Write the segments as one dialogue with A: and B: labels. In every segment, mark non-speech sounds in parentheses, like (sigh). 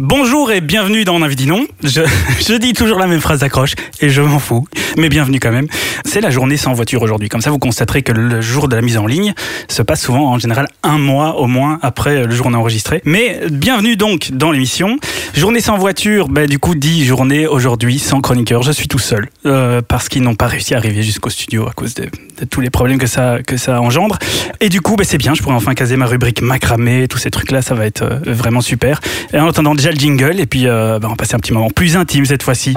A: Bonjour et bienvenue dans L'invité non. Je, (laughs) je dis toujours la même phrase d'accroche et je m'en fous, mais bienvenue quand même. C'est la journée sans voiture aujourd'hui. Comme ça, vous constaterez que le jour de la mise en ligne se passe souvent en général un mois au moins après le jour enregistré. Mais bienvenue donc dans l'émission. Journée sans voiture, bah, du coup, dit journée aujourd'hui sans chroniqueur. Je suis tout seul euh, parce qu'ils n'ont pas réussi à arriver jusqu'au studio à cause de, de tous les problèmes que ça, que ça engendre. Et du coup, bah, c'est bien, je pourrais enfin caser ma rubrique macramé, tous ces trucs-là, ça va être euh, vraiment super. Et en attendant déjà le jingle, et puis euh, bah, on va passer un petit moment plus intime cette fois-ci.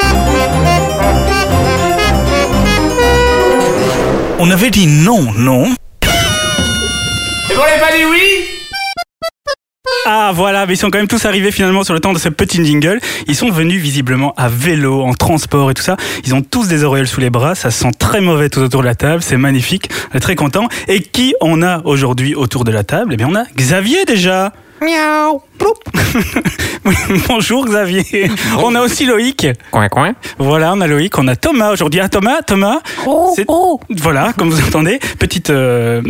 B: On avait dit non, non.
A: Ah voilà, mais ils sont quand même tous arrivés finalement sur le temps de ce petit jingle. Ils sont venus visiblement à vélo, en transport et tout ça. Ils ont tous des auréoles sous les bras, ça sent très mauvais tout autour de la table, c'est magnifique, on est très content. Et qui on a aujourd'hui autour de la table Eh bien on a Xavier déjà
C: Miaou.
A: (laughs) Oui, Bonjour Xavier On a aussi Loïc
C: Coin coin.
A: Voilà, on a Loïc, on a Thomas aujourd'hui. Ah Thomas, Thomas c'est- Voilà, comme vous entendez, petit euh,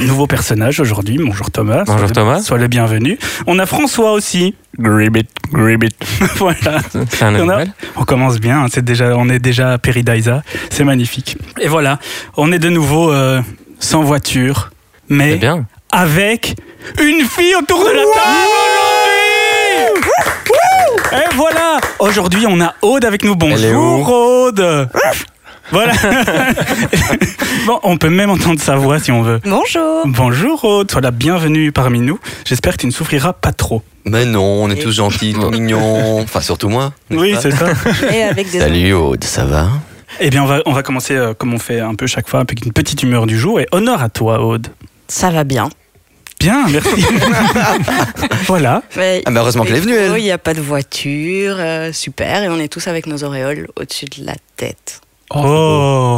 A: nouveau personnage aujourd'hui. Bonjour Thomas.
C: Bonjour
A: Sois le-
C: Thomas.
A: Sois le bienvenu. On a François aussi. (laughs)
C: Gribbit, gribbit.
A: voilà.
C: C'est un
A: Il y en a-
C: animal.
A: On commence bien, hein, c'est déjà, on est déjà à Peridaisa, c'est magnifique. Et voilà, on est de nouveau euh, sans voiture, mais
C: C'est Eh bien.
A: avec une fille autour de la table aujourd'hui Et voilà, aujourd'hui on a Aude avec nous.
C: Elle est
A: Bonjour
C: où
A: Aude Voilà. bon, on peut même entendre sa voix si on veut.
D: Bonjour.
A: Bonjour Aude, sois la bienvenue parmi nous. J'espère que tu ne souffriras pas trop.
E: Mais non, on est tous gentils, (laughs) tout mignons. Enfin, surtout moi. n'est-ce
A: Oui,
E: pas
A: c'est ça.
D: Et avec des
E: Salut Aude, ça va
A: Eh bien, on va, on va commencer euh, comme on fait un peu chaque fois, avec une petite humeur du jour. Et honneur à toi, Aude.
D: Ça va bien.
A: Bien, merci. voilà.
D: Mais-
E: Ah, mais heureusement qu'elle est venue,
D: Il
E: elle.
D: n'y a pas de voiture, euh, super, et on est tous avec nos auréoles au-dessus de la tête.
A: Oh.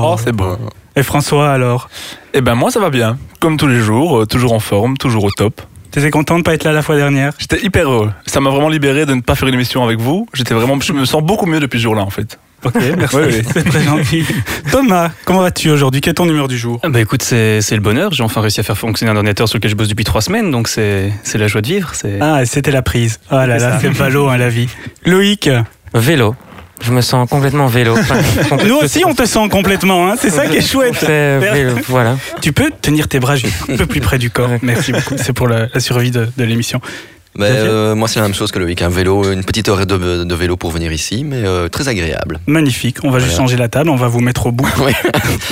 B: Oh, c'est beau.
A: Et François, alors
B: Eh ben moi ça va bien, comme tous les jours, euh, toujours en forme, toujours au top.
A: T'étais content de pas être là la fois dernière
B: J'étais hyper heureux. Ça m'a vraiment libéré de ne pas faire une émission avec vous. J'étais vraiment, je me sens beaucoup mieux depuis ce jour-là en fait.
A: Ok, merci.
B: Oui, oui.
A: (laughs) C'est très gentil. Thomas, comment vas-tu aujourd'hui Quelle est ton humeur du jour
F: Ah Bah écoute, c'est c'est le bonheur. J'ai enfin réussi à faire fonctionner un ordinateur sur lequel je bosse depuis trois semaines, donc c'est c'est la joie de vivre. C'est
A: Ah, et c'était la prise. Ah là là, c'est ballot, hein, la vie. Loïc,
G: Vélo. Je me sens complètement vélo.
A: (laughs)
G: Enfin, complète-
A: nous aussi on te sent complètement, hein, c'est ça qui est chouette.
G: C'est vélo, voilà.
A: Tu peux tenir tes bras juste un peu plus près du corps. Merci beaucoup, c'est pour la, la survie de, de l'émission.
E: Mais,
A: Xavier
E: euh, moi, c'est la même chose que le week-end. Un vélo, une petite heure de, de vélo pour venir ici, mais euh, très (laughs) agréable.
A: Magnifique, on va juste
E: Voilà.
A: changer la table, on va vous mettre au bout.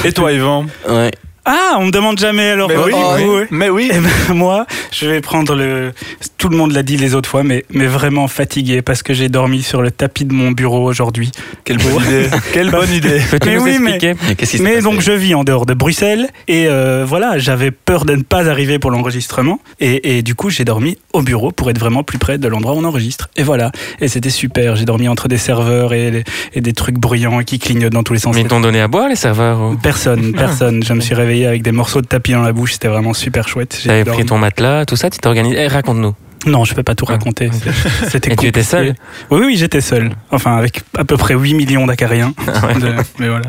B: Et toi Yvan
E: Ouais.
A: Ah, on me demande jamais alors.
B: Mais oui,
A: Oh,
B: oui.
A: ouais.
B: mais oui.
A: Eh ben, (laughs) moi, je vais prendre le. Tout le monde l'a dit les autres fois, mais, mais vraiment fatigué parce que j'ai dormi sur le tapis de mon bureau aujourd'hui.
B: Quelle bonne idée. Quelle bonne idée.
G: Bah, Peux-tu
A: Mais
G: nous
A: oui, mais-
G: expliquer
E: Qu'est-ce qui s'est
A: Mais
E: passé
A: donc je vis en dehors de Bruxelles et euh, voilà, j'avais peur de ne pas arriver pour l'enregistrement et, et du coup j'ai dormi au bureau pour être vraiment plus près de l'endroit où on enregistre. Et voilà, et c'était super, j'ai dormi entre des serveurs et, les- et des trucs bruyants qui clignotent dans tous les sens.
G: Mais Ah, ils t'ont donné à boire les serveurs ou...
A: Personne, personne. Je me suis réveillé avec des morceaux de tapis dans la bouche, c'était vraiment super chouette. J'ai
G: T'avais
A: dormi.
G: pris ton matelas, tout ça, tu t'organises. Eh, raconte-nous.
A: Non, je peux pas tout raconter.
G: Ah,
A: C'est- C'était
G: (laughs) Et tu étais
A: compliqué.
G: seul
A: Oui, oui, j'étais seul. Enfin, avec à peu près 8 millions d'acariens. De- Mais voilà.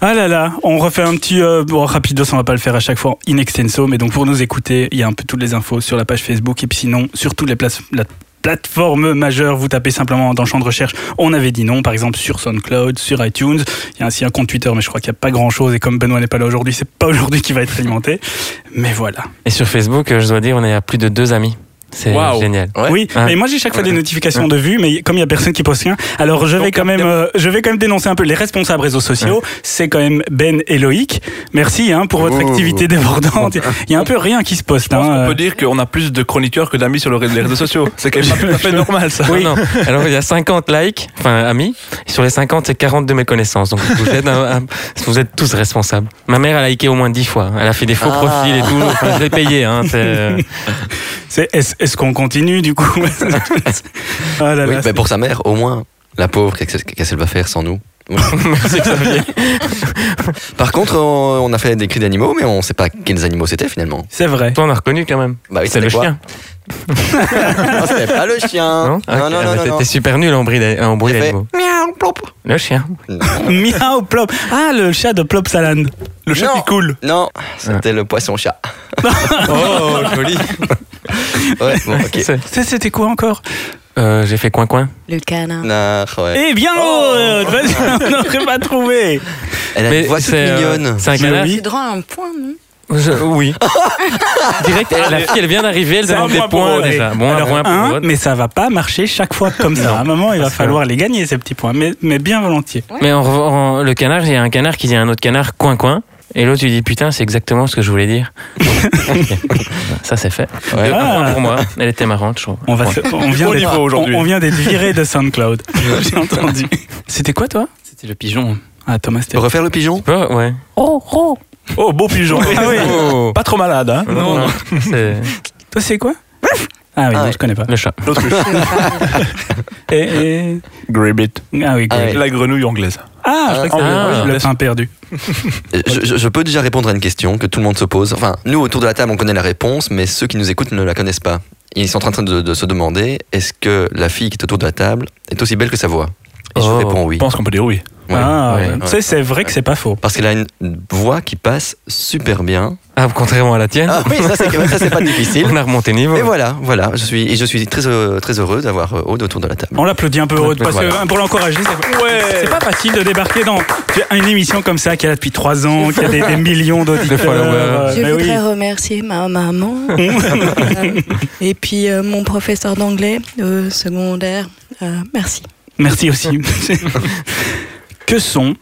A: Ah là là, on refait un petit euh, bon, rapidos, on va pas le faire à chaque fois in extenso, mais donc pour nous écouter, il y a un peu toutes les infos sur la page Facebook et puis sinon sur toutes les places, la plateforme majeure, vous tapez simplement dans le champ de recherche, on avait dit non, par exemple sur SoundCloud, sur iTunes, il y a ainsi un compte Twitter, mais je crois qu'il n'y a pas grand chose et comme Benoît n'est pas là aujourd'hui, c'est pas aujourd'hui qui va être alimenté, mais voilà.
G: Et sur Facebook, euh, je dois dire, on est à plus de deux amis. C'est
B: Waouh.
G: génial.
E: Ouais.
A: Oui,
B: Ah.
G: Ouais.
A: mais moi j'ai chaque fois des notifications de vues, mais comme il y a personne qui poste rien, alors je vais
B: Donc,
A: quand même,
B: euh,
A: euh, je vais quand même dénoncer un peu les responsables réseaux sociaux. C'est quand même Ben et Loïc. Merci hein, pour votre
E: Ouh.
A: activité débordante. Il y a un peu rien qui se poste.
B: Oh. Je pense
A: hein,
B: qu'on
A: euh.
B: peut dire qu'on a plus de chroniqueurs que d'amis sur le- les réseaux sociaux. C'est quand même pas tout à fait normal ça.
G: (laughs) Non, non. Alors, il y a 50 likes, enfin, amis. Et sur les 50, c'est 40 de mes connaissances. Donc, vous êtes, un- un- vous êtes tous responsables. Ma mère, elle a liké au moins 10 fois. Elle a fait des faux
E: Ah.
G: profils et tout. Enfin, je l'ai payé. Hein, c'est- (laughs)
A: C'est- Est-ce est-ce qu'on continue du coup (laughs) Ah là
E: Oui,
A: là,
B: bah-
E: mais pour sa mère, au moins. La pauvre, qu'est-ce qu'est-ce qu'elle va faire sans nous
G: Merci, Xavier.
E: Par contre, on on a fait des cris d'animaux, mais on sait pas quels animaux c'était finalement.
A: C'est vrai. (laughs)
G: Toi, on a reconnu quand même.
E: Bah oui,
G: c'est
E: c'était
G: le
E: quoi
G: chien.
E: Non, c'était pas le chien.
A: (laughs)
G: Non,
E: Hein non,
G: Ok, bah,
E: non, non,
G: T'es
E: non,
G: t'es super nul en bruit d'a- en bruit
E: J'ai fait-
G: d'animaux.
E: Miaou, plop.
G: Le chien.
E: Non,
A: Miaou Plop. Ah le chat de Plop Saland.
B: Le chat
E: Non.
B: qui coule.
E: non,
A: Ah.
E: c'était le poisson-chat.
B: Oh joli.
E: Ouais, bon, ok.
A: (laughs)
G: C'est-
A: Ça, C'était quoi encore
G: Euh, j'ai fait coin-coin.
D: Le canard.
E: Nard, ouais.
A: Eh bien,
B: Oh.
A: Aude, vas-y, (laughs) on n'aurait pas trouvé.
E: Elle a une voix toute
G: euh,
E: mignonne.
G: C'est un canard
D: C'est droit à un point, non
G: Je- Oui. Direct, la fille, elle vient d'arriver, elle
A: C'est un
G: demande des
A: point pour
G: points
A: Aude.
G: déjà. Bon,
A: Alors,
G: un point pour
A: un,
G: Aude.
A: Hein mais ça va pas marcher chaque fois comme ça. À un moment, il va
G: Parce que-
A: falloir les gagner, ces petits points, mais, mais bien volontiers.
G: Mais en revanche, en- le canard, il y a un canard qui dit à un autre canard coin-coin. Et l'autre, il dit putain, c'est exactement ce que je voulais dire. Ok. Ça, c'est fait.
E: Ouais.
G: Un point
A: Ah.
G: pour moi. Elle était marrante, je trouve.
A: On, va se- on vient
B: Au
A: d'être-
B: niveau
A: on,
B: aujourd'hui.
A: on vient d'être viré de SoundCloud. J'ai entendu. C'était quoi, toi
F: C'était le pigeon.
A: Ah, Thomas, c'était.
E: Refaire le pigeon
G: Ouais, ouais.
B: Oh, beau pigeon.
A: Ah oui.
G: Oh.
B: Pas trop malade, hein
G: Non, non, c'est
A: Toi, c'est quoi Ah oui,
E: Ah
A: non,
E: ouais.
A: je connais pas.
G: le chat.
B: L'autruche.
A: Et,
B: Grabbit.
A: et- Ah oui,
E: Ah
A: cool.
E: ouais.
B: La grenouille anglaise.
A: Ah, je crois que c'était-
G: Ah.
A: oui, le pain perdu.
E: je, je- je peux déjà répondre à une question que tout le monde se pose. Enfin, nous autour de la table, on connaît la réponse, mais ceux qui nous écoutent ne la connaissent pas. Ils sont en train de, de se demander est-ce que la fille qui est autour de la table est aussi belle que sa voix Et je
G: Oh.
E: réponds oui.
B: Je pense qu'on peut dire oui.
E: Ouais,
A: ah,
E: ouais,
A: ouais.
E: ouais.
A: Ça, c'est vrai que c'est pas faux.
E: Parce qu'elle a une voix qui passe super bien.
G: Ah, contrairement à la tienne,
E: Ah oui, ça c'est quand même- ça, c'est pas difficile.
G: (laughs) on a remonté niveau.
E: Et voilà, voilà, je suis, et je suis très, euh, très heureux d'avoir euh, Aude autour de la table.
A: On l'applaudit un peu Aude, parce que
E: Voilà.
A: hein, pour l'encourager, c'est c'est pas facile de débarquer dans une émission comme ça qui est là depuis trois ans, qui a des, des millions
G: Des followers.
A: d'auditeurs.
D: Je
A: Mais Euh, bah oui.
D: voudrais remercier ma maman
E: (laughs)
D: Euh, et puis euh, mon professeur d'anglais euh, secondaire. Euh, merci.
A: Merci aussi. (laughs) que sont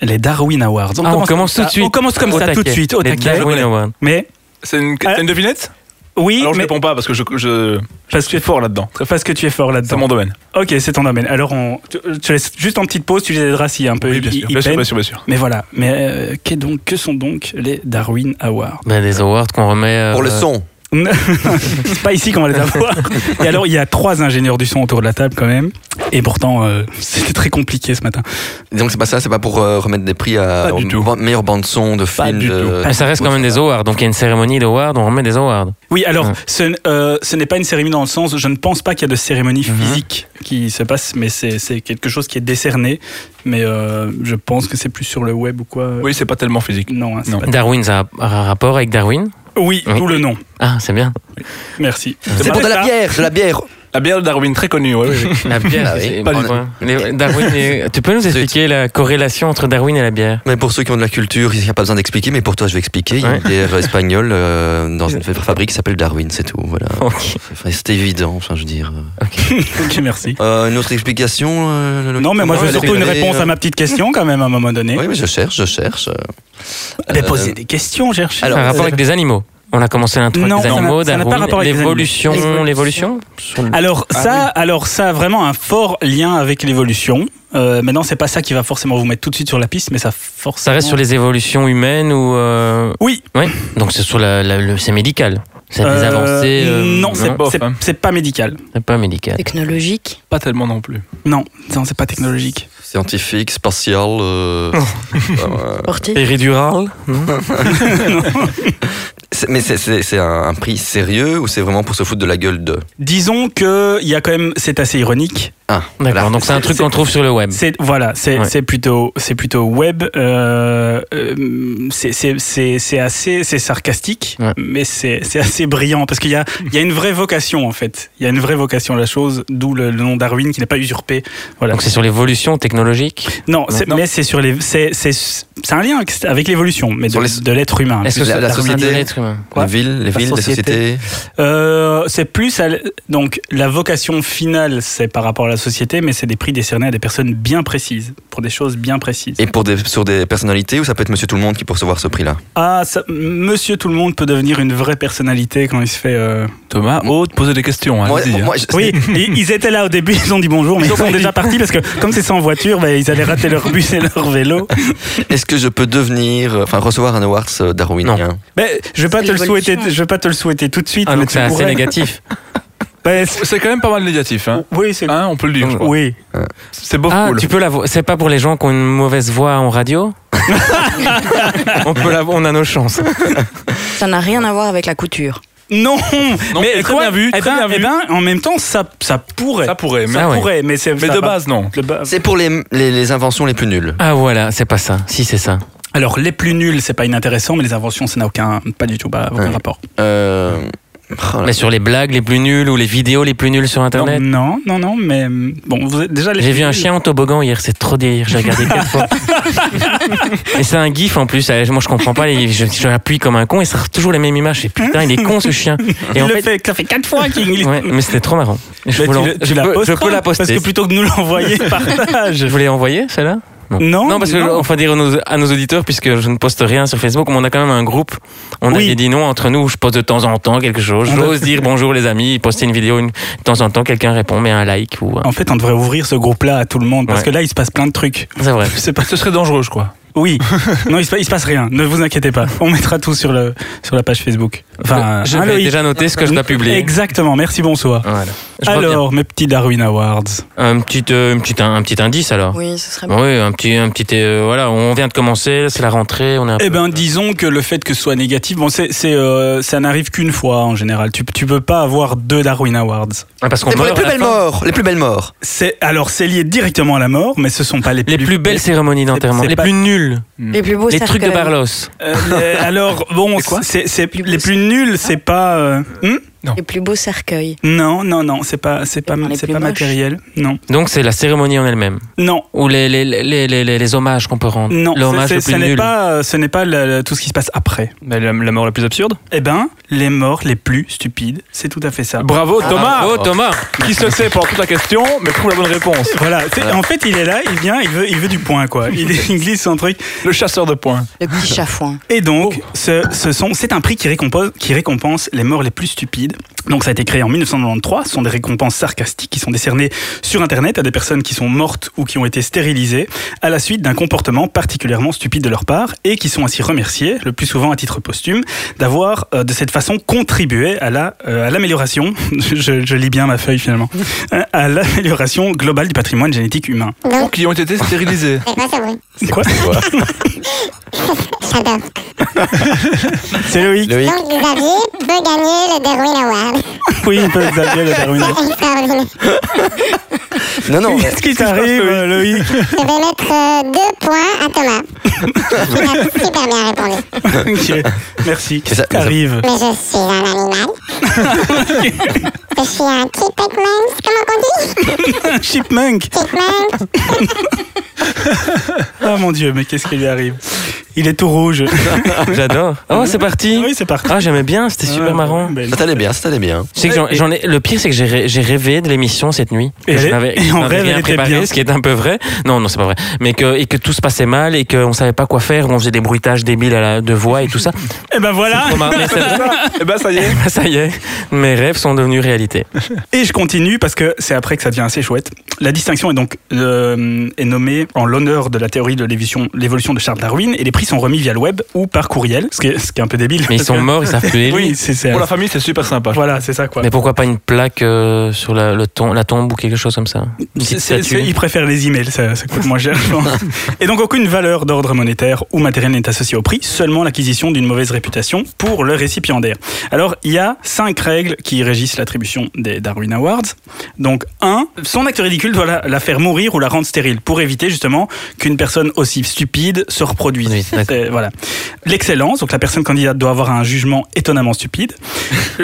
A: les Darwin Awards
G: Ah, on commence tout de
A: ça-
G: suite.
A: On commence comme
G: Au
A: ça tout de
G: taquet.
A: suite, au
G: Les
A: taquet.
G: Darwin Awards.
A: Mais
B: C'est une,
A: Ah.
B: c'est une devinette
A: oui,
B: Alors je ne
A: mais
B: réponds pas parce que je, je, je
A: parce que,
B: suis fort là-dedans.
A: parce que tu es fort
B: C'est
A: là-dedans.
B: mon domaine.
A: Ok, c'est ton domaine. Alors on tu- je te laisse juste en petite pause, tu les aideras si un peu
B: Oui, bien
A: ils-
B: sûr.
A: ils
B: Bien sûr,
A: peinent.
B: bien sûr, bien sûr.
A: Mais voilà. Mais euh, qu'est donc, que sont donc les Darwin Awards
G: Ben, des awards qu'on remet. euh,
E: Pour le son,
A: C'est pas ici qu'on va les avoir. Et alors, il y a trois ingénieurs du son autour de la table quand même. Et pourtant, euh, c'était très compliqué ce matin.
E: donc c'est pas ça, c'est pas pour euh, remettre des prix à
B: Pas du
E: aux
B: tout.
E: ban- meilleure bande son de
B: Pas
E: films.
B: du
E: de-
G: Ah, ça reste quand même des awards, donc il y a une cérémonie d'awards, on remet des awards.
A: Oui, alors,
G: Ouais.
A: ce, n- euh, ce n'est pas une cérémonie dans le sens, je ne pense pas qu'il y a de cérémonie
E: Mhm.
A: physique qui se passe, mais c'est c'est quelque chose qui est décerné. Mais euh, je pense que c'est plus sur le web ou quoi.
B: Oui, c'est pas tellement physique.
A: Non, hein, c'est
B: Non.
A: pas-
G: Darwin, ça a un rapport avec Darwin
A: Oui,
G: Oui.
A: d'où le nom.
G: Ah,
A: (laughs)
G: c'est bien.
A: Merci. Ah,
E: C'est pour de la bière, de la bière.
B: La bière de Darwin, très connue. ouais, ouais, ouais. (laughs)
G: La bière,
E: Ah oui,
G: c'est-
E: pas
G: on-
E: du
G: les- Darwin et- Tu peux nous expliquer la corrélation entre Darwin et la bière
E: Mais pour ceux qui ont de la culture, il n'y a pas besoin d'expliquer, mais pour toi, je vais expliquer. Il y a une bière espagnole euh,
A: (laughs)
E: dans une fabrique qui s'appelle Darwin, c'est tout. Voilà.
G: Ok.
E: Enfin, c'est évident, enfin, je veux dire.
A: Ok, merci.
E: Euh, une autre explication euh, le- le-
A: Non, mais moi, je veux
E: elle est
A: surtout une
E: donnée,
A: réponse
E: euh,
A: à ma petite question quand même à un moment donné.
E: Oui, mais je cherche, je cherche.
A: Mais posez
E: euh,
A: des questions, Euh, cherchez.
G: un rapport avec des animaux. On a commencé l'intro
A: Non,
G: avec des
A: ça n'a-
G: animaux,
A: ça n'a pas
G: Darwin,
A: rapport avec les animaux.
G: l'évolution, l'évolution
B: Ah
A: Alors ça, alors ça a vraiment un fort lien avec l'évolution. Euh, maintenant, c'est pas ça qui va forcément vous mettre tout de suite sur la piste, mais ça force.
G: Ça reste sur les évolutions humaines ou euh,
A: Oui.
G: ouais. Donc c'est sur la, la- le- c'est médical. C'est des
A: Euh,
G: avancées. euh,
A: non, c'est
B: bof,
A: c'est-
B: hein.
A: c'est pas médical.
G: c'est pas médical.
D: Technologique.
B: Pas tellement non plus.
A: Non, non, c'est pas technologique.
E: Euh, Scientifique, spatial.
A: (laughs)
E: euh, euh,
D: Sportif.
G: Péridural
E: c'est- mais c'est- c'est c'est un, un prix sérieux ou c'est vraiment pour se foutre de la gueule de
A: Disons que il y a quand même, c'est assez ironique.
E: Ah,
G: D'accord. Donc c'est un truc qu'on trouve sur le web.
A: C'est voilà, c'est
G: Ouais.
A: c'est plutôt, c'est plutôt web. euh, euh, c'est- c'est c'est- c'est assez, c'est sarcastique,
G: Ouais.
A: mais c'est c'est assez brillant parce qu'il y a il y a une vraie vocation en fait. Il y a une vraie vocation à la chose, d'où le, le nom Darwin qui n'est pas usurpé. Voilà.
G: Donc c'est sur l'évolution technologique.
A: Non, c'est-
B: Non.
A: mais c'est sur les. C'est c'est- c'est un lien avec l'évolution, mais de,
E: Sur les-
A: de l'être humain.
G: Est-ce
E: La-
G: ça-
E: la
G: ça concerne
E: société
G: l'être humain
A: Quoi
E: les villes, les
A: La
E: villes,
A: société.
E: les sociétés.
A: Euh, c'est plus. à l- donc, la vocation finale, c'est par rapport à la société, mais c'est des prix décernés à des personnes bien précises, pour des choses bien précises.
E: Et pour des, sur des personnalités ou ça peut être Monsieur Tout le Monde qui peut recevoir ce prix-là
A: Ah, ça- monsieur tout le monde peut devenir une vraie personnalité quand il se fait. euh,
B: Thomas, Aude, posez des questions. hein,
E: Moi-
B: allez-y, hein.
E: moi, je-
A: Oui, ils ils étaient là au début, ils ont dit bonjour, mais ils sont déjà partis parce que, comme c'est sans voiture, bah, ils allaient rater leur bus et leur vélo.
E: Est-ce que je peux devenir, euh, enfin recevoir un awards euh, darwinien
A: Mais Ben, je vais pas
D: C'est
A: te le
D: l'évolution.
A: souhaiter, je vais pas te le souhaiter tout de suite.
G: Ah
A: mais
G: donc
A: tu
G: c'est assez
A: pourrais.
G: négatif.
A: Bah, c'est-
B: C'est quand même pas mal négatif. Hein.
A: oui, c'est.
B: Hein, on peut le dire, je crois.
A: Oui.
B: C'est beau
G: Ah
B: cool.
G: tu peux la vo- C'est pas pour les gens qui ont une mauvaise voix en radio. on peut la- on a nos chances.
D: Ça n'a rien à voir avec la couture.
A: Non,
B: Non,
A: mais
B: très
A: quoi
B: bien vu,
A: eh
B: très
A: ben,
B: bien vu.
A: eh ben, en même temps, ça, ça pourrait.
B: Ça pourrait, mais,
G: Ah ouais.
A: pourrait, mais c'est.
B: mais
A: ça
B: de
A: va.
B: base, non.
A: Le ba-
E: C'est pour les, les, les inventions les plus nulles.
G: Ah voilà, c'est pas ça. Si c'est ça.
A: Alors, les plus nuls, c'est pas inintéressant, mais les inventions, ça n'a aucun, pas du tout, bah, aucun
E: Ouais.
A: rapport.
E: Euh, Oh là.
G: Mais sur les blagues les plus nulles ou les vidéos les plus nulles sur
A: Non,
G: Internet.
A: non, non, non, mais euh, bon, vous êtes déjà les-
G: J'ai vu un chien en toboggan hier, c'est trop délire, j'ai regardé quatre fois. Et c'est un gif en plus, euh, moi je comprends pas, les- je, je appuie comme un con et ça sera toujours les mêmes images. Et putain, il est con ce chien. Et
A: Il
G: en
A: le
G: fait,
A: fait, ça fait quatre fois
G: (laughs)
A: qu'il.
G: ouais, mais c'était trop marrant. Je,
A: Mais
G: peux,
A: tu,
G: l'en-
A: le- tu
G: je
A: la
G: peux- je
A: posteras,
G: peux la
A: Parce
G: poster.
A: que plutôt que de nous
G: (laughs)
A: l'envoyer, partage.
G: Je voulais envoyer celle-là
A: Non,
G: Non, parce que on va dire à nos, à nos auditeurs, puisque je ne poste rien sur Facebook, mais on a quand même un groupe. On
A: Oui.
G: avait dit non entre nous, où je poste de temps en temps quelque chose.
A: On a-
G: J'ose dire bonjour les amis, poster une vidéo une- de temps en temps, quelqu'un répond, mais un like ou. un-
A: En fait, on devrait ouvrir ce groupe-là à tout le monde parce
G: Ouais.
A: que là, il se passe plein de trucs. (laughs)
G: C'est vrai.
A: C'est pas...
B: Ce serait dangereux, je crois.
G: (laughs)
A: Oui, non, il se, pa- il se passe rien. Ne vous inquiétez pas. On mettra tout sur, le, sur la page Facebook. Enfin,
G: je
A: hein,
G: vais
A: Loïc
G: déjà noter ce que je dois publier.
A: Exactement. Merci, bonsoir.
G: Voilà. Je reviens.
A: Alors, mes petits Darwin Awards.
G: un petit, euh, un petit, un petit indice alors.
D: Oui, ce serait
G: Oui, un petit, un petit, euh, voilà, on vient de commencer, c'est la rentrée, on est. un
A: Eh
G: peu-
A: ben, disons que le fait que ce soit négatif, bon, c'est, c'est, euh, ça n'arrive qu'une fois en général. Tu, tu peux pas avoir deux Darwin Awards.
G: Ah, parce qu'on
E: C'est pour les
G: meurt à
E: plus
G: la
E: belles
G: fin.
E: morts, les plus belles morts.
A: C'est, alors, c'est lié directement à la mort, mais ce sont pas les,
G: Les plus belles cérémonies d'enterrement,
A: c'est
G: les
A: pas-
G: plus nulles,
D: les plus beaux
G: les trucs de
D: cercueils.
G: Barlos.
A: Euh,
G: (laughs)
A: les- alors, bon, c'est, c'est- les plus
D: Ah.
A: nuls, c'est pas. euh, hmm
D: Les plus beaux cercueils.
A: non, non, non, c'est pas, c'est pas,
D: Dans les
A: c'est
D: plus
A: pas
D: moches.
A: matériel. Non,
G: Donc c'est la cérémonie en elle-même.
A: non,
G: ou les, les, les, les, les, les hommages qu'on peut rendre.
A: non.
G: L'hommage
A: C'est-
G: le
A: c'est-
G: plus
A: ce n'est
G: nul.
A: pas, euh, ce n'est pas le- le- tout ce qui se passe après.
F: Mais la, la mort la plus absurde
A: Eh ben, les morts les plus stupides, c'est tout à fait ça.
B: Bravo, Thomas
G: Bravo, Ah,
A: (laughs)
G: oh, Thomas
B: Qui se sait pour toute la question, mais trouve la bonne réponse.
A: Voilà. c'est- En fait, il est là, il vient, il veut, il veut du point, quoi. Il, il glisse son truc.
B: Le chasseur de points.
D: Le
E: (laughs)
D: petit chafouin.
A: Et donc, ce, ce sont, c'est un prix qui récompense, qui récompense les morts les plus stupides. Donc, ça a été créé en 1993. Ce sont des récompenses sarcastiques qui sont décernées sur Internet à des personnes qui sont mortes ou qui ont été stérilisées à la suite d'un comportement particulièrement stupide de leur part et qui sont ainsi remerciées, le plus souvent à titre posthume, d'avoir euh, de cette façon contribué à la euh, à l'amélioration. (laughs) je, je lis bien ma feuille finalement. Euh, à l'amélioration globale du patrimoine génétique humain.
B: Ou qui ont été stérilisés.
H: C'est quoi ce bruit
A: C'est quoi
H: (laughs) J'adore.
A: C'est Loïc.
E: Loïc,
H: Donc Xavier peut gagner le Darwin Award.
A: Oui, il peut Xavier le terminer.
H: C'est (laughs) extraordinaire.
E: Non, non,
A: Qu'est-ce qui t'arrive, euh, Loïc
H: Je vais mettre euh, deux points à Thomas. Il a super bien répondu.
A: (laughs) Ok, merci.
E: Mais ça- mais ça-
A: T'arrives.
H: Mais je suis un
F: (laughs)
H: animal. je suis un chipmunk. Comment on dit
A: Chipmunk
H: Chipmunk.
A: Ah mon dieu, mais qu'est-ce qui lui arrive Il est tout rouge.
G: J'adore. Oh, c'est parti
A: oui, c'est parti.
G: Ah, j'aimais bien, c'était super
A: Ah,
G: marrant.
A: belle.
E: ça t'allait bien, ça t'allait bien.
G: Tu sais que j'en- j'en ai, le pire, c'est que j'ai ré- j'ai rêvé de l'émission cette nuit.
A: Et
G: Que je
A: elle-
G: n'avais
A: et
G: je
A: en
G: n'avais
A: rêve, elle
G: rien
A: était
G: préparé,
A: bien.
G: ce qui est un peu vrai. Non, non, c'est pas vrai. Mais que, et que tout se passait mal et qu'on savait pas quoi faire. On faisait des bruitages débiles à la, de voix et
A: (laughs)
G: tout ça.
A: Et ben voilà
G: Trop marrant, mais c'est vrai.
B: (laughs) Eh ben, ça y est.
G: Bah, ça (laughs) y est, mes rêves sont devenus réalité.
A: Et je continue parce que c'est après que ça devient assez chouette. La distinction est donc euh, est nommée en l'honneur de la théorie de l'évolution l'évolution de Charles Darwin et les prix sont remis via le web ou par courriel, ce qui est, ce qui est un peu débile.
G: Mais ils
A: parce (laughs)
G: sont
A: que-
G: morts, Oh ils savent plus les lire.
A: Oui, c'est c'est-
B: Pour la famille, c'est super sympa.
A: Voilà, c'est ça quoi.
G: Mais pourquoi pas une plaque euh, sur la, le tom- la tombe ou quelque chose comme ça
A: C'est-
G: Une petite
A: c'est-
G: statue.
A: c'est- Ils préfèrent les emails, ça, ça coûte moins cher. je pense. Et donc aucune valeur d'ordre monétaire ou matériel n'est associée au prix, seulement l'acquisition d'une mauvaise réputation pour le récipiendaire. Alors il y a cinq règles qui régissent l'attribution des Darwin Awards. Donc un, son acte ridicule doit la, la faire mourir ou la rendre stérile pour éviter justement qu'une personne aussi stupide se reproduise.
G: Oui, d'accord.
A: C'est- voilà. L'excellence, donc la personne candidate doit avoir un jugement étonnamment stupide.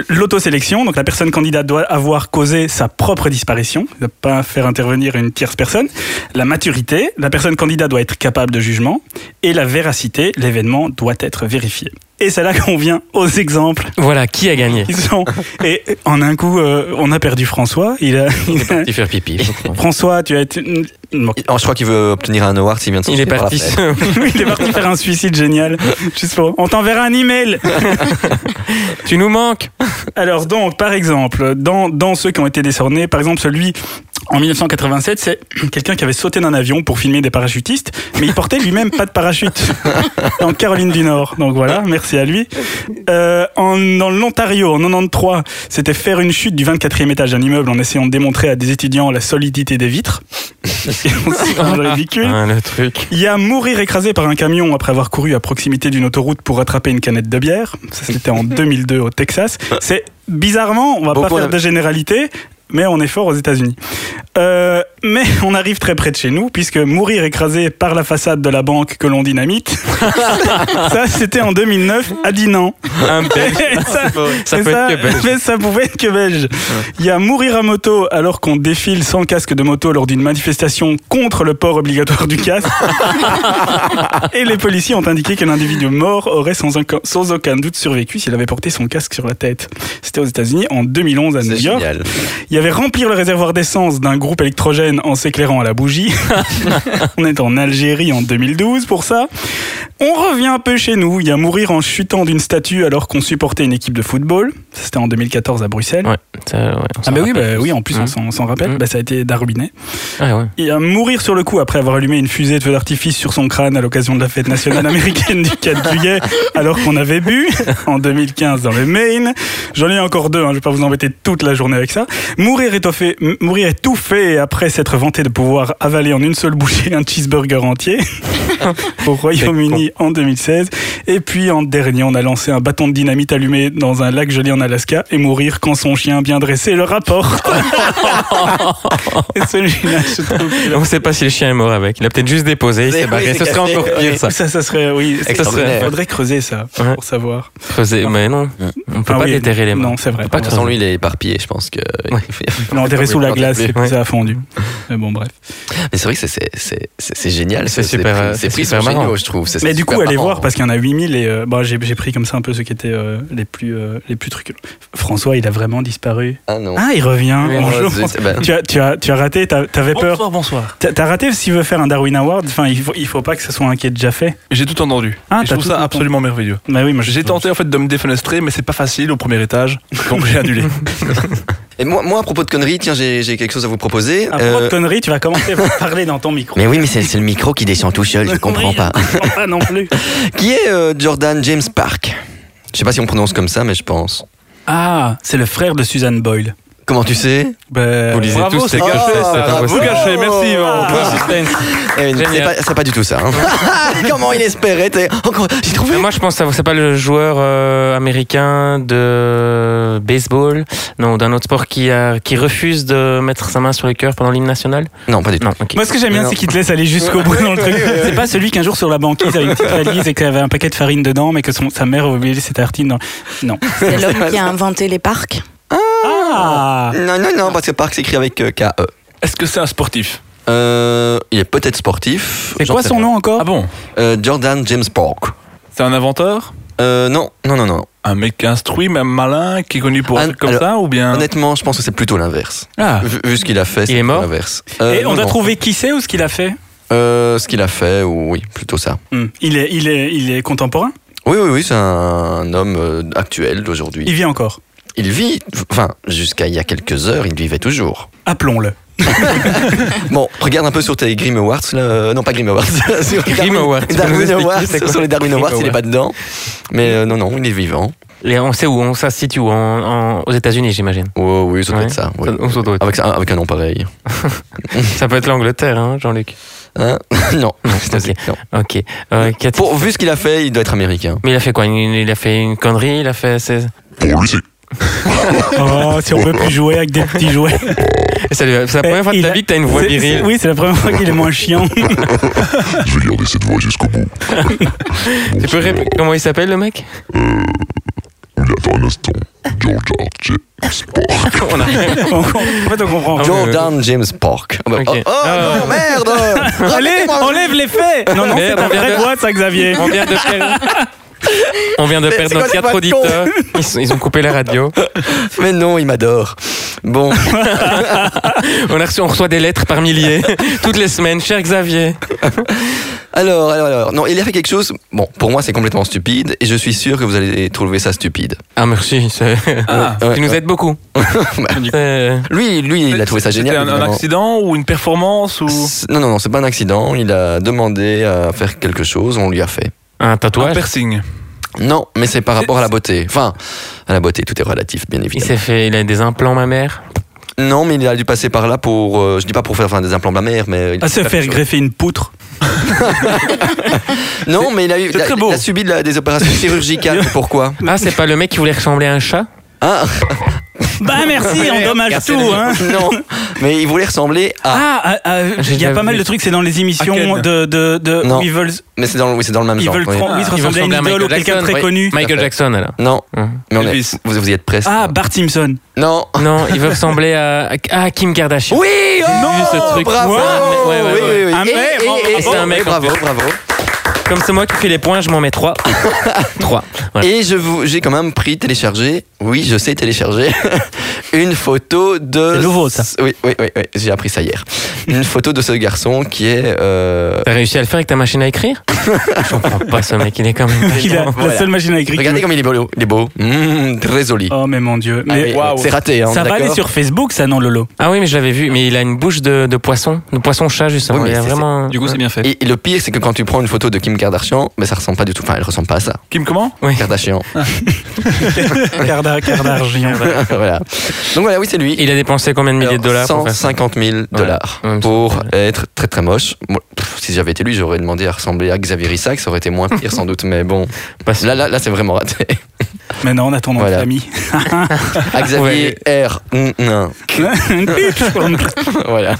A: L'autosélection, donc la personne candidate doit avoir causé sa propre disparition, ne pas faire intervenir une tierce personne. La maturité, la personne candidate doit être capable de jugement. Et la véracité, l'événement doit être vérifié. Et c'est là qu'on vient aux exemples.
G: Voilà, qui a (laughs) gagné
A: Ils sont- Et en un coup, euh, on a perdu François. Il a- il a-
G: Il fait pipi.
A: François, tu as été... Bon, (laughs)
E: Il- oh, je crois qu'il veut obtenir un award s'il vient
G: (laughs)
E: de
G: Il est
E: sortir par la
G: parti. (laughs)
E: fenêtre.
A: il est parti faire un suicide génial. Juste pour... On t'enverra un email
G: tu nous manques.
A: Alors donc, par exemple, dans, dans ceux qui ont été décernés, par exemple celui en 1987, c'est quelqu'un qui avait sauté d'un avion pour filmer des parachutistes, mais il portait lui-même pas de parachute en Caroline du Nord. Donc voilà, merci à lui. Euh, en, dans l'Ontario, en 93, c'était faire une chute du 24e étage d'un immeuble en essayant de démontrer à des étudiants la solidité des vitres. C'est un ridicule.
G: Ah, le truc.
A: Il y a mourir écrasé par un camion après avoir couru à proximité d'une autoroute pour attraper une canette de bière. Ça, c'était en 2002 au Texas. C'est bizarrement, on va
E: Bon
A: pas
E: point.
A: faire de généralité, mais on est fort aux États-Unis. Euh, Mais (laughs) on arrive très près de chez nous, puisque mourir écrasé par la façade de la banque que l'on dynamite, (laughs) ça c'était en 2009 à Dinan.
G: Un bel-
A: (laughs) Et ça,
G: Ça
A: mais
G: peut être que belge.
A: (laughs) mais ça pouvait être que belge. Il y a mourir à moto alors qu'on défile sans casque de moto lors d'une manifestation contre le port obligatoire du
G: (laughs)
A: casque. Et les policiers ont indiqué qu'un individu mort aurait sans, aucun- sans aucun doute survécu s'il avait porté son casque sur la tête. C'était aux États-Unis en 2011 à New
E: C'est
A: York.
E: génial.
A: Il y avait remplir le réservoir d'essence d'un groupe électrogène en s'éclairant à la
G: (laughs)
A: bougie. On est en Algérie en 2012 pour ça. On revient un peu chez nous. Il y a mourir en chutant d'une statue alors qu'on supportait une équipe de football. Ça, C'était en 2014 à Bruxelles.
G: Ouais, ça, ouais, on s'en
A: Ah bah oui,
G: rappelle.
A: bah oui, en plus on
G: Mhm.
A: s'en- on s'en rappelle,
G: Mhm.
A: Bah, ça a été Darwinet.
G: Ah ouais.
A: Et à mourir sur le coup après avoir allumé une fusée de feu d'artifice sur son crâne à l'occasion de la fête nationale américaine du 4 juillet, alors qu'on avait bu en 2015 dans le Maine. J'en ai encore deux, hein, je vais pas vous embêter toute la journée avec ça. Mourir étoffé, m- mourir étouffé après s'être vanté de pouvoir avaler en une seule bouchée un cheeseburger
G: (laughs)
A: entier au Royaume-Uni en 2016. Et puis en dernier, on a lancé un bâton de dynamite allumé dans un lac gelé en Alaska et mourir quand son chien bien dressé le
G: (laughs)
A: rapporte. et celui-là, je trouve qu'il a
G: On sait pas si le chien est mort avec. Il a peut-être juste déposé, il
E: Oui,
G: s'est barré.
E: c'est
G: Ce serait
E: cassé.
G: encore pire, ça.
A: Ça, ça serait, oui, ça
E: Extraordinaire.
A: serait- faudrait creuser ça
G: Ouais.
A: pour savoir.
G: Creuser- Mais non, on peut
A: Ah
G: pas
A: oui,
G: déterrer les mains.
A: Non, c'est vrai.
G: Pas
E: De toute façon, lui, il est éparpillé, je pense que.
A: Il est enterré sous la glace, et puis
G: Ouais.
A: ça a fondu. Mais bon, bref.
E: Mais c'est vrai que c'est- c'est- c'est c'est- c'est génial.
G: C'est
E: ce- ces
G: super,
E: prix-
G: euh,
E: Ces
G: c'est
E: prix sont
G: super marrant.
E: géniaux, je trouve. C'est
A: Mais du
E: super
A: coup, allez
E: marrant. hein.
A: voir, parce qu'il y en a 8000 et euh, bon, j'ai j'ai pris comme ça un peu ceux qui étaient euh, les plus euh, les plus trucs. François, il a vraiment disparu.
E: Ah non.
A: Ah, il revient.
E: Oh,
A: Bonjour.
E: zut,
A: François.
E: bah,
A: (laughs) Tu as, tu, as, tu as raté, t'as- t'avais peur.
F: bonsoir.
A: T'as t'as raté s'il veut faire un Darwin Award. Enfin, il faut, il faut pas que ce soit un qui est déjà fait.
B: J'ai tout entendu.
A: Ah,
B: Et je
A: t'as
B: trouve
A: tout
B: ça
A: entendu.
B: absolument merveilleux.
A: Bah oui, moi
B: J'ai tenté en fait de me défenestrer, mais c'est pas facile au premier étage, donc j'ai annulé.
E: Et moi, moi, à propos de conneries, tiens, j'ai j'ai quelque chose à vous proposer.
A: À propos
E: Euh,
A: de conneries, tu vas commencer
E: (laughs)
A: par parler dans ton micro.
E: Mais oui, mais c'est c'est le micro qui descend tout seul, je comprends
A: Oui,
E: pas.
A: Je comprends pas non plus.
E: Qui est euh, Jordan James Park Je sais pas si on prononce comme ça, mais je pense.
A: Ah, c'est le frère de Suzanne Boyle.
E: Comment tu sais
A: Bah,
G: Vous lisez
A: bravo,
G: tous les
A: Suzanne.
G: cachets, c'est pas
E: bravo.
B: Vous
G: possible.
B: cachez, merci
E: Oh,
B: Yvan.
E: ah, Eh, C'est
G: Génial.
E: pas, c'est pas du tout ça. hein. (laughs) Comment il espérait t'es- Encore, j'ai trouvé.
G: Mais moi, je pense que ça- c'est pas le joueur euh, américain de baseball, non, d'un autre sport qui, a, qui refuse de mettre sa main sur le cœur pendant l'hymne national
E: Non, pas du tout.
G: Non, ok.
A: Moi, ce que j'aime bien,
E: Mais
A: c'est
E: non.
A: qu'il te laisse aller
G: (laughs)
A: jusqu'au bout dans le truc. C'est pas celui qu'un jour sur la banquise avec une petite valise et qu'il avait un paquet de farine dedans, mais que son- sa mère a oublié ses tartines. Dans... Non.
D: C'est l'homme qui a inventé les parcs.
A: Ah
E: Non, non, non, parce que Park s'écrit avec euh, K-E.
B: Est-ce que c'est un sportif
E: Euh, il est peut-être sportif.
A: C'est
E: j'en
A: quoi
E: sais
A: son
E: rien.
A: nom encore
B: Ah bon
E: Euh, Jordan James Park.
B: C'est un inventeur
E: Euh, non, non, non, non.
B: Un mec instruit, même malin, qui est connu pour un
E: Ah,
B: truc comme
E: alors,
B: ça ou bien
E: Honnêtement, je pense que c'est plutôt l'inverse.
B: Ah.
E: Vu, vu ce qu'il a fait, c'est
G: Il est
E: plutôt
G: mort
E: l'inverse.
A: Et
E: Euh,
A: on
E: non,
A: doit
E: non.
A: trouver qui c'est ou ce qu'il a fait
E: Euh, ce qu'il a fait, ou- oui, plutôt ça.
A: Hmm. il, est, il, est, il est contemporain
E: Oui, oui, oui, c'est un homme euh, actuel d'aujourd'hui.
A: Il vit encore.
E: Il vit, enfin, jusqu'à il y a quelques heures, il vivait toujours.
A: Appelons-le.
E: Bon, regarde un peu sur tes Grimm Awards, là, euh, non pas Grimm Awards, (laughs) sur
G: Grimm
E: Darwin-
G: Awards, tu peux nous
E: Darwin
G: expliquer
E: Awards,
G: c'est quoi
E: sur les Darwin
G: Grimm
E: Awards, il est
G: Awards.
E: pas dedans. Mais euh, non, non, il est vivant.
G: Et on sait où, on ça se situe où, en- en- aux États-Unis, j'imagine.
E: Oh, oui, ça doit
G: Ouais.
E: être ça. oui.
G: Ça- ça doit être-
E: Avec, ça- avec un nom pareil.
G: Ça peut être l'Angleterre, hein, Jean-Luc.
E: Hein (laughs) non, c'est
G: Ok.
E: non.
G: Ok. Euh, qu'a-t-il
E: Pour, vu ce qu'il a fait, il doit être américain.
G: Mais il a fait quoi il, il a fait une connerie, il a fait. c'est-
A: Oh, si on peut plus jouer avec des petits
G: (laughs)
A: jouets.
G: Et ça lui a- C'est
A: Eh,
G: la première fois de
A: il
G: ta
A: a-
G: vie que t'as une voix
A: C'est- c'est-
G: virile.
A: Oui, c'est la première fois qu'il est moins
G: (laughs)
A: chiant.
I: Je vais garder cette voix jusqu'au bout.
G: Tu peux répéter comment il s'appelle le mec
I: Oui, attends un instant. George Archer.
G: On a-
A: On- en fait, on comprend.
G: Ah oui,
E: Jordan James Park. Oh, bah,
G: Ok.
E: oh, oh,
G: Ah,
E: non, merde
A: Allez,
E: Remettez-moi-
A: enlève les faits Non, non, c'est
G: Merde,
A: ta
G: on vient
A: vraie
G: de- Ah,
A: boîte, ça, Xavier.
G: On vient de perdre. On vient de
E: Mais
G: perdre
E: c'est
G: nos
E: quoi,
G: quatre
E: c'est pas con
G: auditeurs. Ils, sont- ils ont coupé la radio.
E: Mais non, il m'adore. Bon,
G: On, a reçu- on reçoit des lettres par milliers toutes les semaines. Cher Xavier.
E: alors, alors, alors. Non, il a fait quelque chose. Bon, pour moi, c'est complètement stupide et je suis sûr que vous allez trouver ça stupide.
G: Ah merci. c'est-
B: Ah.
G: (laughs)
E: Ouais,
G: tu nous
E: ouais.
G: aides beaucoup.
E: (laughs)
G: C'est-
E: Lui, lui, il a trouvé ça génial.
B: C'était un- un,
E: évidemment.
B: accident ou une performance ou
E: C'est- Non, non, non, c'est pas un accident. Il a demandé à faire quelque chose, on lui a fait.
G: Un
B: un
G: tatouage.
B: piercing
E: Non, mais c'est par rapport à la beauté. Enfin, à la beauté, tout est relatif, bien
G: Il
E: évidemment.
G: s'est fait. Il a des implants, ma mère.
E: Non, mais il a dû passer par là pour, euh, je dis pas pour faire enfin, des implants de la mère, mais. il a
A: À Ah, se
E: dû
A: faire
E: quelque
A: greffer une poutre.
E: chose. Non, mais il a eu,
A: c'est
E: il a,
A: très beau. Hein
E: il
A: (laughs)
E: a subi de la- des opérations chirurgicales. Pourquoi
G: Ah, c'est pas le mec qui voulait ressembler à un chat
E: Ah,
A: Bah merci, on dommage
E: Car c'est
A: tout.
E: le-
A: Hein.
E: Non, mais il voulait ressembler à.
A: Ah, ah, ah, il y a
G: J'ai
A: pas mal
G: vu.
A: de trucs, c'est dans les émissions
B: Haken.
A: de, de, de
E: Non.
A: où ils veulent,
E: Mais c'est dans, le- oui, c'est dans le même
A: ils
E: genre.
A: veulent
E: oui.
A: cro- oui, se ressembler à une idole ou quelqu'un de très connu.
G: Michael Jackson, alors.
E: Non,
G: Hum.
E: mais on est-
B: Elvis.
E: vous, vous y êtes presque.
A: Ah, Bart Simpson.
E: Non.
G: (laughs) Non, il veut ressembler à, à Kim Kardashian.
E: Oui, oh
G: J'ai vu ce truc.
E: bravo. Ah,
G: Ouais, ouais, ouais,
E: Oui, oui, oui.
A: Un mec,
E: Et- et-
A: bon,
E: et-
G: ah, c'est un
E: et
G: mec, en
E: Bravo,
G: plus.
E: bravo.
G: Comme c'est moi qui fais les points, je m'en mets trois. Trois. Voilà.
E: Et je vous, j'ai quand même pris télécharger. Oui, je sais télécharger (laughs) une photo de.
A: C'est nouveau, ça.
E: Oui, oui, oui, oui, j'ai appris ça hier. Une photo de ce garçon qui est. euh,
G: T'as réussi à le faire avec ta machine à écrire Je comprends pas ce mec, il est quand même.
A: (laughs) Il a
E: Voilà.
A: la seule machine à écrire.
E: Regardez
A: qu'il-
E: comme il est beau, il est beau, Mmh, très joli.
A: Oh, mais mon dieu.
E: Ah
A: Mais
E: oui, C'est raté, hein,
A: ça va
E: d'accord
A: aller sur Facebook, ça, non, Lolo
G: Ah oui, mais je l'avais vu, mais il a une bouche de, de poisson, de poisson-chat justement.
E: Oui, mais
G: il a
E: c'est-
G: vraiment.
F: Du coup, c'est bien fait.
E: Et, et le pire, c'est que quand tu prends une photo de Kim Kardashian, ben ça ressemble pas du tout. Enfin, elle ressemble pas à ça.
B: Kim, comment
G: Oui.
E: Kardashian,
A: (laughs) Cardar, Cardar, géant.
E: (laughs) voilà. Donc voilà, oui, c'est lui.
G: Il a dépensé combien de milliers
E: Alors,
G: de dollars pour faire ça
E: 150 000 dollars
G: Ouais,
E: pour
G: ouais.
E: être très très moche. Moi, pff, si j'avais été lui, j'aurais demandé à ressembler à Xavier Isaac, ça aurait été moins pire sans doute, mais bon.
G: Pas sûr.
E: Là, là, là, c'est
G: (laughs)
E: vraiment raté.
A: Maintenant, on a ton nom de
E: Voilà.
A: (laughs) famille.
E: À Xavier R. mm, non. Voilà.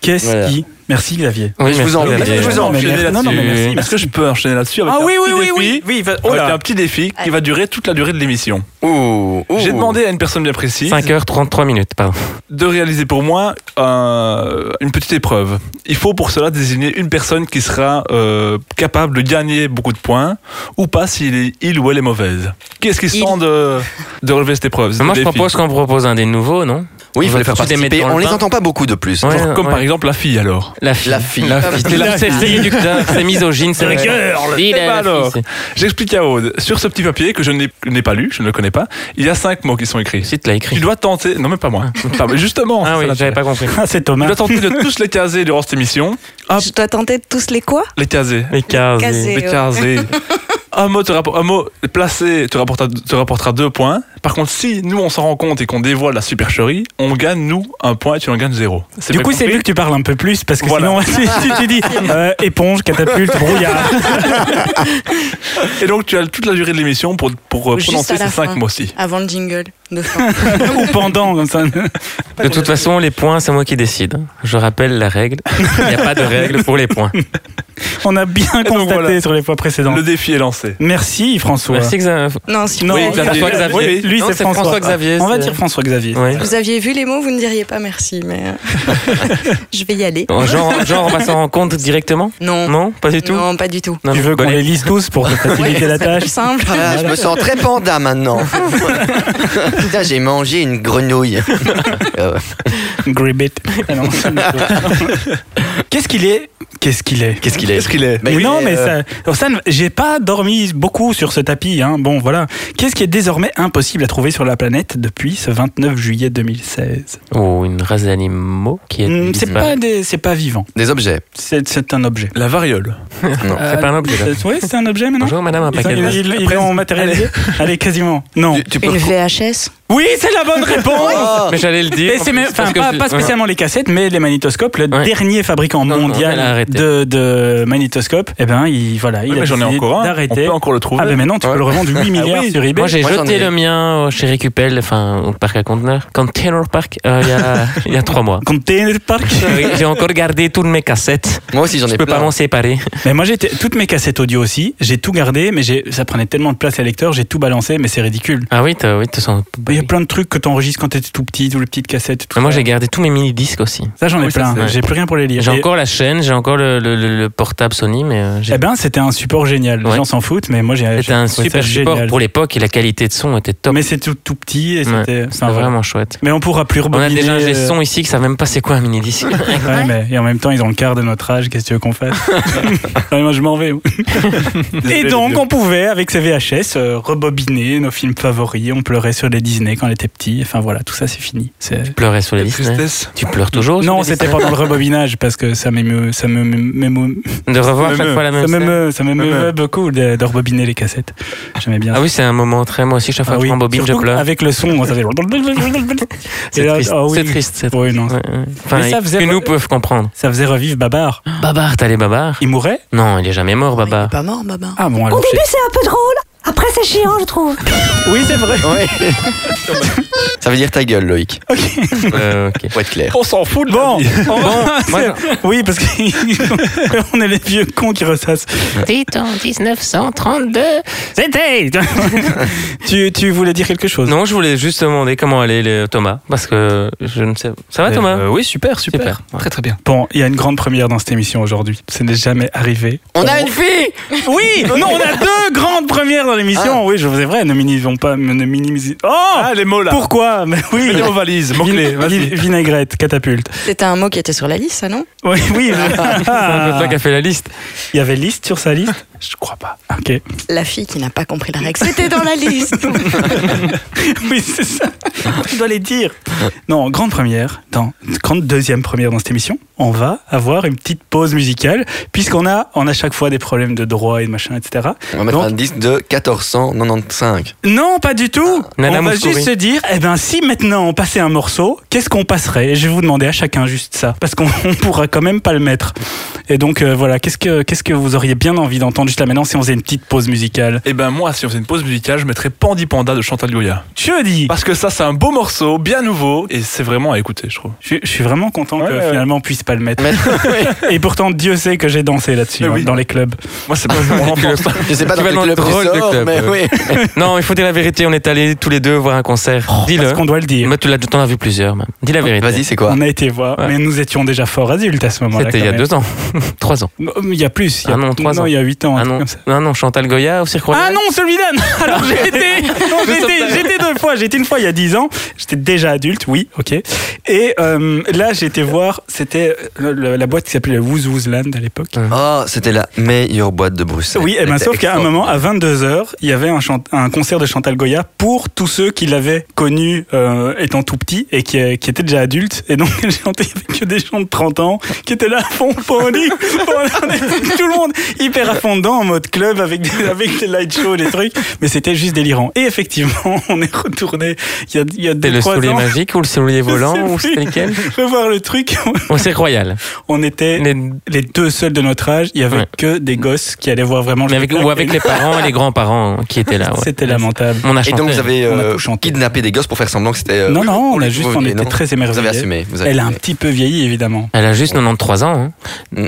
A: Qu'est-ce
E: Voilà.
A: qui. Merci, Xavier.
G: Oui,
E: je vous en
G: merci,
E: prie,
G: Xavier.
E: je vous en
A: mais
B: prie,
A: merci.
B: là-dessus.
A: Non, non, mais merci,
B: Est-ce que je peux enchaîner là-dessus avec
A: Ah
B: un
A: oui, oui,
B: petit
A: oui,
B: défi
A: oui. oui il va- oh
B: Avec
A: là.
B: un petit défi qui va durer toute la durée de l'émission.
E: Ouh, ouh.
B: J'ai demandé à une personne bien
G: oh,
B: précise
G: 5h33 minutes, pardon.
B: de réaliser pour moi euh, une petite épreuve. Il faut pour cela désigner une personne qui sera euh, capable de gagner beaucoup de points ou pas s'il est, il ou elle est mauvaise. Qu'est-ce qui se
D: Il.
B: sent de, de relever cette épreuve ce
G: Moi, je
B: défi
G: propose qu'on propose un des nouveaux, non
E: Oui, il faut
G: On
E: les faire
G: va tous les mettre
E: participer.
G: dans le
E: On les
G: bain.
E: entend pas beaucoup de plus.
G: Ouais,
E: Genre,
B: Comme
G: ouais.
B: par exemple la fille alors.
G: La fille.
E: La fille.
G: La fille. C'est la- C'est c'est réducteur, c'est misogyne, c'est
A: La gueule.
G: Il
B: Eh ben
G: est
B: alors. J'explique à Aude. Sur ce petit papier que je n'ai n'ai pas lu, je ne le connais pas, il y a cinq mots qui sont écrits.
G: Si tu l'as
B: Tu
G: écrit.
B: dois tenter. Non, mais pas moi. Enfin, mais justement.
G: Ah
B: ça
G: oui,
B: l'intéresse.
G: j'avais pas compris.
A: Ah, c'est
B: Tu
A: Thomas.
B: dois tenter de tous les caser durant cette émission.
D: Je dois tenter de tous les quoi
B: Les caser.
G: Les cases.
D: Casé.
B: Les
D: euh,
B: caser. Un mot, te rappo- un mot placé te rapportera, te rapportera deux points. Par contre, si nous on s'en rend compte et qu'on dévoile la supercherie, on gagne nous un point et tu en gagnes zéro.
A: Du
B: bien
A: coup, c'est
B: compris
A: mieux que tu parles un peu plus parce que
B: Voilà.
A: sinon, (laughs) si, si tu dis euh, éponge, catapulte, brouillard.
B: Et donc tu as toute la durée de l'émission pour, pour euh,
D: Juste
B: prononcer
D: à la
B: ces cinq
D: fin.
B: mots-ci.
D: Avant le jingle de fin.
A: ou pendant comme ça.
G: De toute façon, les points, c'est moi qui décide. Je rappelle la règle. Il n'y a pas de règle pour les points.
A: On a bien
B: donc,
A: constaté
B: voilà.
A: sur les fois précédentes.
B: Le défi est lancé.
A: Merci François.
G: Merci Xavier.
D: Non, si
A: Non,
D: vous,
A: Oui,
D: aviez-
G: François
B: Xavier.
G: Xavier.
B: Oui,
A: Lui
G: Non,
A: c'est
G: c'est
A: François.
G: François Xavier,
A: On va
G: c'est-
A: dire François Xavier.
G: Ouais.
D: vous aviez vu les mots, vous ne diriez pas merci, mais euh, (laughs) je vais y aller.
G: Genre, genre, on va s'en rendre compte directement
D: Non,
G: Non, pas du tout.
D: non, pas du tout.
G: Non,
A: Tu veux
G: bon,
A: qu'on
G: allez.
A: les lise tous pour te faciliter la tâche
D: Plus simple.
E: Ah, je me sens très
G: (laughs)
E: panda maintenant. Putain, j'ai mangé une grenouille. Euh,
A: Gribbit. Ah (laughs) non, c'est une autre. Qu'est-ce qu'il est Qu'est-ce qu'il est
E: Qu'est-ce qu'il est
B: Qu'est-ce qu'il est
E: Ben
A: Mais
E: oui,
A: non, mais
E: euh,
A: ça, alors ça, j'ai pas dormi beaucoup sur ce tapis. Hein. Bon, voilà. Qu'est-ce qui est désormais impossible à trouver sur la planète depuis ce 29 juillet 2016
G: Ou Oh, une race d'animaux qui est.
A: Hmm, C'est
G: disparue.
A: pas, des- c'est pas vivant.
G: (laughs)
E: Des objets.
A: C'est c'est un objet.
B: La variole.
E: Non.
G: C'est pas Euh, un objet. là.
A: Oui, c'est un objet maintenant.
G: Bonjour madame, un
A: Ils
G: paquet de
A: ils- ils- ils l'ont matérialisé Allez, quasiment. Non.
E: Tu, tu peux.
D: Une VHS
A: Oui, c'est la bonne réponse
E: Oh
G: Mais j'allais le dire.
A: Et c'est même- enfin,
G: parce que
A: pas,
G: je-
A: pas spécialement les cassettes, mais les magnétoscopes, le
G: Ouais.
A: dernier fabricant
G: Non, non, elle a
A: mondial
G: arrêté.
A: de, de magnétoscopes, eh ben, il, voilà, il
B: Oui,
A: a
B: mais j'en ai
A: décidé
B: encore un. On
A: d'arrêter.
B: peut encore le trouver.
A: Ah, mais maintenant, tu peux
E: Ouais.
A: le revendre
G: (laughs)
A: 8 milliards sur eBay.
G: Moi j'ai
E: Moi, j'en ai-
G: jeté le mien au- chez Récupel, enfin au parc à conteneurs, Container Park, euh, il
A: (laughs)
G: y a- il y a trois mois.
A: Container
G: (laughs)
A: Park.
G: J'ai encore gardé toutes mes cassettes.
E: Moi aussi, j'en ai
G: Je peux
E: plein.
G: pas m'en séparer.
A: Mais moi, j'étais toutes mes cassettes audio aussi. J'ai tout gardé, mais j'ai- ça prenait tellement de place à lecteur, j'ai tout balancé, mais c'est ridicule.
G: Ah oui, t'as- oui, t'as son-
A: Il y a plein de trucs que t'enregistres quand t'étais tout petit, toutes les petites cassettes. Tout
G: Mais moi
A: ça.
G: j'ai Ah gardé tous mes mini disques aussi.
A: ça, j'en ai
B: Oui, ça,
A: plein.
B: c'est-
A: J'ai plus rien pour les lire.
G: J'ai
A: Et-
G: encore la chaîne, j'ai encore le, le- le- le portable Sony, mais euh, j'ai-
A: Eh ben, c'était un support génial. Les
G: Ouais.
A: gens s'en foutent, mais moi, j'ai. Eh ben, j'ai
G: c'était un
A: trouvé ça
G: super support
A: génial.
G: pour l'époque et la qualité de son était top.
A: Mais c'est tout, tout petit et
G: Ouais.
A: c'était.
G: C'était
A: enfin, voilà.
G: vraiment chouette.
A: Mais on pourra plus
G: On a
A: rebobiner.
G: déjà un
A: euh,
G: son ici qui savent même pas c'est quoi un mini disque.
A: Ouais, mais et en même temps, ils ont le quart de notre âge. Qu'est-ce que tu veux qu'on
G: (laughs)
A: fasse Ouais, Moi, je m'en vais. Et donc, on pouvait, avec ces VHS, euh, rebobiner nos films favoris. On pleurait sur les Disney quand on était petit. Enfin, voilà, tout ça, c'est fini. C'est-
G: Pleurais
A: (laughs)
G: sur les
B: Quelle
A: hein.
G: Disney.
B: tristesse.
G: Tu pleures toujours sur
A: Non,
G: les
A: c'était
G: Disney (laughs)
A: pendant le rebobinage parce que ça m'émeut, ça me, m'émeut-
G: De revoir chaque
B: m'émeut.
G: fois la
A: ça
G: même scène.
A: m'émeut, ça m'émeut
B: M'émeut.
A: beaucoup de, de rebobiner les cassettes. J'aimais bien.
G: Ah oui, c'est un moment très. Moi aussi, chaque fois
A: Ah
G: que
A: oui.
G: je prends bobine, je
A: Surtout
G: pleure.
A: Avec le son, ça fait. Et
G: C'est
A: là,
G: triste.
A: ah oui.
G: C'est triste. c'est-
A: Oui, non,
G: Ouais, ouais. Enfin,
A: Mais ça faisait-
G: que nous peuvent comprendre.
A: Ça faisait revivre Babar.
G: Babar, t'as les Babar
A: Il mourait
G: Non, il est jamais mort,
D: Il est
G: Babar.
D: pas mort, Baba.
A: Ah bon, alors. je-
H: c'est un peu drôle.
J: Après, c'est chiant, je trouve.
A: Oui, c'est vrai.
G: (laughs)
E: Ça veut dire ta gueule, Loïc.
G: Euh, ok.
E: Pour être clair.
B: On s'en fout de
A: Bon, (laughs)
B: la vie.
A: on-
G: moi,
A: oui, parce (laughs) qu'on est les vieux cons qui ressassent.
J: C'était en 1932.
B: (laughs)
A: C'était tu, tu voulais dire quelque chose
G: Non, je voulais juste demander comment allait le- Thomas, parce que je ne sais. Ça va, Thomas
F: Euh, Oui, super, super.
G: Super, ouais.
F: Très très bien.
A: Bon, il y a une grande première dans cette émission aujourd'hui. Ce n'est jamais arrivé.
E: On a une fille
A: Oui Non, on a deux grandes premières dans l'émission. Oui, je vous ai vrai. Ne minimisons pas. Ne minimisons. Oh
B: Ah, les mots là.
A: Pourquoi Mais oui
B: Mets-les en valise, mots-clés,
A: Vin-
B: vas-y.
A: vin- Vinaigrette, catapulte.
D: C'était un mot qui était sur la liste, ça, non
A: Oui, oui.
B: (laughs)
A: Ah.
G: C'est toi qui as fait la liste.
A: Il y avait liste sur sa liste Je crois pas. Ok.
D: La fille qui n'a pas compris la règle. C'était dans (laughs) la liste.
A: (laughs) Oui, c'est ça. Je dois les dire. Non, grande première, dans, grande deuxième première dans cette émission, on va avoir une petite pause musicale, puisqu'on a, on a chaque fois des problèmes de droit et de machin, etc.
E: On va mettre
A: Donc-
E: un disque de 1495.
A: Non, pas du tout.
G: Nana
A: on va
G: Mouskouri.
A: juste se dire, eh ben, si maintenant on passait un morceau, qu'est-ce qu'on passerait Et je vais vous demander à chacun juste ça, parce qu'on (laughs) on pourra quand même pas le mettre. Et donc, euh, voilà, qu'est-ce que, qu'est-ce que vous auriez bien envie d'entendre juste là maintenant si on faisait une petite pause musicale
B: Eh ben moi, si on faisait une pause musicale, je mettrais Pandi Panda de Chantal Goya.
A: Jeudi
B: Parce que ça, c'est un beau morceau, bien nouveau, et c'est vraiment à écouter, je trouve.
A: Je, je suis vraiment content
B: Ouais,
A: que
B: ouais, ouais.
A: finalement on puisse pas le mettre. (laughs)
E: Mais-
A: Et pourtant, Dieu sait que j'ai dansé là-dessus,
B: Mais
A: hein,
B: oui.
A: dans les clubs. (laughs)
B: Moi, c'est pas mon enfance.
E: Je sais pas
G: Tu vas
E: dans
G: dans le
E: quel club
G: drôle
E: tu
G: de
E: sors,
G: club,
E: mais
G: euh.
E: oui.
G: Non, il faut dire la vérité. On est allés tous les deux voir un concert. Dis-le.
A: Parce qu'on doit le dire.
G: Mais tu l'as, t'en as vu plusieurs. Même. Dis la vérité.
E: Vas-y,
A: (laughs)
E: c'est quoi
A: On a été voir,
G: Ouais.
A: mais nous étions déjà fort adultes à ce moment-là.
G: C'était il y a
A: quand même.
G: deux ans, (laughs) trois ans.
A: Non, mais Il y a plus. Il y a,
G: Ah non, trois ans.
A: il y a huit ans. un
G: Ah
A: truc
G: non,
A: comme ça.
G: non, non, Chantal Goya au Cirque
A: Ah
G: Royal.
A: non,
G: (laughs)
A: celui-là non. Alors j'ai été, non, j'ai été- j'ai été deux fois. J'ai été une fois il y a dix ans. J'étais déjà adulte, oui, ok. Et euh, là, j'ai été voir, c'était le- le- la boîte qui s'appelait le Woos Woos Land à l'époque.
E: Oh, c'était la meilleure boîte de Bruxelles.
A: Oui, et ben,
E: C'était
A: sauf qu'à un
E: extraordinaire.
A: moment, à 22h, il y avait un, chant- un concert de Chantal Goya pour tous ceux qui l'avaient connu euh, étant tout petit et qui, euh, qui étaient déjà adultes. Et donc, (laughs) j'ai chanté avec que des gens de 30 ans qui étaient là à fond, fond, lit, fond, tout le monde hyper à fond dedans, en mode club, avec des, avec des light shows, des trucs. Mais c'était juste délirant. Et effectivement, (laughs) on est retourné il y a, il y a
G: C'était
A: deux,
G: le
A: trois
G: soulier
A: ans (laughs)
G: magique ou le soulier volant
A: sais
G: ou
A: plus.
G: c'était lequel
A: revoir le truc.
G: Au Cirque Royal.
A: On était
G: Les-
A: les deux seuls de notre âge. Il y avait
G: Ouais.
A: que des gosses qui allaient voir vraiment. le
G: mais avec,
A: spectacle.
G: ou avec les parents et les grands-parents qui étaient là. ouais.
A: C'était lamentable.
G: On a
E: Et
G: chanté.
E: donc, vous avez
A: On a
E: euh,
A: tout chanté.
E: kidnappé des gosses pour faire semblant que c'était. euh,
A: Non, non, on
E: vous-
A: a juste,
E: vous-
A: on
E: et
A: était
E: non.
A: très
E: Vous avez
A: émerveillés.
E: assumé. Vous avez
A: Elle a un
E: assumé.
A: petit peu vieilli, évidemment.
G: Elle a juste 93 ans. hein.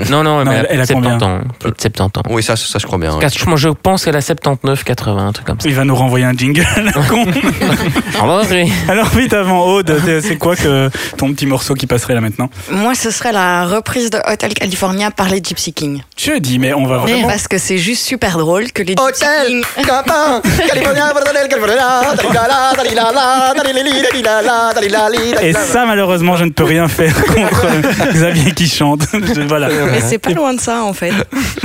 G: Non, non, mais
A: elle- elle a
G: 70
A: combien
G: ans. Plus de 70 ans.
E: Oui, ça, ça, je crois bien. Mm. ouais.
G: Quatre- Moi, je pense qu'elle a 79, 80, un truc comme ça. Ah bah
A: Il va nous renvoyer un jingle (laughs) à la con.
G: Au revoir, Audrey.
A: Alors vite avant Aude, t'es- c'est quoi que ton petit morceau qui passerait là maintenant
D: Moi, ce serait la reprise de Hotel California par les Gypsy Kings.
A: Je dis mais on va Oh,
D: Mais
A: vraiment.
D: Parce que c'est juste super drôle que les Gypsy
E: Hôtel,
D: Kings.
A: (laughs)
E: copain, California, bordel, California, dalilala, dalilala, dalilili, dalilala, dalilali,
D: bah,
A: Et
E: dalilala.
A: ça malheureusement je ne peux rien faire (laughs) contre euh, Xavier qui chante. Je- voilà.
D: Mais c'est pas loin de ça, en fait.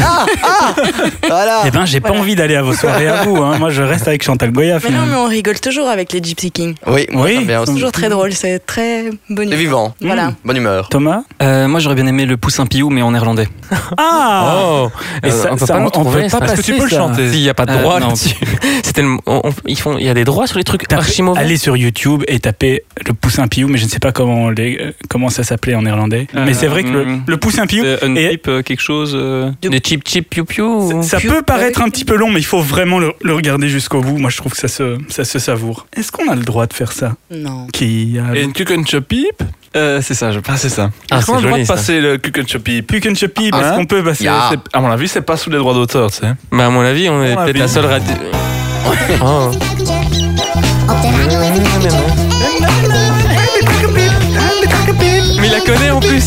E: Ah, Voilà.
A: Eh ben j'ai pas envie d'aller à vos soirées à vous. hein. Moi je reste avec Chantal Goya
D: Mais non, mais
A: finalement.
D: on rigole toujours avec les Gypsy Kings.
E: Oui, moi,
A: Oui.
E: j'aime bien
D: C'est
E: aussi.
D: toujours très drôle, c'est très
E: C'est
D: bonne.
E: vivant,
D: Voilà.
E: bonne humeur.
A: Thomas
F: Euh, moi, j'aurais bien aimé le Poussin Piou, mais en néerlandais.
A: Ah
G: Oh,
A: Et
G: Euh,
A: ça-
G: on peut
A: ça,
G: pas
A: on-
G: le
A: on
G: trouver,
A: peut
G: ça.
A: pas
B: Est-ce que tu
A: passer
B: peux le
A: ça.
B: chanter
G: S'il n'y a pas de
F: Euh,
G: droit
F: non.
G: (laughs) là-dessus. C'est tellement- on- on- ils font, il y a des droits sur les trucs
A: Tapez-
G: archi mauvais.
A: Allez sur YouTube et tapez le poussin piou, mais je ne sais pas comment, on les- euh, comment ça s'appelait en néerlandais. mais
F: Euh,
A: c'est vrai que le,
F: hum.
A: le poussin piou,
F: C'est un
A: Et-
F: type, euh, quelque chose. euh,
G: Des chip chip piou piou.
A: Ça
D: Piu-
A: peut paraître un petit peu long, mais il faut vraiment le, le regarder jusqu'au bout. Moi, je trouve que ça se, ça se savoure. Est-ce qu'on a le droit de faire ça
D: Non.
A: Qui a
B: Et une Kukenchopip euh, C'est ça, je pense, c'est ça.
G: Ah,
B: Est-ce qu'on a
G: c'est
B: le droit de
G: joli, ça.
B: passer le Kukenchopip
A: Puck and Choppy, parce
B: Hein
A: qu'on peut bah, passer.
E: Ya. Ah.
B: À mon avis, c'est pas sous les droits d'auteur, tu sais.
G: Bah, à mon avis, on est
B: Mon
G: peut-être
B: avis.
G: la seule radio. Oh. Mais il la connaît en plus.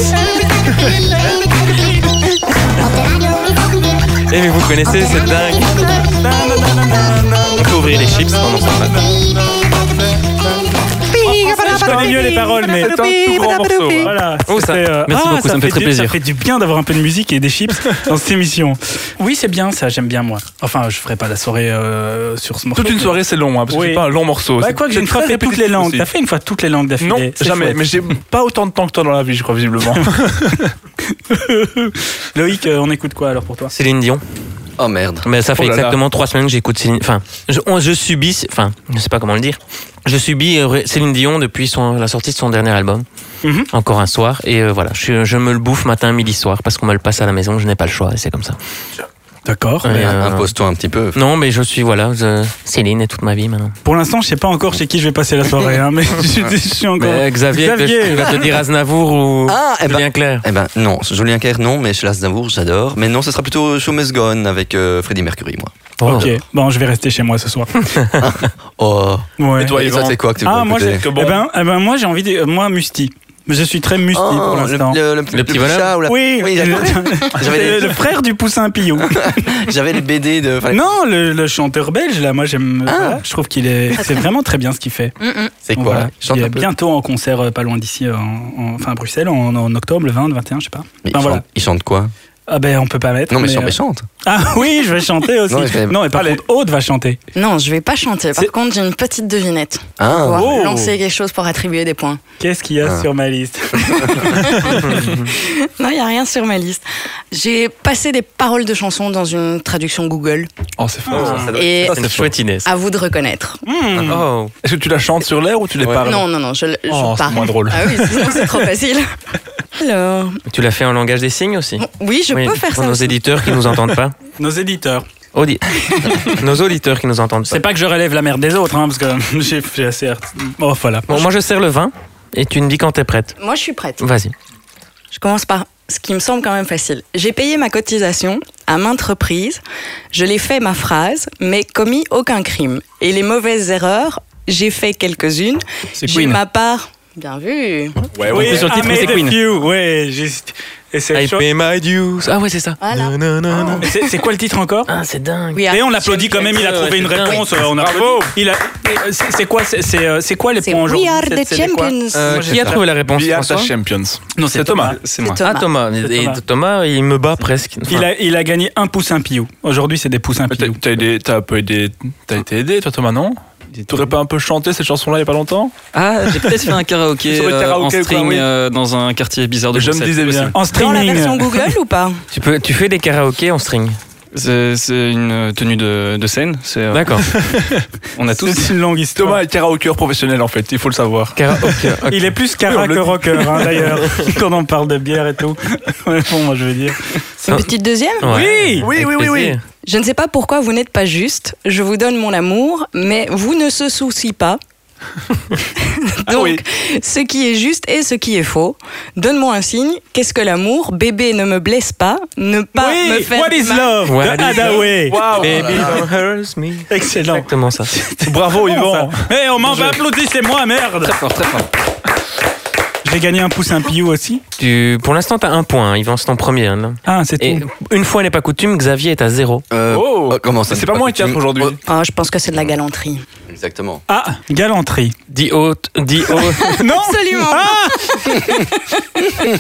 G: Eh, mais vous connaissez, c'est dingue. On peut ouvrir les chips pendant ça.
A: Oh, Je connais mieux les paroles, mais.
B: C'est un tout grand morceau. hein.
A: Voilà.
G: Oh, ça-
A: c'était,
G: merci beaucoup, ça me fait très
A: du-
G: plaisir.
A: Ça fait du bien d'avoir un peu de musique et des chips dans cette émission. Oui, c'est bien, ça, j'aime bien, moi. Enfin, je ferai pas la soirée euh, sur ce morceau.
B: Toute une soirée, c'est long, hein, parce
A: Oui.
B: que c'est pas un long morceau.
A: Bah,
B: C'est-
A: quoi que
B: c'est
A: j'ai une
B: très
A: fois fait toutes
B: répétitif
A: les langues.
B: aussi.
A: T'as fait une fois toutes les langues d'affilée.
B: Non,
A: C'est
B: jamais.
A: chouette.
B: Mais j'ai pas autant de temps que toi dans la vie, je crois, visiblement.
A: Loïc, euh, on écoute quoi alors pour toi
G: Céline Dion.
E: Oh merde.
G: Mais ça fait
B: Oh là là.
G: exactement trois semaines que j'écoute Céline. Enfin, je, on- je subis. Enfin, je sais pas comment le dire. Je subis euh, Céline Dion depuis son, la sortie de son dernier album.
A: Mhm.
G: Encore un soir. Et euh, voilà, je, suis- je me le bouffe matin, midi, soir parce qu'on me le passe à la maison. Je n'ai pas le choix. Et c'est comme ça.
A: D'accord.
G: Ouais,
A: mais-
G: euh,
E: Impose-toi un petit peu.
G: Non, mais je suis, voilà, je- Céline et toute ma vie maintenant.
A: Pour l'instant, je sais pas encore chez qui je vais passer la soirée, hein, mais (laughs) je, je suis encore.
G: Mais euh, Xavier,
A: Xavier.
G: il va te dire Aznavour ou
E: Ah, eh ben-
G: Julien Clerc.
E: Eh ben non, Julien Clerc non, mais Sheila Aznavour j'adore. Mais non, ce sera plutôt Show Must Go On avec euh, Freddie Mercury, moi.
G: Oh.
A: Ok, bon, je vais rester chez moi ce soir.
E: Oh.
A: Ouais.
B: Et toi,
E: Et toi,
B: Yvan
E: c'est quoi que tu
A: ah,
E: peux
A: moi, j'ai-
E: écouter
B: Que bon.
A: eh ben, eh ben, moi, j'ai envie de. euh, Moi, Musti. Je suis très Musti pour
E: Oh, le,
A: l'instant.
E: le- le- le
G: petit bonhomme
E: chat ou la-
A: Oui, (laughs)
E: j'adore.
A: le-
E: J'avais
A: le-
E: les-
A: le frère du poussin Pillou.
E: Ah, J'avais les BD de. fallait-
A: non, le, le chanteur belge, là, moi, j'aime. euh, voilà, je trouve qu'il est. C'est vraiment très bien ce qu'il fait.
D: Mm, mm.
E: C'est Ah. quoi
A: Voilà.
E: Chante
A: Il est
E: un peu.
A: bientôt en concert euh, pas loin d'ici, euh, en, en- enfin à Bruxelles, en, en octobre, le 20, le 21, je sais pas.
E: Mais
A: Enfin,
E: il,
A: voilà.
E: chante, il chante quoi
A: Ah ben on peut pas mettre.
E: Non, mais, chante,
A: Ben euh,
E: mais chante.
A: (laughs) Ah oui, je vais chanter aussi.
E: Non, mais je vais-
A: Non, mais par contre, Aude va chanter.
D: Non, je vais pas chanter. Par
A: C'est-
D: contre, j'ai une petite devinette.
E: Ah,
D: Pour
A: Oh.
D: lancer quelque chose pour attribuer des points.
A: Qu'est-ce qu'il y a
E: Ah.
A: sur ma liste
D: (laughs) Non, il n'y a rien sur ma liste. J'ai passé des paroles de chansons dans une traduction Google.
B: Oh, c'est fort. ça.
E: ça doit-
D: Et
G: C'est chouette Inès.
D: à vous de reconnaître.
A: Hmm.
G: Oh.
B: Est-ce que tu la chantes sur l'air ou tu les
E: Ouais.
B: parles
D: Non, non, non, je, le- je
B: Oh, c'est
D: parle.
B: moins drôle.
D: Ah oui, sinon c'est
B: (laughs)
D: trop facile. Alors,
A: Mm.
G: Tu l'as fait en langage des signes aussi
D: bon, oui, je
G: Oui,
D: peux faire
G: pour
D: ça.
G: nos éditeurs qui nous entendent pas.
A: (laughs) Nos éditeurs.
G: Audi- (laughs) nos auditeurs qui nous entendent pas.
A: C'est pas que je relève la merde des autres, hein, parce que (laughs) j'ai j'ai assez. art- Oh voilà.
G: Bon, moi je sers le vin et tu me dis quand t'es prête.
D: Moi, je suis prête.
G: Vas-y.
D: Je commence par ce qui me semble quand même facile. J'ai payé ma cotisation à maintes reprises. Je l'ai fait ma phrase, mais commis aucun crime. Et les mauvaises erreurs, j'ai fait quelques-unes.
A: C'est
D: J'ai ma part. Bien vu.
B: Ouais,
A: Eh Oui, Ah,
B: ouais.
G: sur le
A: I
G: titre,
A: made
G: c'est
A: a
G: Queen.
A: few. Ouais, juste. Et c'est
G: I
A: chaud.
G: pay my dues. Ah ouais, c'est ça.
D: Voilà.
G: Nanana.
A: Et c'est- c'est quoi le titre encore
G: Ah, c'est dingue.
D: Oui,
A: Et on
D: ah,
A: l'applaudit quand même, il a
G: Champions.
A: trouvé une
G: Ouais,
A: réponse. euh, On a Il a. mais C'est c'est quoi C'est c'est, euh, c'est quoi les
D: C'est
A: points aujourd'hui
D: We are
A: C'est-
D: the
A: c'est les quoi
D: champions.
G: Euh,
A: Moi, j'ai
G: qui a
A: ça.
G: trouvé la réponse
B: We are the
G: François
B: champions.
A: Non, c'est
B: C'est Thomas.
A: Thomas.
F: C'est
D: C'est
F: moi.
G: Ah,
D: Thomas.
G: Thomas. Et
A: Thomas.
G: Thomas, il me bat presque. Enfin,
A: Il a, il a gagné un poussin pillou. Aujourd'hui, c'est des poussins
B: Mais t'as-
A: pillou.
B: T'as aidé- t'as un peu aidé, t'as été aidé, toi Thomas, non T'aurais pas un peu chanté cette chanson-là il y a pas longtemps
F: Ah, j'ai peut-être fait un karaoké,
B: Sur le
F: euh,
B: karaoké,
F: en
B: quoi,
F: string
B: oui.
F: euh, dans un quartier bizarre de
B: Je me
F: Bruxelles.
B: disais bien.
A: En
D: Dans la
A: streaming.
D: version Google
A: (laughs)
D: ou pas
G: Tu, peux, tu fais des karaokés en string.
F: C'est c'est une euh, tenue de, de scène. c'est, euh, (laughs)
G: D'accord.
F: on a tous.
A: C'est une (laughs) longue histoire.
B: Thomas est karaoké professionnel en fait, il faut le savoir.
G: Karaoké. ok.
A: Il est plus cara
B: Oui, on le
A: que
B: dit.
A: rocker, hein, d'ailleurs, (laughs) quand on parle de bière et tout. (laughs) Mais bon, moi, je veux dire.
D: C'est une petite deuxième
A: Oui
G: Oui, oui, oui, oui.
D: Je ne sais pas pourquoi vous n'êtes pas juste. Je vous donne mon amour, mais vous ne se souciez pas. Donc,
B: Ah oui.
D: ce qui est juste et ce qui est faux. Donne-moi un signe. Qu'est-ce que l'amour Bébé, ne me blesse pas. Ne pas
A: oui,
D: Bah, me faire
A: What
D: du
A: is
D: mal.
A: love
G: What
A: de
G: is love
A: Hadaway.
B: Waouh
G: Baby, don't hurt me.
A: Excellent.
G: Exactement ça.
B: Bravo
A: Bon,
B: Yvan
A: ça. Eh, on m'en va applaudir, c'est moi, merde
E: Euh,
F: Très fort, très fort.
A: J'ai gagné un poussin pillou aussi.
G: Tu, pour l'instant, t'as un point. hein. Yvan, c'est ton premier. hein, là.
A: Ah, c'est
G: Et
A: tout.
G: une fois n'est pas coutume, Xavier est à zéro.
E: Euh,
B: Oh.
E: oh, comment ça
B: C'est pas moins
E: coutume
B: 4 aujourd'hui.
E: Oh,
D: Ah, je pense que c'est de la galanterie.
E: Exactement.
A: Ah, galanterie.
G: Dis haute, dis
F: (laughs)
G: haute.
A: Non
D: Absolument.
A: Ah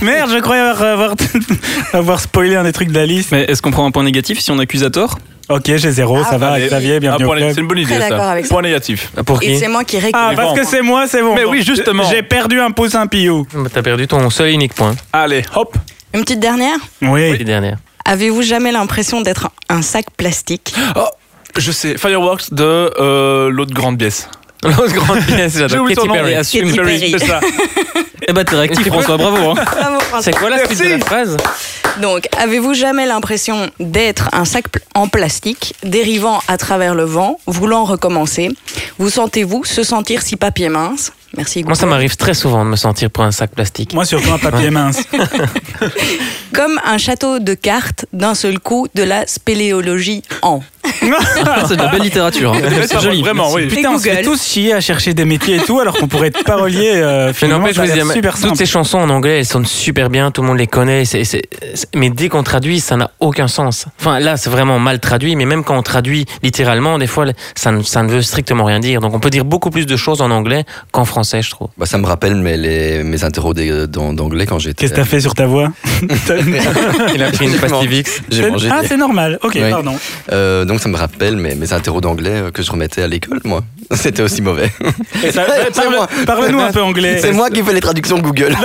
A: Merde, je croyais avoir, avoir, (laughs) avoir spoilé un des trucs de la liste.
F: Mais est-ce qu'on prend un point négatif si on accuse à tort
A: Ok, j'ai
D: Ah,
A: zéro, ça
D: bah,
A: va,
B: Allez,
A: Xavier,
B: un
A: bienvenue au
B: Ah, point négatif,
A: club.
B: C'est une bonne idée
D: Très d'accord
B: ça.
D: avec ça.
B: Point négatif.
G: Pour qui
D: Et c'est moi qui récupère.
A: Ah, parce
B: Yvan.
A: que c'est moi, c'est bon.
B: Mais oui, justement.
A: J'ai perdu un poussin pillou.
G: T'as perdu ton seul et unique point.
B: Allez, hop
D: Une petite dernière.
A: Oui.
G: Les dernières. (laughs)
D: Avez-vous jamais l'impression d'être un sac plastique
B: Oh. Je sais, Fireworks de euh, l'autre grande pièce.
G: L'autre grande pièce,
B: J'ai
G: j'adore.
B: oublié
G: Katy
B: son nom.
G: Perry.
D: Katy Perry.
B: C'est ça.
F: Eh ben, t'es réactif, François, bravo. hein.
D: Bravo, François.
G: C'est quoi la suite de la phrase
D: Donc, avez-vous jamais l'impression d'être un sac pl- en plastique, dérivant à travers le vent, voulant recommencer Vous sentez-vous se sentir si papier mince Merci.
G: Moi, ça
D: Google.
G: m'arrive très souvent de me sentir pour un sac plastique.
A: Moi, surtout un papier mince.
D: Comme un château de cartes, d'un seul coup, de la spéléologie en.
F: Ah, C'est de la belle littérature. hein. C'est joli.
B: Vraiment, oui.
A: Putain, on se fait
D: Google.
A: tous chier à chercher des métiers et tout, alors qu'on pourrait être parolier. Euh,
G: Mais
A: finalement,
G: n'empêche, je
A: ça
G: vous
A: a l'air
G: dis,
A: super
G: toutes
A: simple.
G: ces chansons en anglais, elles sonnent super bien, tout le monde les connaît. c'est- c'est- c'est- mais dès qu'on traduit, ça n'a aucun sens. Enfin, là, c'est vraiment mal traduit, mais même quand on traduit littéralement, des fois, ça ne, ça ne veut strictement rien dire. Donc, on peut dire beaucoup plus de choses en anglais qu'en français, je trouve.
E: Bah, ça me rappelle mes, les, mes interros des- d'an- d'anglais quand j'étais.
A: Qu'est-ce que t'as fait sur ta voix
G: Il a (laughs) pris une
E: Exactement.
G: pastivix.
E: J'ai mangé.
A: Ah,
E: des-
A: c'est normal. Ok,
E: Oui.
A: pardon.
E: Euh, donc ça me rappelle mes, mes interros d'anglais euh, que je remettais à l'école, moi. (laughs) C'était aussi mauvais.
A: Et (laughs) ça-
E: C'est
A: parle-
E: moi.
A: Parle-nous un peu anglais.
E: C'est moi qui fais les
A: (laughs)
E: traductions Google.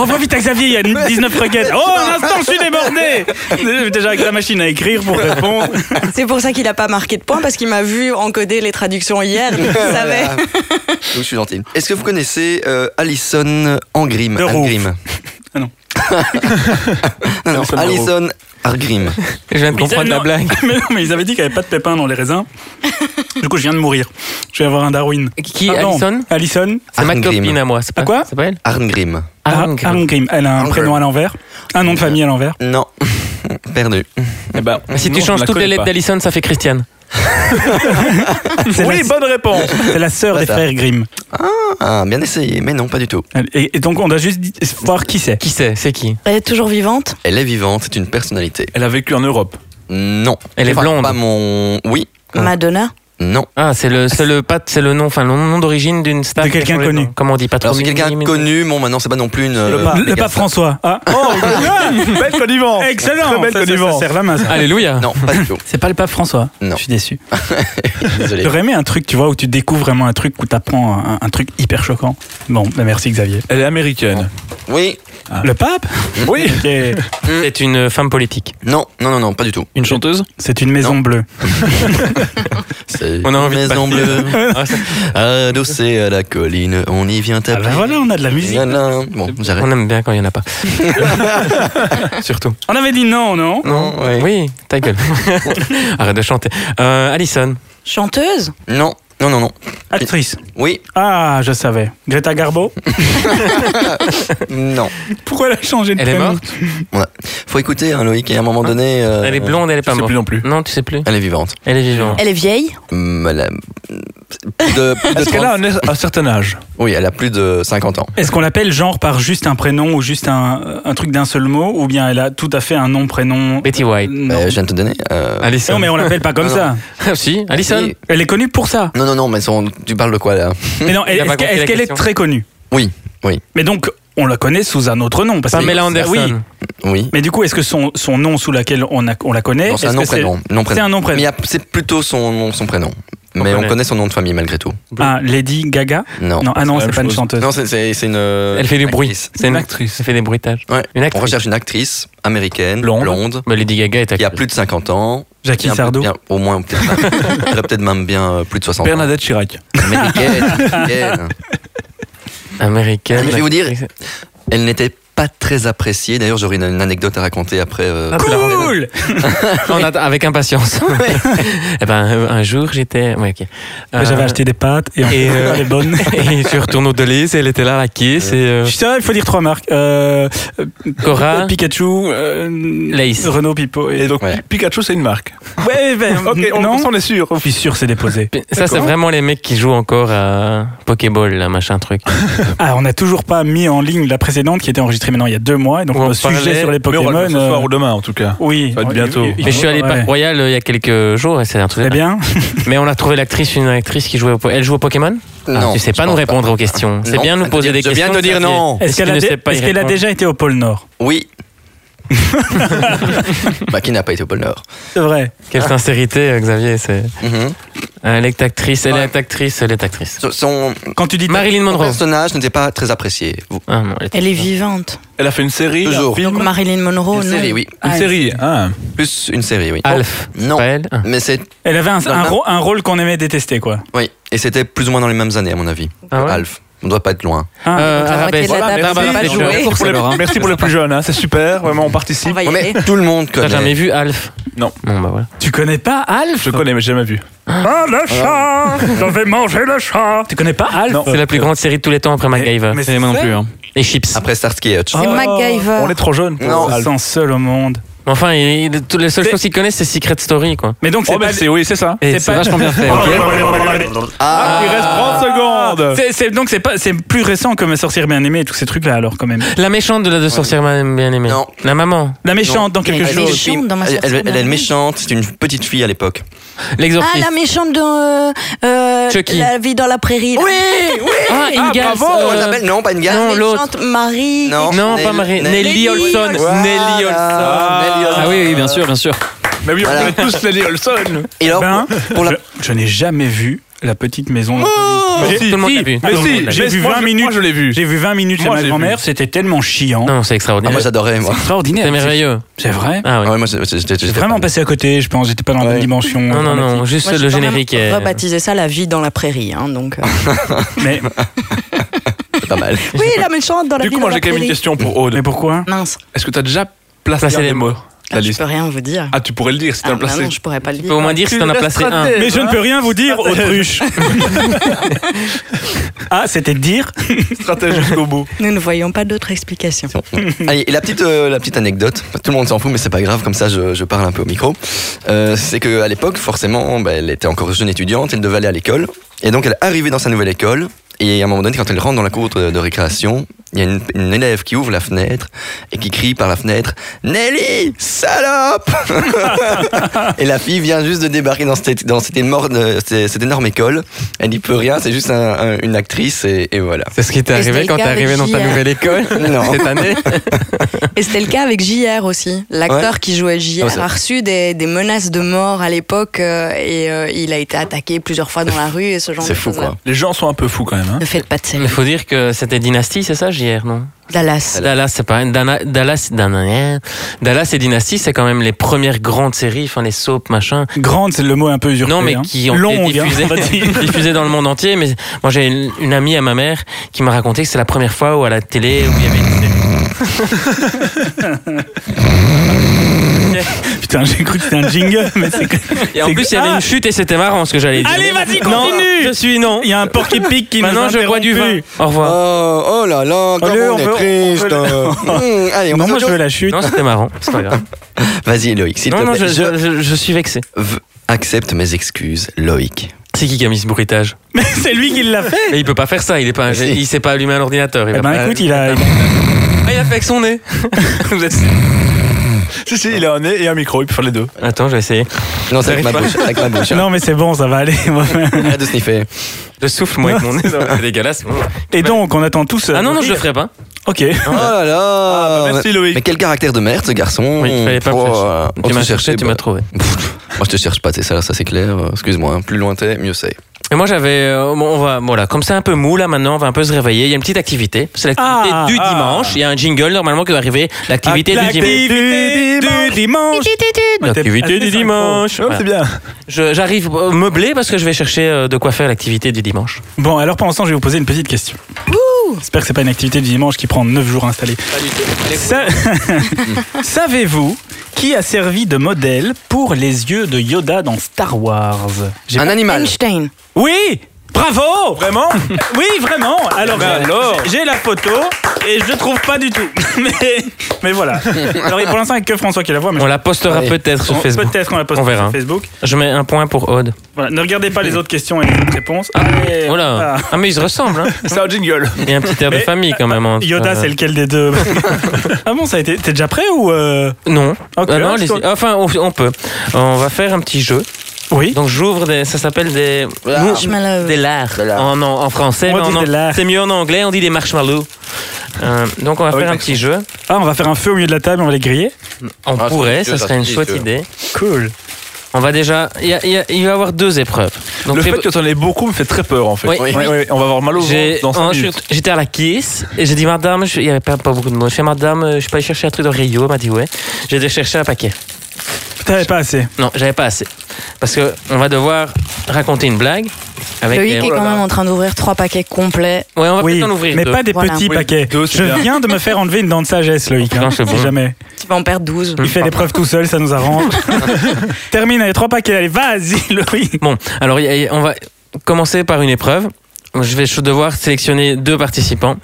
A: On va vite à Xavier, il y a 19 requêtes. Oh, un instant, je suis débordé Déjà avec la machine à écrire
B: (laughs)
A: pour répondre.
D: C'est pour ça qu'il n'a pas marqué de point, parce qu'il m'a vu encoder les traductions hier. donc Il savait.
E: Voilà. Donc je suis gentil. Est-ce que vous connaissez euh, Alison Angrim
A: Le
E: Angrim
A: Ah non.
E: (laughs) Non, non,
B: Alison Moreau.
E: Alison Argrim.
G: Je viens de
A: Ils avaient-
G: comprendre la
A: non,
G: blague.
A: (laughs) Mais non, mais ils avaient dit qu'il n'y avait pas de pépins dans les raisins. Du coup, je viens de mourir. Je vais avoir un Darwin.
G: Qui,
A: Pardon,
G: Alison
A: Alison
G: C'est ma
E: Arngrim.
G: copine à moi. C'est pas
A: À quoi Ah,
G: ça s'appelle
E: Arngrim.
G: Arngrim.
A: Arngrim. Elle a un
E: Arngrim.
A: prénom à l'envers, un nom de famille à l'envers.
E: Non. (laughs) Perdu.
B: Eh ben,
G: Si
B: non,
G: tu
B: je
G: changes
B: la
G: toutes les
B: connais
G: lettres
B: pas.
G: d'Alison, ça fait Christiane.
A: C'est
B: Ah, Oui,
A: la-
B: bonne réponse.
A: (laughs) c'est la sœur des
E: Bâtard.
A: frères Grimm.
E: Ah, bien essayé, mais non, pas du tout.
A: Et, et donc, on doit juste dit- voir qui c'est.
G: Qui c'est C'est qui
D: Elle est toujours vivante
E: Elle est vivante, c'est une personnalité.
B: Elle a vécu en Europe.
E: Non.
G: Elle est
E: Enfin,
G: blonde.
E: Pas mon. Oui.
D: Madonna
E: Non.
G: Ah, c'est le, c'est le pat, c'est le nom, enfin le nom d'origine d'une star.
A: De
G: qui a
A: quelqu'un
G: changé
A: connu.
G: nom. Comment on dit Pas trop
E: Alors c'est quelqu'un connu, bon maintenant c'est pas non plus une.
A: Le,
E: euh,
A: pape- le
E: méga
A: pape
E: star.
A: François. Ah.
B: Oh, (laughs) Belle connivence.
A: Excellent.
B: Très belle
A: Ça, ça, ça
B: connivence. Ah.
A: serre la main, ça.
G: Alléluia.
E: Non, pas
A: (laughs)
E: du tout.
A: C'est pas le pape François.
E: Non.
A: Je suis déçu.
E: Désolé.
A: J'aurais aimé un truc, tu vois, où tu découvres vraiment un truc, où t'apprends un, un truc hyper choquant. Bon, bah, merci Xavier.
B: Elle est américaine.
E: Oui.
G: Ah.
A: Le pape
G: (laughs)
B: Oui.
A: Ok.
G: C'est une femme politique.
E: Non, non, non, non, pas du tout.
F: Une chanteuse
A: C'est une maison
E: Non.
A: bleue.
E: C'est
G: On a envie de
E: maison
G: partir. (laughs)
E: bleue,
G: Ah, ça-
E: adossée à la colline, on y vient
A: Ah bah
E: taper.
A: voilà, on a de la musique.
E: Voilà. Bon, j'arrête.
G: on aime bien quand il y en a
E: (laughs)
G: pas. Surtout.
A: On avait dit non, non
E: Non, oui.
G: Oui, ta gueule. (laughs) Arrête de chanter. Euh, Alison.
D: Chanteuse
E: Non, non, non, non.
A: Actrice.
E: Oui,
A: Ah, je savais. Greta Garbo
E: non.
A: Pourquoi elle a changé de
G: Elle est
A: prénom
G: morte
E: Faut écouter, hein, Loïc, et à un moment donné. euh,
G: Elle est blonde, elle est pas
B: Je sais
G: morte.
B: plus non plus.
G: Non, tu sais plus.
E: Elle est vivante.
G: Elle est vivante.
D: Elle est vieille
E: Hum, Elle a. De, plus de
B: Est-ce qu'elle a
E: 30
B: un, un certain âge
E: Oui, elle a plus de 50 ans.
A: Est-ce qu'on l'appelle genre par juste un prénom ou juste un, un truc d'un seul mot Ou bien elle a tout à fait un nom, prénom
G: Betty White.
A: Non. Eh
E: Euh, je viens de te donner. euh,
A: Non,
G: Alison.
A: mais on l'appelle pas comme
E: Non,
A: ça.
G: Ah, si, Alison. (laughs)
E: oui.
A: Elle est connue pour ça.
E: Non, non, non, mais son- tu parles de quoi là
A: Mais non,
G: Il a
A: est-ce qu'elle
G: pas compris
A: est-ce
G: la
A: qu'elle est
G: question.
A: très connue
E: Oui, oui,
A: Mais donc, on la connaît sous un autre nom. Parce que-
G: Pamela Anderson.
A: Oui,
E: oui.
A: mais du coup, est-ce que son, son nom sous laquelle on, a- on la connaît
E: Non, c'est un
A: est-ce
E: nom
A: que
E: prénom. nom,
A: C'est
E: prénom.
A: un nom
E: Mais il y
A: prénom.
E: a- c'est plutôt son, nom- son prénom. Mais on
G: connaît.
E: connaît son nom de famille malgré tout.
A: Ah, Lady Gaga
E: Non.
A: Non, ah non,
B: C'est la
A: c'est
B: même
A: pas une
B: chose.
A: chanteuse.
E: Non, c'est- c'est c'est une.
G: Elle fait du bruit.
E: actrice.
G: C'est une-
B: actrice.
G: Elle fait des bruitages.
E: Ouais.
G: Une
E: On
G: actrice.
E: recherche une actrice américaine,
B: Blonde.
E: blonde,
G: Bah, Lady Gaga est
E: qui a
G: actrice.
E: plus de 50 ans.
A: Jackie
E: Bien-
A: Sardou
E: bien- Au
G: (laughs)
E: moins, peut-être elle a peut-être même bien euh, plus de 60 ans.
B: Bernadette Chirac.
E: Américaine, américaine.
G: Américaine.
E: Ah, Mais je vais vous dire-
G: actrice.
E: Elle n'était pas très appréciée. D'ailleurs, j'aurais une, une anecdote à raconter après. euh,
G: Ah,
A: Cool
G: On attend avec impatience. (laughs) Eh ben, euh, un jour, j'étais. Ouais, ok. Euh,
A: J'avais acheté des pâtes et on (laughs)
G: et, euh,
A: les bonnes.
G: (laughs) Et je retourne au Deleuze et elle était là, la caisse. Et, euh,
A: Je suis sérieux, il faut dire trois marques. Euh,
G: Cora,
A: Pikachu, euh,
G: Lace.
A: Renault, Pipo.
B: Et
A: Et...
B: donc,
E: Ouais.
B: Pikachu, c'est une marque.
A: Ouais, ben,
B: (laughs) Ok, on,
A: non,
B: on est sûr.
A: je suis sûr, c'est (laughs) déposé.
G: Ça, c'est vraiment les mecs qui jouent encore à Pokéball, là, machin truc.
A: Ah, on n'a toujours pas mis en ligne la précédente qui était enregistrée maintenant il y a deux mois. Et donc,
G: On
A: le
G: en
A: sujet
G: parlait,
A: sur les
B: Mais on
A: Pokémon.
B: va le faire ce
A: euh,
B: soir ou demain, en tout cas.
A: Oui,
B: Ça va être
A: Il-
B: bientôt.
A: il- il-
G: Mais je suis allé au
A: ouais.
G: Parc Royal euh, il y a quelques jours et c'est un truc.
A: Très bien.
G: Mais on a trouvé l'actrice, une actrice qui jouait au po- Elle joue au Pokémon
E: Non,
G: Ah, Tu sais
E: je
G: pas nous
E: pense
G: répondre aux questions. C'est
E: Non.
G: bien de nous poser des
E: Je
G: questions.
E: viens de dire
G: Xavier.
E: non.
G: Est-ce qu'elle a,
A: dé-
G: sais pas y
A: est-ce qu'elle a
G: répondre
A: déjà été au pôle Nord
E: Oui. (laughs) bah, qui n'a pas été au pôle Nord
A: C'est vrai.
G: Quelle sincérité, euh, Xavier. c'est-
E: Mhm.
G: Elle est actrice, elle
E: Ouais.
G: est actrice, elle est actrice.
E: Son- Son,
A: Quand tu dis.
G: Marilyn
E: son
G: Monroe.
E: personnage n'était pas très apprécié. Vous-
G: Ah, non, elle est-
D: Elle est vivante.
B: Elle a fait une série.
E: Toujours.
B: Un film,
D: Donc Marilyn Monroe,
E: Une
D: non
E: série, oui.
B: une
D: Ah,
B: série. hein.
E: Plus une série, oui. Oh,
G: Alf.
E: Non.
G: Pas elle. Ah.
E: Mais c'est.
A: Elle avait un,
E: Dans
A: un
E: la-
A: ro- un rôle qu'on aimait détester, quoi.
E: Oui. Et c'était plus ou moins dans les mêmes années, à mon avis.
G: Ah ouais
E: Alf. On doit pas être loin.
A: Ah,
G: Euh, bah,
D: on va arrêter
G: Arabesque.
D: de la
G: Voilà,
D: table, on va
G: Arabesque,
D: pas
G: c'est
D: jouer.
G: une course,
B: Pour les-
G: alors, hein.
B: merci pour les plus jeunes, hein, c'est super, vraiment on
D: On
B: participe.
D: va y
E: Ouais,
D: aller.
E: mais tout le monde
G: T'as
E: connaît.
G: jamais vu Alf
B: Non.
G: Bon, bah voilà.
A: Tu connais pas Alf
B: Je connais mais j'ai jamais vu.
A: Ah, le chat Je vais manger le chat Tu connais pas Alf
B: Non.
G: C'est la plus grande série de tous les temps après MacGyver.
A: Euh, mais
F: C'est moi non plus. hein.
G: Et Chips.
E: Après Starsky et Hutch.
A: Ah.
D: C'est
A: Oh.
D: MacGyver.
B: On est trop jeunes. pour
E: Non.
A: On se
B: Alf.
A: sent seul au monde.
G: Mais Enfin, il- il- toutes les seules
A: C'est-
G: choses qu'ils connaissent, c'est Secret Story, quoi.
A: Mais donc, c'est
B: Oh, mais
A: pas-
B: c'est oui, c'est ça.
G: Et
A: C'est
G: c'est
A: pas-
G: vachement bien fait.
K: hein.
A: (laughs)
G: ok.
E: Ah,
B: Il reste 30 secondes.
A: Oh, C'est- c'est- donc c'est pas c'est plus récent que ma sorcière bien aimée et tous ces trucs là alors quand même.
G: La méchante de la deux sorcières bien aimée.
E: Non.
G: La maman.
A: La méchante dans
E: elle
A: quelque
E: est
D: Elle est
A: chose.
D: méchante dans ma
E: elle,
D: sorcière
E: elle- elle
D: bien
E: est
D: aimée.
E: méchante, c'est une petite fille à l'époque.
D: Ah,
G: L'exorciste.
D: la méchante de. euh, euh,
G: Chucky.
D: La vie dans la prairie. là.
G: Ah, Ingalls.
E: Comment
G: euh,
E: elle s'appelle Oh, Non, pas une gare.
G: non,
D: La
G: l'autre.
D: méchante Marie.
E: Non.
G: Non,
E: Nel-
G: pas Marie.
E: Nel-
G: Nelly
D: Nelly
G: Olson.
E: Voilà.
G: Nelly Olson.
E: Nelly Olson.
F: Ah oui, oui, bien sûr, bien sûr.
B: Mais oui, on
E: Voilà.
B: connaît tous Nelly Olson.
E: Et alors,
A: Ben,
E: pour la-
A: je, je n'ai jamais vu la petite maison. dans la
B: Mais
A: prairie.
G: Oh, Tout
B: si,
G: le monde
B: si,
G: l'a vu.
B: Mais
A: Tout le monde
B: si,
A: l'a vu.
B: j'ai vu 20 minutes. Moi, je l'ai vu.
A: J'ai vu 20 minutes chez
B: Moi,
A: ma
B: j'ai
A: grand-mère, c'était tellement chiant.
G: Non, c'est
E: Ah, moi
G: extraordinaire.
E: j'adorais moi.
A: Extraordinaire.
G: C'est merveilleux.
A: C'est vrai.
G: Ah oui.
E: Ah ouais, moi, j'étais- j'étais-
A: J'ai
E: j'étais
A: vraiment
E: fan.
A: passé à côté, je pense, j'étais pas dans la bonne dimension.
G: Non, non, non,
A: dramatique.
G: juste
D: Moi, j'ai
G: le
D: quand même
G: générique est.
D: euh.
A: (laughs)
D: Rebaptisé ça la vie dans la prairie. hein, donc, euh,
A: Mais
E: c'est pas mal.
D: Oui, la méchante dans la
B: Du coup,
D: ville dans
B: moi,
D: la
B: j'ai quand même une
D: prairie.
B: question pour Aude.
A: Mais pourquoi
D: Mince,
B: Est-ce que tu as déjà placé
G: Placer
B: un
G: les
B: des
G: mots.
B: mots la
D: ah, je
B: liste
D: peux rien vous dire.
B: Ah, tu pourrais le dire si tu
D: Ah,
B: as
D: bah
B: placé.
D: non, je pourrais pas le
G: Tu peux au
D: dire.
G: moins dire si t'en as placé un.
A: Mais je ne peux rien vous (laughs) dire, autruche. ah, c'était de dire
B: Stratège jusqu'au bout.
D: Nous ne voyons pas d'autre explication.
E: (laughs) Allez, et la petite, euh, la petite anecdote, tout le monde s'en fout, mais c'est pas grave, comme ça je, je parle un peu au micro. Euh, c'est qu'à l'époque, forcément, bah, elle était encore jeune étudiante, elle devait aller à l'école. Et donc, elle est arrivée dans sa nouvelle école. Et à un moment donné, quand elle rentre dans la cour de, de récréation, il y a une, une élève qui ouvre la fenêtre et qui crie par la fenêtre Nelly, salope (laughs) Et la fille vient juste de débarquer dans cette, dans cette, énorme, euh, cette énorme école. Elle n'y peut rien, c'est juste un- un- une actrice et, et voilà.
G: C'est ce qui t'est
D: Est-ce
G: arrivé
D: des
G: quand t'es
D: gars
G: arrivé dans ta
D: régie, hein
A: (laughs)
G: nouvelle école
E: Non.
G: cette année.
D: Et c'était le cas avec JR aussi. L'acteur qui jouait JR
E: Ah, c'est-
D: a reçu des, des menaces de mort à l'époque euh, et euh, il a été attaqué plusieurs fois dans la rue et ce genre
E: C'est
D: de
E: fou
D: choses.
E: quoi.
B: Les gens sont un peu fous quand même. hein.
D: Ne faites pas de série.
G: Il faut dire que c'était Dynasty, c'est ça, JR, non
D: Dallas.
G: Dallas, c'est pas Dana- Dallas, Dana- hein. Dallas et Dynasty, c'est quand même les premières grandes séries, enfin les soaps, machin,
A: Grande, c'est le mot un peu usurpé.
G: Non, mais
A: hein.
G: qui ont
A: Longue,
G: été
A: hein,
G: diffusées,
A: on va dire.
G: (laughs) diffusées dans le monde entier. Mais moi, j'ai une, une amie à ma mère qui m'a raconté que c'est la première fois où à la télé où il y avait une série.
A: Putain, j'ai cru que c'était un jingle, mais c'est que-
G: Et en
A: c'est
G: plus,
A: que-
G: il y avait
A: Ah,
G: une chute et c'était marrant ce que j'allais dire.
A: Allez, vas-y,
G: Non,
A: continue
G: Je suis non.
A: Il y a un porc épic qui
G: Maintenant,
A: nous a
G: je bois du vin.
A: interrompu.
G: Au revoir.
E: Oh, oh là là, comme
A: Allez,
E: on,
A: on
E: est
A: veut- on
E: triste. (laughs)
A: veut
E: Mmh, allez, on
A: Non,
E: passe
A: moi
E: à
A: je veux la chute.
G: Non, c'était marrant. C'est pas grave.
E: Vas-y Loïc, s'il te
G: Non, non,
E: plaît.
G: je,
E: Je
G: je- je suis vexé.
E: v- accepte mes excuses, Loïc.
G: C'est qui qui a mis ce bruitage
A: (laughs) Mais c'est lui qui l'a fait.
G: Mais Eh, il peut pas faire ça. Il est pas.
E: Si.
G: Il sait pas allumer un ordinateur. Il
A: Eh
G: va
A: ben
G: pas-
A: écoute, il a.
G: (laughs) Ah, il a fait avec son nez. Vous êtes-
B: Si, si, il a un nez et un micro, il peut faire les deux.
G: Attends, je vais essayer.
E: Non, c'est avec ma
G: T'arrives
E: bouche. Avec ma bouche. hein.
A: Non, mais c'est bon, ça va
G: (laughs)
A: aller. (laughs)
E: Arrête de sniffer.
G: Je souffle moi avec mon nez. C'est dégueulasse.
A: Et donc, on attend tous. euh,
G: Ah non, non,
A: Loïc.
G: je le ferai pas.
A: Ok.
E: Oh là là.
A: bah,
B: Merci Loïc.
E: mais quel caractère de merde ce garçon.
G: Oui, fallait pas me
E: Oh,
G: chercher.
E: euh, on
G: Tu
E: te
G: m'as
E: cherchait,
G: cherché, tu
E: bah,
G: m'as trouvé.
E: Moi je te cherche pas, c'est ça, ça c'est clair. Euh, Excuse-moi, hein, plus loin t'es, mieux c'est.
G: Et moi j'avais, euh, bon, on va, voilà, comme c'est un peu mou là maintenant, on va un peu se réveiller. Il y a une petite activité, c'est l'activité
A: Ah,
G: du
A: ah.
G: dimanche. Il y a un jingle normalement qui doit arriver, l'activité du dimanche.
A: L'activité du dimanche.
G: L'activité du
A: Ah, c'est
G: dimanche.
B: Non,
G: Voilà.
B: C'est bien.
G: Je- J'arrive euh, meublé parce que je vais chercher euh, de quoi faire l'activité du dimanche.
A: Bon, alors pendant ce temps, je vais vous poser une petite question. J'espère que c'est pas une activité du dimanche qui prend 9 jours à installer. Sa- (laughs) Savez-vous qui a servi de modèle pour les yeux de Yoda dans Star Wars J'ai
E: Un
A: pas-
E: animal.
D: Einstein.
A: Oui Bravo
B: Ah. Vraiment
A: (laughs) Oui, vraiment Alors,
B: Ben
A: j'ai-
B: alors
A: j'ai la photo et je trouve pas du tout. (laughs) Mais, mais
B: (laughs)
A: voilà. Alors, pour l'instant, il y a que François qui la voit, mais
G: On la postera
E: Allez.
G: peut-être sur
A: on-
G: Facebook.
A: peut-être qu'on la poste
G: On verra.
A: sur Facebook.
G: Je mets un point pour Aude.
A: Voilà, ne regardez pas les autres questions et les autres réponses. Allez,
G: Oh là.
A: voilà.
G: Ah mais ils se ressemblent. Hein.
B: C'est un jingle.
G: Il y a un petit air de
A: Mais- euh,
G: famille quand même. hein. Euh, entre-
A: Yoda, c'est lequel des deux (laughs) Ah bon, ça a été. T'es déjà prêt ou. euh,
G: Non.
A: Ok, hein,
G: Ah non,
A: je
G: les-
A: t'en-
G: Enfin, on, on peut. On va faire un petit jeu.
A: Oui.
G: Donc j'ouvre des. Ça s'appelle des. Ah.
D: Marshmallow.
G: Des lards.
E: Des lards.
G: En, en- en français,
A: On
G: mais
A: dit
G: en-
A: des lards.
G: c'est mieux en anglais, on dit des marshmallows. Euh, donc on va
B: oui,
G: faire un
B: d'accord.
G: petit jeu.
A: Ah, on va faire un feu au milieu de la table, on va les griller.
G: On
E: Ah,
G: pourrait,
E: ça,
G: ça
E: ça,
G: serait une
E: ça,
G: chouette
E: ça.
G: idée.
A: Cool.
G: On va déjà. Il, y a- il y a- il va y avoir deux épreuves. Donc
B: le
G: j'ai-
B: fait que t'en aies beaucoup me fait très peur en fait.
G: Oui.
B: Ouais, ouais, on va avoir mal au
G: j'ai-
B: ventre dans
G: en-
B: 5
G: je suis-
B: minutes.
G: J'étais à la caisse et j'ai dit madame, je- il n'y avait pas, pas beaucoup de mots. Je fais madame, euh, je suis pas allé chercher un truc dans Rio. Elle m'a dit ouais. J'ai dû chercher un paquet.
A: Putain, j'avais pas assez.
G: Non, j'avais pas assez. Parce que on va devoir raconter une blague. Avec
D: Loïc
G: les-
D: est quand même en train d'ouvrir trois paquets complets.
G: Ouais, on va
A: Oui,
G: peut-être en ouvrir
A: mais
G: deux.
A: pas des
D: Voilà.
A: petits
B: Oui,
A: paquets.
B: deux, c'est
A: Je
B: bien.
A: viens de me faire enlever une dent de sagesse, Loïc.
G: Non,
A: hein,
G: Ah, c'est
A: si
G: bon.
A: jamais.
D: Tu vas en perdre 12.
A: Il fait des preuves tout seul, ça nous
G: (laughs)
A: arrange. Termine, allez, trois paquets, allez, vas-y, (laughs) Loïc.
G: Bon, alors il y a- il y a- on va commencer par une épreuve. Je vais devoir sélectionner deux participants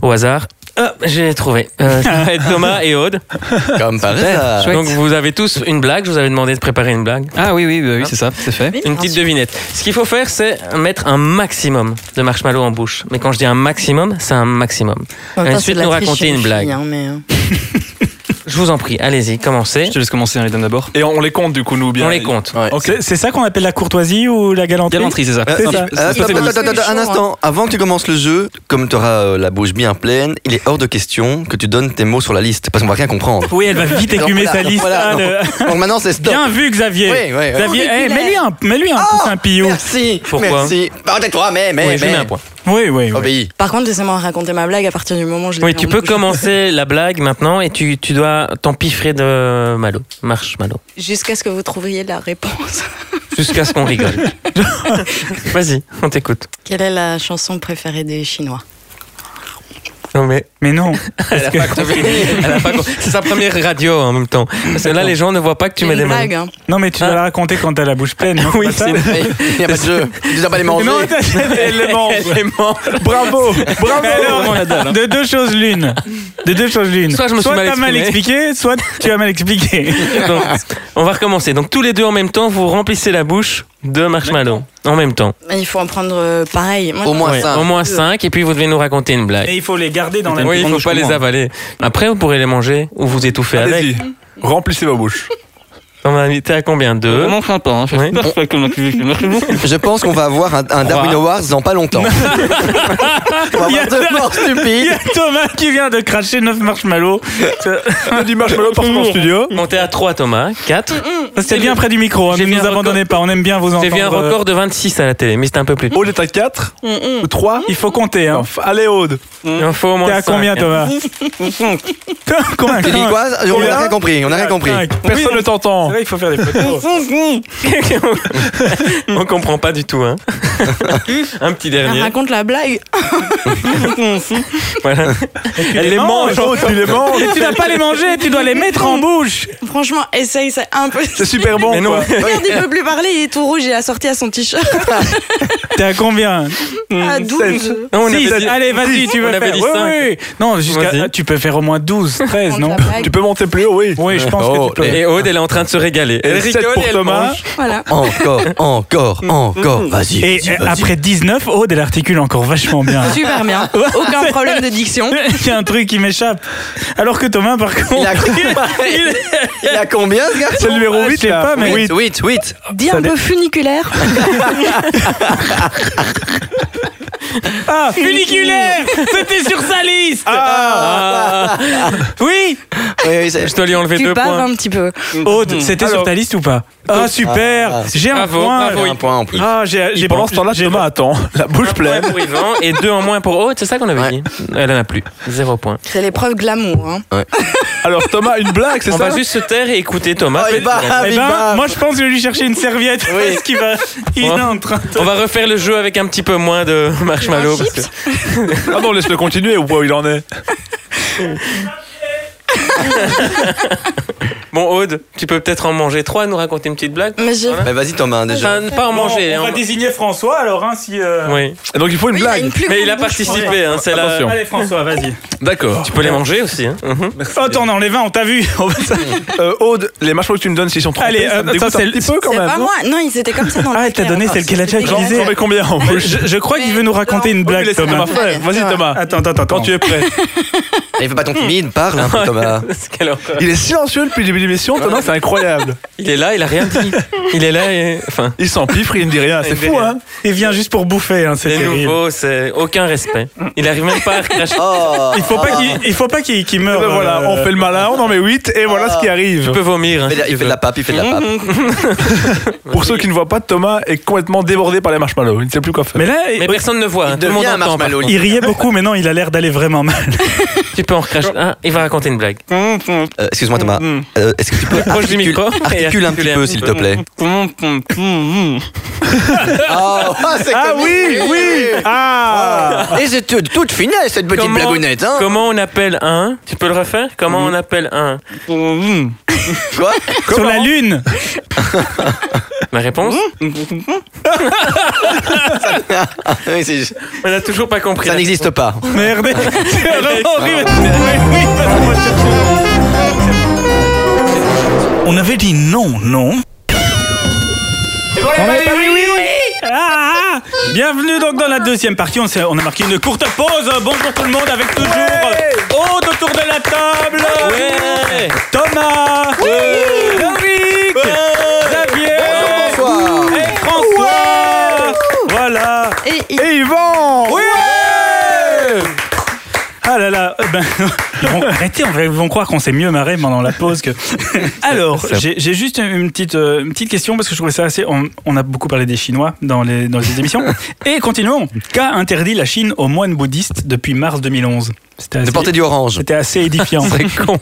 G: au hasard. Ah, j'ai trouvé. Euh, ça va être Thomas et Aude.
E: Comme par hasard.
G: Donc vous avez tous une blague. Je vous avais demandé de préparer une blague,
F: Ah oui, oui, bah oui c'est ça, c'est fait.
G: une petite devinette. Ce qu'il faut faire, c'est mettre un maximum de marshmallow en bouche. Mais quand je dis un maximum, c'est un maximum.
D: En même temps,
G: Ensuite,
D: c'est de la
G: nous
D: triche
G: raconter
D: chez
G: une
D: les
G: blague.
D: filles, hein, mais, euh,
G: Je vous en prie, allez-y, commencez.
F: Je te laisse commencer, hein, les dames d'abord.
B: Et on les compte du coup, nous bien.
G: On les compte.
B: Ok.
A: C'est- C'est ça qu'on appelle la courtoisie ou la galanterie
F: Galanterie, c'est ça.
E: Euh,
A: C'est
E: euh,
A: ça.
E: attends,
D: C'est
E: attends,
D: bon.
E: attends, attends, un
D: C'est chaud,
E: instant, avant que tu commences le jeu, comme tu auras la bouche bien pleine, il est hors de question que tu donnes tes mots sur la liste, parce qu'on va rien comprendre.
A: Oui, elle va vite écumer sa
E: Alors, voilà,
A: liste.
E: voilà,
A: ah,
E: non.
A: le-
E: (laughs) Donc maintenant c'est stop.
A: Bien vu, Xavier.
E: Oui, oui, oui.
A: Xavier,
D: Oh,
A: eh,
D: mais
A: mets-lui un, mets-lui un, pouce, un pillou.
E: Merci.
G: Pourquoi
E: Merci. Pardon toi, mais, mais,
G: Oui, je lui
E: mais.
G: mets un point.
A: Oui, oui, oui.
E: Obéis.
D: Par contre, laissez-moi raconter ma blague à partir du moment où je l'ai
G: Oui,
D: fait
G: tu
D: en
G: peux
D: bouche.
G: commencer la blague maintenant et tu, tu dois t'empiffrer de Malo. Marshmallow.
D: Jusqu'à ce que vous trouviez la
G: (laughs)
D: réponse.
G: Jusqu'à ce qu'on (laughs) rigole. Vas-y, on t'écoute.
D: Quelle est la chanson préférée des Chinois
G: Non, mais
A: Mais non.
G: elle a pas
A: (laughs)
G: compris. Elle a pas compris. C'est sa première radio en même temps. Parce que là, les gens ne voient pas que tu mets des mains. (laughs)
D: blague, hein.
A: Non, mais tu dois la raconter quand t'as la bouche pleine. non,
G: Ah. Oui,
A: pas ça (laughs)
G: c'est
E: Il n'y a pas de jeu. Tu dois pas les manger.
A: Non, t'as- elle le mange.
G: Elle ment.
A: Bravo, bravo. de deux choses l'une. De deux choses l'une.
G: Soit je me suis mal
A: t'as mal expliqué, soit tu as mal expliqué.
G: Donc, on va recommencer. Donc tous les deux en même temps, vous remplissez la bouche de marshmallow en même temps.
D: Mais Il faut en prendre euh, pareil. Moi,
E: Au
D: je- (laughs)
E: moins
G: Ouais,
E: cinq.
G: Au moins 5 et puis vous devez nous raconter une blague.
A: Et il faut les garder dans la
G: Oui, il faut pas les avaler. Après, vous pourrez les manger ou vous étouffer avec.
B: Allez-y, remplissez ma bouche.
G: On m'a invité à combien Deux.
F: On m'en plaint pas, hein, je suis
G: Oui.
F: super chouette comme activité. Merci beaucoup.
E: Je pense qu'on va avoir un, un Darwin Awards dans
A: (laughs)
E: pas longtemps. On va
A: Il y a
E: avoir deux
A: ça.
E: morts
A: Il y a
E: stupides.
A: Thomas qui vient de cracher 9
B: (laughs)
A: marshmallows. Ça,
B: Du marshmallow partout dans le studio.
G: Montez à 3 Thomas, 4.
A: C'est bien près du micro, hein,
G: J'ai
A: ne
G: vu
A: nous
G: un
A: abandonnez pas, on aime bien vous
G: J'ai
A: entendre. euh,
G: vu un record Mm, de 26 à la télé, mais c'était un peu plus.
B: Aude est à 4 ou 3
A: Il faut compter, hein.
B: Allez, Aude.
G: Il en faut au moins
A: T'es à
G: cinq.
A: combien
G: (laughs)
A: Thomas Combien
E: Tu dis quoi On n'a rien compris. On n'a rien compris.
B: Personne ne
A: C'est
B: t'entend.
A: vrai, il faut faire des photos.
G: On comprend pas du tout. Hein. un petit
D: Elle
G: dernier.
D: raconte la blague. (laughs)
G: Voilà. Elle les mange.
B: Aude, tu les manges.
A: Et tu vas pas les manger, tu dois les mettre en bouche.
D: Franchement, essaye, c'est un peu.
B: C'est super bon.
G: Mais non.
B: quoi.
D: Regarde, il peut plus parler, il est tout rouge, il a sorti à
G: (laughs)
D: son t-shirt.
A: T'es à combien
G: Hmm,
D: À 12.
G: Non, on
A: Six.
G: avait dit-
A: Allez, vas-y,
G: Six.
A: tu veux
G: On avait
A: faire.
G: dit
A: Oui,
G: cinq.
A: oui, oui. Non, jusqu'à-
G: Vas-y.
A: tu peux faire au moins
D: (laughs)
A: 12, 13, non
D: Raconte la blague.
B: Tu peux monter plus haut, oui.
A: Oui, je pense
E: Oh,
A: que tu peux.
G: Et Aude, elle est en train de se régaler. Elle
B: Et sept
G: rigole
B: pour
G: et elle
B: Thomas.
G: mange.
D: Voilà.
E: Encore, encore, encore. Vas-y.
A: Mm, Et
E: vas-y,
A: euh,
E: vas-y.
A: après 19, Aude, elle articule encore vachement bien.
G: (laughs)
D: Super bien. Aucun problème de diction.
A: Il y a un truc qui m'échappe. Alors que Thomas, par
E: Il
A: contre.
E: a,
A: (laughs) il-
E: il a combien ce
B: C'est
E: garçon
B: le numéro
A: Ah, je
B: 8
A: sais pas,
B: là.
A: mais-
E: 8, 8, 8.
D: Dis un peu funiculaire.
A: Ah, funiculaire C'était sur sa liste Oui
E: Oui, oui, c'est-
G: Je dois lui enlever
D: Tu
G: deux
D: parles
G: points.
D: un petit peu.
A: Aude, c'était sur
B: Hmm. Alors.
A: ta liste ou pas Ah, super
E: Ah, ah.
A: J'ai un
G: Bravo,
A: point
G: bravo,
E: un point en plus.
A: Ah, j'ai j'ai-
B: Pendant ce temps-là,
A: j'ai-
B: Thomas attend. La
A: (laughs)
B: bouche
G: Un
B: pleine.
G: point pour Yvan et deux en moins pour Aude, c'est ça qu'on avait
E: Ouais.
G: dit. Elle en a plus. Zéro point.
D: C'est l'épreuve glamour. Hein.
B: Alors Thomas, une blague,
A: Ah,
B: c'est
G: On
B: ça
A: bah,
G: va juste se taire et écouter Thomas.
E: Oh, il bat,
A: Eh
E: il
A: ben,
E: bat.
A: moi je pense que je vais lui chercher une serviette
E: Oui.
A: (laughs) parce qu'il va. Il est
G: Hein
A: en train de.
G: On va refaire le jeu avec un petit peu moins de marshmallow. Parce que...
B: Ah non, laisse-le continuer au point où il en est.
G: Bon, Aude, tu peux peut-être en manger trois, nous raconter une petite blague
D: Mais j'ai.
A: Hein
E: Mais vas-y Thomas déjà.
G: Enfin, ne pas en manger.
A: on
G: hein.
A: va désigner François alors, hein, si. euh, (laughs)
G: Oui.
B: Et donc il faut une
D: Il a une
B: blague.
D: plus
G: Mais il a
D: grande bouche, François.
G: participé, hein, c'est la...
B: Attention.
A: Allez François, vas-y.
B: D'accord.
G: Tu peux les manger aussi. Hein.
A: (laughs)
G: Mhm.
A: Oh, Attends, on les 20, on t'a vu. (laughs)
B: Euh, Aude, les marshmallows que tu me donnes, s'ils sont trop
A: Allez,
B: ça me
A: euh,
B: dégoûte
A: ça, c'est
B: un
A: le-
B: petit peu quand
D: C'est
B: même.
D: pas
B: non
D: moi. Non, ils étaient comme ça dans le
A: Ah, t'as donné celle qu'elle a déjà
B: J'en
A: utilisée.
B: j'en mets combien en bouche
A: Je, je crois qu'il veut nous raconter une blague,
B: Laisse Thomas
A: Thomas.
B: faire. Vas-y
D: Thomas.
B: Thomas.
A: Attends, attends, attends.
B: Quand tu es prêt.
A: Bah,
E: Il fait pas ton timide, parle un peu Thomas.
A: (laughs)
G: Quelle horreur.
B: Il est silencieux depuis le début de l'émission, Thomas, c'est incroyable.
G: Il est là, il a rien dit. Il est là et... Enfin,
B: Il s'empiffre, il ne dit rien, c'est
G: Il dit
B: fou
G: rien.
B: hein.
A: Il vient juste pour bouffer, hein, c'est
G: les
A: terrible.
G: nouveaux, c'est aucun respect. Il arrive même pas à cracher.
E: Oh,
A: Il faut pas qu'il, il faut pas qu'il, qu'il
B: Eh
A: meure. euh,
B: ben voilà, on fait le malin, on en met 8 et voilà ce qui arrive.
G: Tu peux vomir. hein,
E: il fait de-
G: si tu
E: il fait de
G: veux.
E: la pape, il fait de la
A: Mm-hmm.
E: pape.
B: Pour ceux qui ne voient pas, Thomas est complètement débordé par les marshmallows. Il ne sait plus quoi faire.
A: Mais là,
G: Mais
A: il,
G: personne ne voit. hein,
E: Il
G: Tout le monde
E: devient un
G: entend. par
E: marshmallow.
G: contre.
A: il riait beaucoup, mais non, il a l'air d'aller vraiment mal.
G: Tu peux en recracher. Ah, il va raconter une blague.
E: Euh, Excuse-moi Thomas.
A: Mm-hmm.
E: Euh, Est-ce que
A: (laughs)
E: tu peux (laughs)
G: Proche du
E: articule,
G: micro. et
E: articule un petit peu s'il te plaît (laughs) Oh,
A: Mm-hmm. Ah oui, oui. Ah.
E: Et c'est de toute finesse cette petite
G: Comment-
E: blagounette hein. Mhm.
G: Comment on appelle un Tu peux le refaire Comment on appelle un
A: (laughs)
E: Quoi
A: Sur la lune.
G: Ma réponse
E: Mhm. Ah, oui, c'est-
G: On n'a toujours pas compris.
E: Ça n'existe pas.
A: Merde. (laughs) C'est vraiment horrible. Oui, oui, parce que moi, je- On avait dit non, non. On avait dit Eh oui, oui. Ah, ah. Bienvenue donc dans la deuxième partie. On, s'est- on a marqué une courte pause. Bonjour tout le monde avec toujours Aude autour de la table.
E: (laughs)
G: Ouais.
A: Thomas. Eric. Xavier.
E: Bonsoir.
A: Et François. Voilà.
D: Et il-
B: Et Yvan
A: Ah là là, euh, ben, ils vont arrêter, on va- ils vont croire qu'on s'est mieux marré pendant la pause que. (laughs) Alors, j'ai j'ai juste une petite, euh, une petite question parce que je trouvais ça assez. On, on a beaucoup parlé des Chinois dans les, dans les
E: (laughs)
A: émissions. Et continuons. Qu'a interdit la Chine aux moines bouddhistes depuis mars 2011 C'était
E: De
A: assez,
E: porter du orange.
A: c'était assez
E: (laughs)
A: édifiant.
G: C'est con.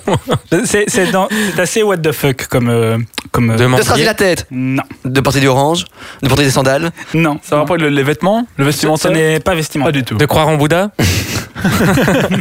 A: C'est c'est dans- c'est assez what the fuck comme. euh, comme euh,
E: De se raser la tête.
A: Non,
E: De porter du orange. De porter des sandales.
A: non.
B: Ça va pas les vêtements Le
A: Ce
B: vestimentaire
A: n'est pas vestimentaire.
B: Pas du
E: (laughs)
B: tout.
G: De croire en Bouddha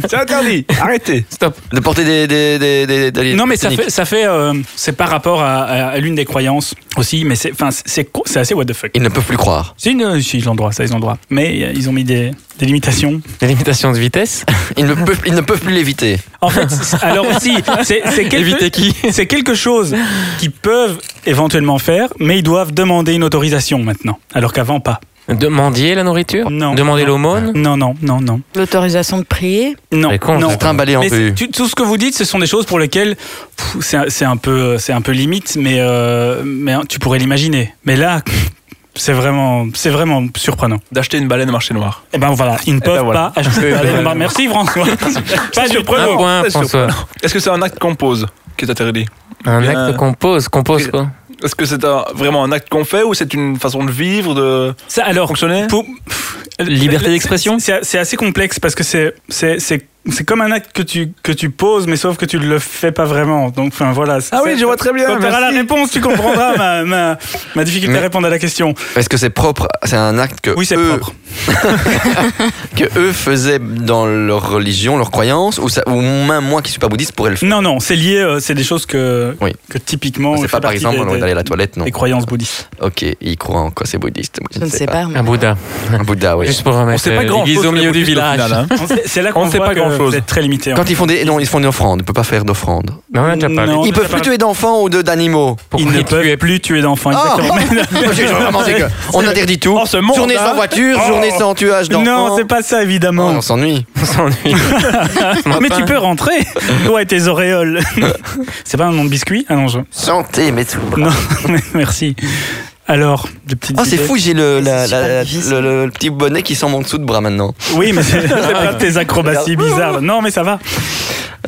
B: C'est interdit. Arrêtez.
G: Stop.
E: De porter des, des, des, des- des-
A: Non, mais ça
E: toniques.
A: fait, ça fait euh, c'est par rapport à, à- à l'une des croyances aussi, mais c'est, enfin, c'est, co- c'est assez what the fuck.
E: Ils ne peuvent plus croire.
A: C'est
B: euh,
A: une, si, ils ont le droit, ça, ils ont le droit. Mais euh, ils ont mis des, des limitations.
G: Des limitations de vitesse.
E: Ils ne peuvent, ils ne peuvent plus l'éviter.
A: En
B: (laughs)
A: fait, c'est- alors aussi, c'est, c'est quelque-
G: Éviter qui
A: (laughs) c'est quelque chose qu'ils peuvent éventuellement faire, mais ils doivent demander une autorisation maintenant, alors qu'avant pas.
G: Demandiez la nourriture
A: Non.
G: Demandez
A: Non.
B: Mmh.
G: l'aumône
A: Non, non, non, non.
D: L'autorisation de prier
A: Non,
G: Mais con,
A: non.
G: c'est
E: Trimballer en
A: Mais
E: rue.
A: c'est- tu- tout ce que vous dites, ce sont des choses pour lesquelles pff, c'est un- c'est un peu, euh, c'est un peu limite, mais euh, mais hein, tu pourrais l'imaginer. Mais là, (laughs) c'est vraiment, c'est vraiment surprenant.
B: D'acheter une baleine au marché noir.
A: Et ben voilà, ils ne
B: ben
A: peuvent
B: voilà.
A: pas acheter de baleine. Bah, Merci François. pas
G: Un
A: surprenant.
G: point,
B: c'est
G: François.
B: Est-ce que c'est un acte qu'on pose qui est interdit
G: Un
B: Bien.
G: acte qu'on pose, qu'on pose quoi
B: Est-ce que c'est un- vraiment un acte qu'on fait ou c'est une façon de vivre, de
A: Ça, alors,
B: fonctionner
A: pour- pff,
G: Liberté
A: c'est-
G: d'expression
A: C'est c'est assez complexe parce que c'est c'est c'est c'est comme un acte que tu que tu poses, mais sauf que tu le fais pas vraiment. Donc, enfin voilà.
B: Ah oui,
A: C'est-
B: je vois très bien,
A: Quand tu la
B: merci.
A: réponse, tu comprendras ma, ma ma difficulté
E: Mais-
A: à répondre à la question.
E: Est-ce que c'est propre C'est un acte que
A: Oui, c'est
E: eux,
A: propre.
E: que eux faisaient dans leur religion, leur croyance, ou, ça, ou même moi qui suis pas bouddhiste pourrais le faire.
A: Non, non, c'est lié, euh, c'est des choses que,
E: Oui. Ah,
A: que typiquement.
E: c'est
A: fait
E: pas par
A: partie
E: exemple
A: des-
E: d'aller à la toilette, non.
A: des croyances bouddhistes.
E: Ok, ils croient en quoi C'est bouddhiste. moi,
D: Je ne sais pas. moi.
G: Un Bouddha.
E: Un Bouddha, oui.
G: Juste pour remettre
B: sait pas
G: euh,
B: grand-chose
G: l'église
B: sur
G: au
B: les
G: milieu du
B: bouddhistes, au
G: village.
B: final, hein.
A: On sait- C'est là
B: On
A: qu'on
B: sait
A: voit
B: pas
A: que
B: grand-chose.
A: vous êtes très limité. hein.
E: Quand ils font des, non, ils font une offrande. On peut pas faire d'offrande.
G: Non, on a déjà parlé.
A: Non.
E: Ils peuvent plus tuer d'enfants ou de- d'animaux.
A: Ils ne peuvent plus tuer d'enfants.
E: Ah (laughs)
A: exactement.
E: J'ai vraiment dit que
A: (laughs)
E: on interdit tout.
B: Oh, ce monde,
E: journée sans
B: hein.
E: voiture,
B: Oh.
E: journée sans tuage d'enfants.
A: Non, c'est pas ça,
E: Oh,
A: évidemment.
E: on s'ennuie.
A: (laughs)
G: On s'ennuie.
A: Mais tu peux rentrer, (laughs) toi et tes auréoles. (laughs) c'est pas un nom de biscuit Ah non, je... (laughs)
E: Santé, mes sous.
A: Non, mais merci. Alors, des petites
E: Oh, c'est
A: idées.
E: fou, j'ai le, la-
D: C'est super
E: la- la-
D: difficile.
E: le- le- le petit bonnet qui sent mon dessous de bras maintenant.
A: Oui, mais
E: (laughs)
A: c'est c'est pas tes acrobaties bizarres. Non, mais ça va.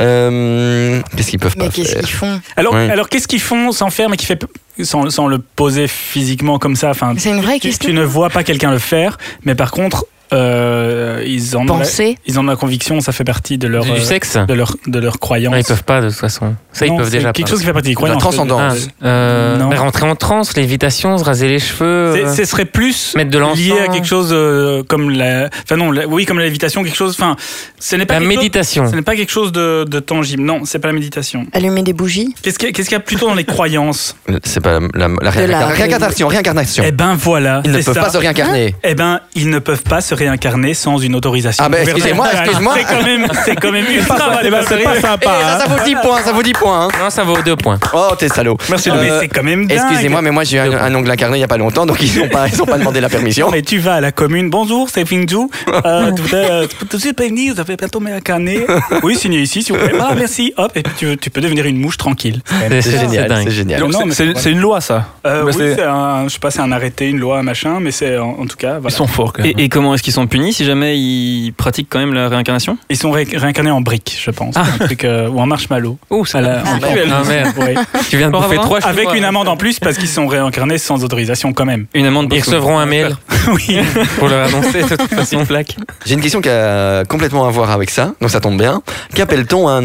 E: Euh, qu'est-ce qu'ils peuvent
D: Mais
E: pas
D: qu'est-ce
E: faire
D: qu'ils font
A: Alors,
E: Oui.
A: alors qu'est-ce qu'ils font sans faire, mais qui fait p- sans, sans le poser physiquement comme ça Enfin,
D: C'est une vraie
A: tu,
D: question.
A: tu ne vois pas quelqu'un le faire, mais par contre, euh, ils en ont la-
J: Penser.
A: ils en ont la conviction, ça fait partie de leur
G: Du
A: euh,
G: sexe
A: de leur de leur croyance.
G: Ouais, Ils peuvent pas de toute façon. Ça, ils
A: Non,
G: peuvent
A: c'est
G: déjà
A: quelque
G: pas.
A: chose qui fait partie des
E: La
A: croyances.
E: transcendance.
G: Ah, euh,
A: Non.
G: mais rentrer en transe, lévitation, se raser les cheveux,
A: C'est-
G: euh,
A: Ce serait plus
G: mettre de l'encens.
A: lié à quelque chose euh, comme la, enfin non, la- oui, comme la lévitation, quelque chose. Enfin, ce n'est pas
G: La
A: quelque chose-
G: méditation.
A: ce n'est pas quelque chose de, de tangible. Non, c'est pas la méditation.
D: Allumer des bougies
A: Qu'est-ce qu'il y a- qu'est-ce qu'il y a plutôt dans les croyances
E: C'est pas la, la- la réincarn-
D: la-
E: réincarnation. Réincarnation.
A: Eh ben voilà,
E: Ils ne
A: c'est
E: peuvent
A: ça.
E: pas se réincarner.
A: Eh ben, ils ne peuvent pas se réincarner sans une autorisation.
E: Ah ben,
A: gouvernementale.
E: excusez-moi,
A: C'est
E: excuse-moi.
A: quand même, c'est quand même ultra
B: c'est pas hein.
E: Eh, ça, ça vaut 10 points, ça vaut 10 points. hein.
G: Non, ça vaut deux points.
E: Oh, t'es salaud.
A: Merci.
E: Euh,
A: mais c'est quand même dingue.
E: Excusez-moi, mais moi j'ai eu un, un ongle incarné il y a pas longtemps, donc ils n'ont pas, ils ont pas demandé la permission.
A: (laughs) Non, mais tu vas à la commune. Bonjour, c'est Fingzhou. Euh, tu voudrais, euh, tu peux tout de suite prévenir, vous avez bientôt réincarné. Oui, signé ici, s'il vous plaît. Ah, merci. Hop, et puis tu, tu peux devenir une mouche tranquille.
G: C'est
E: C'est génial,
G: dingue.
E: c'est génial.
A: Non,
B: C'est-
A: mais-
B: C'est c'est une loi, ça.
A: Euh,
B: Mais
A: oui,
B: c'est-
A: c'est un, je sais pas, c'est un arrêté, une loi, un machin, mais c'est en, en tout cas,
B: Ils
A: voilà.
B: sont forts quand même.
F: Et, et comment est-ce qu'ils sont punis si jamais ils pratiquent quand même la réincarnation
A: Ils sont ré- réincarnés en briques, je pense, un truc euh, ou en marshmallow.
F: Oh, ça
A: À la- en-
G: Ah, merde.
A: Ouais.
G: Tu viens de
F: Au
G: bouffer
F: revoir.
G: trois euh, cheveux.
A: Avec une amende en plus parce qu'ils sont réincarnés sans autorisation quand même.
F: Une amende
G: Ils
F: parce que-
G: recevront un mail
A: Oui.
G: (laughs) pour leur (laughs) annoncer de toute façon.
F: plaque.
E: J'ai une question qui a complètement à voir avec ça, donc ça tombe bien. Qu'appelle-t-on un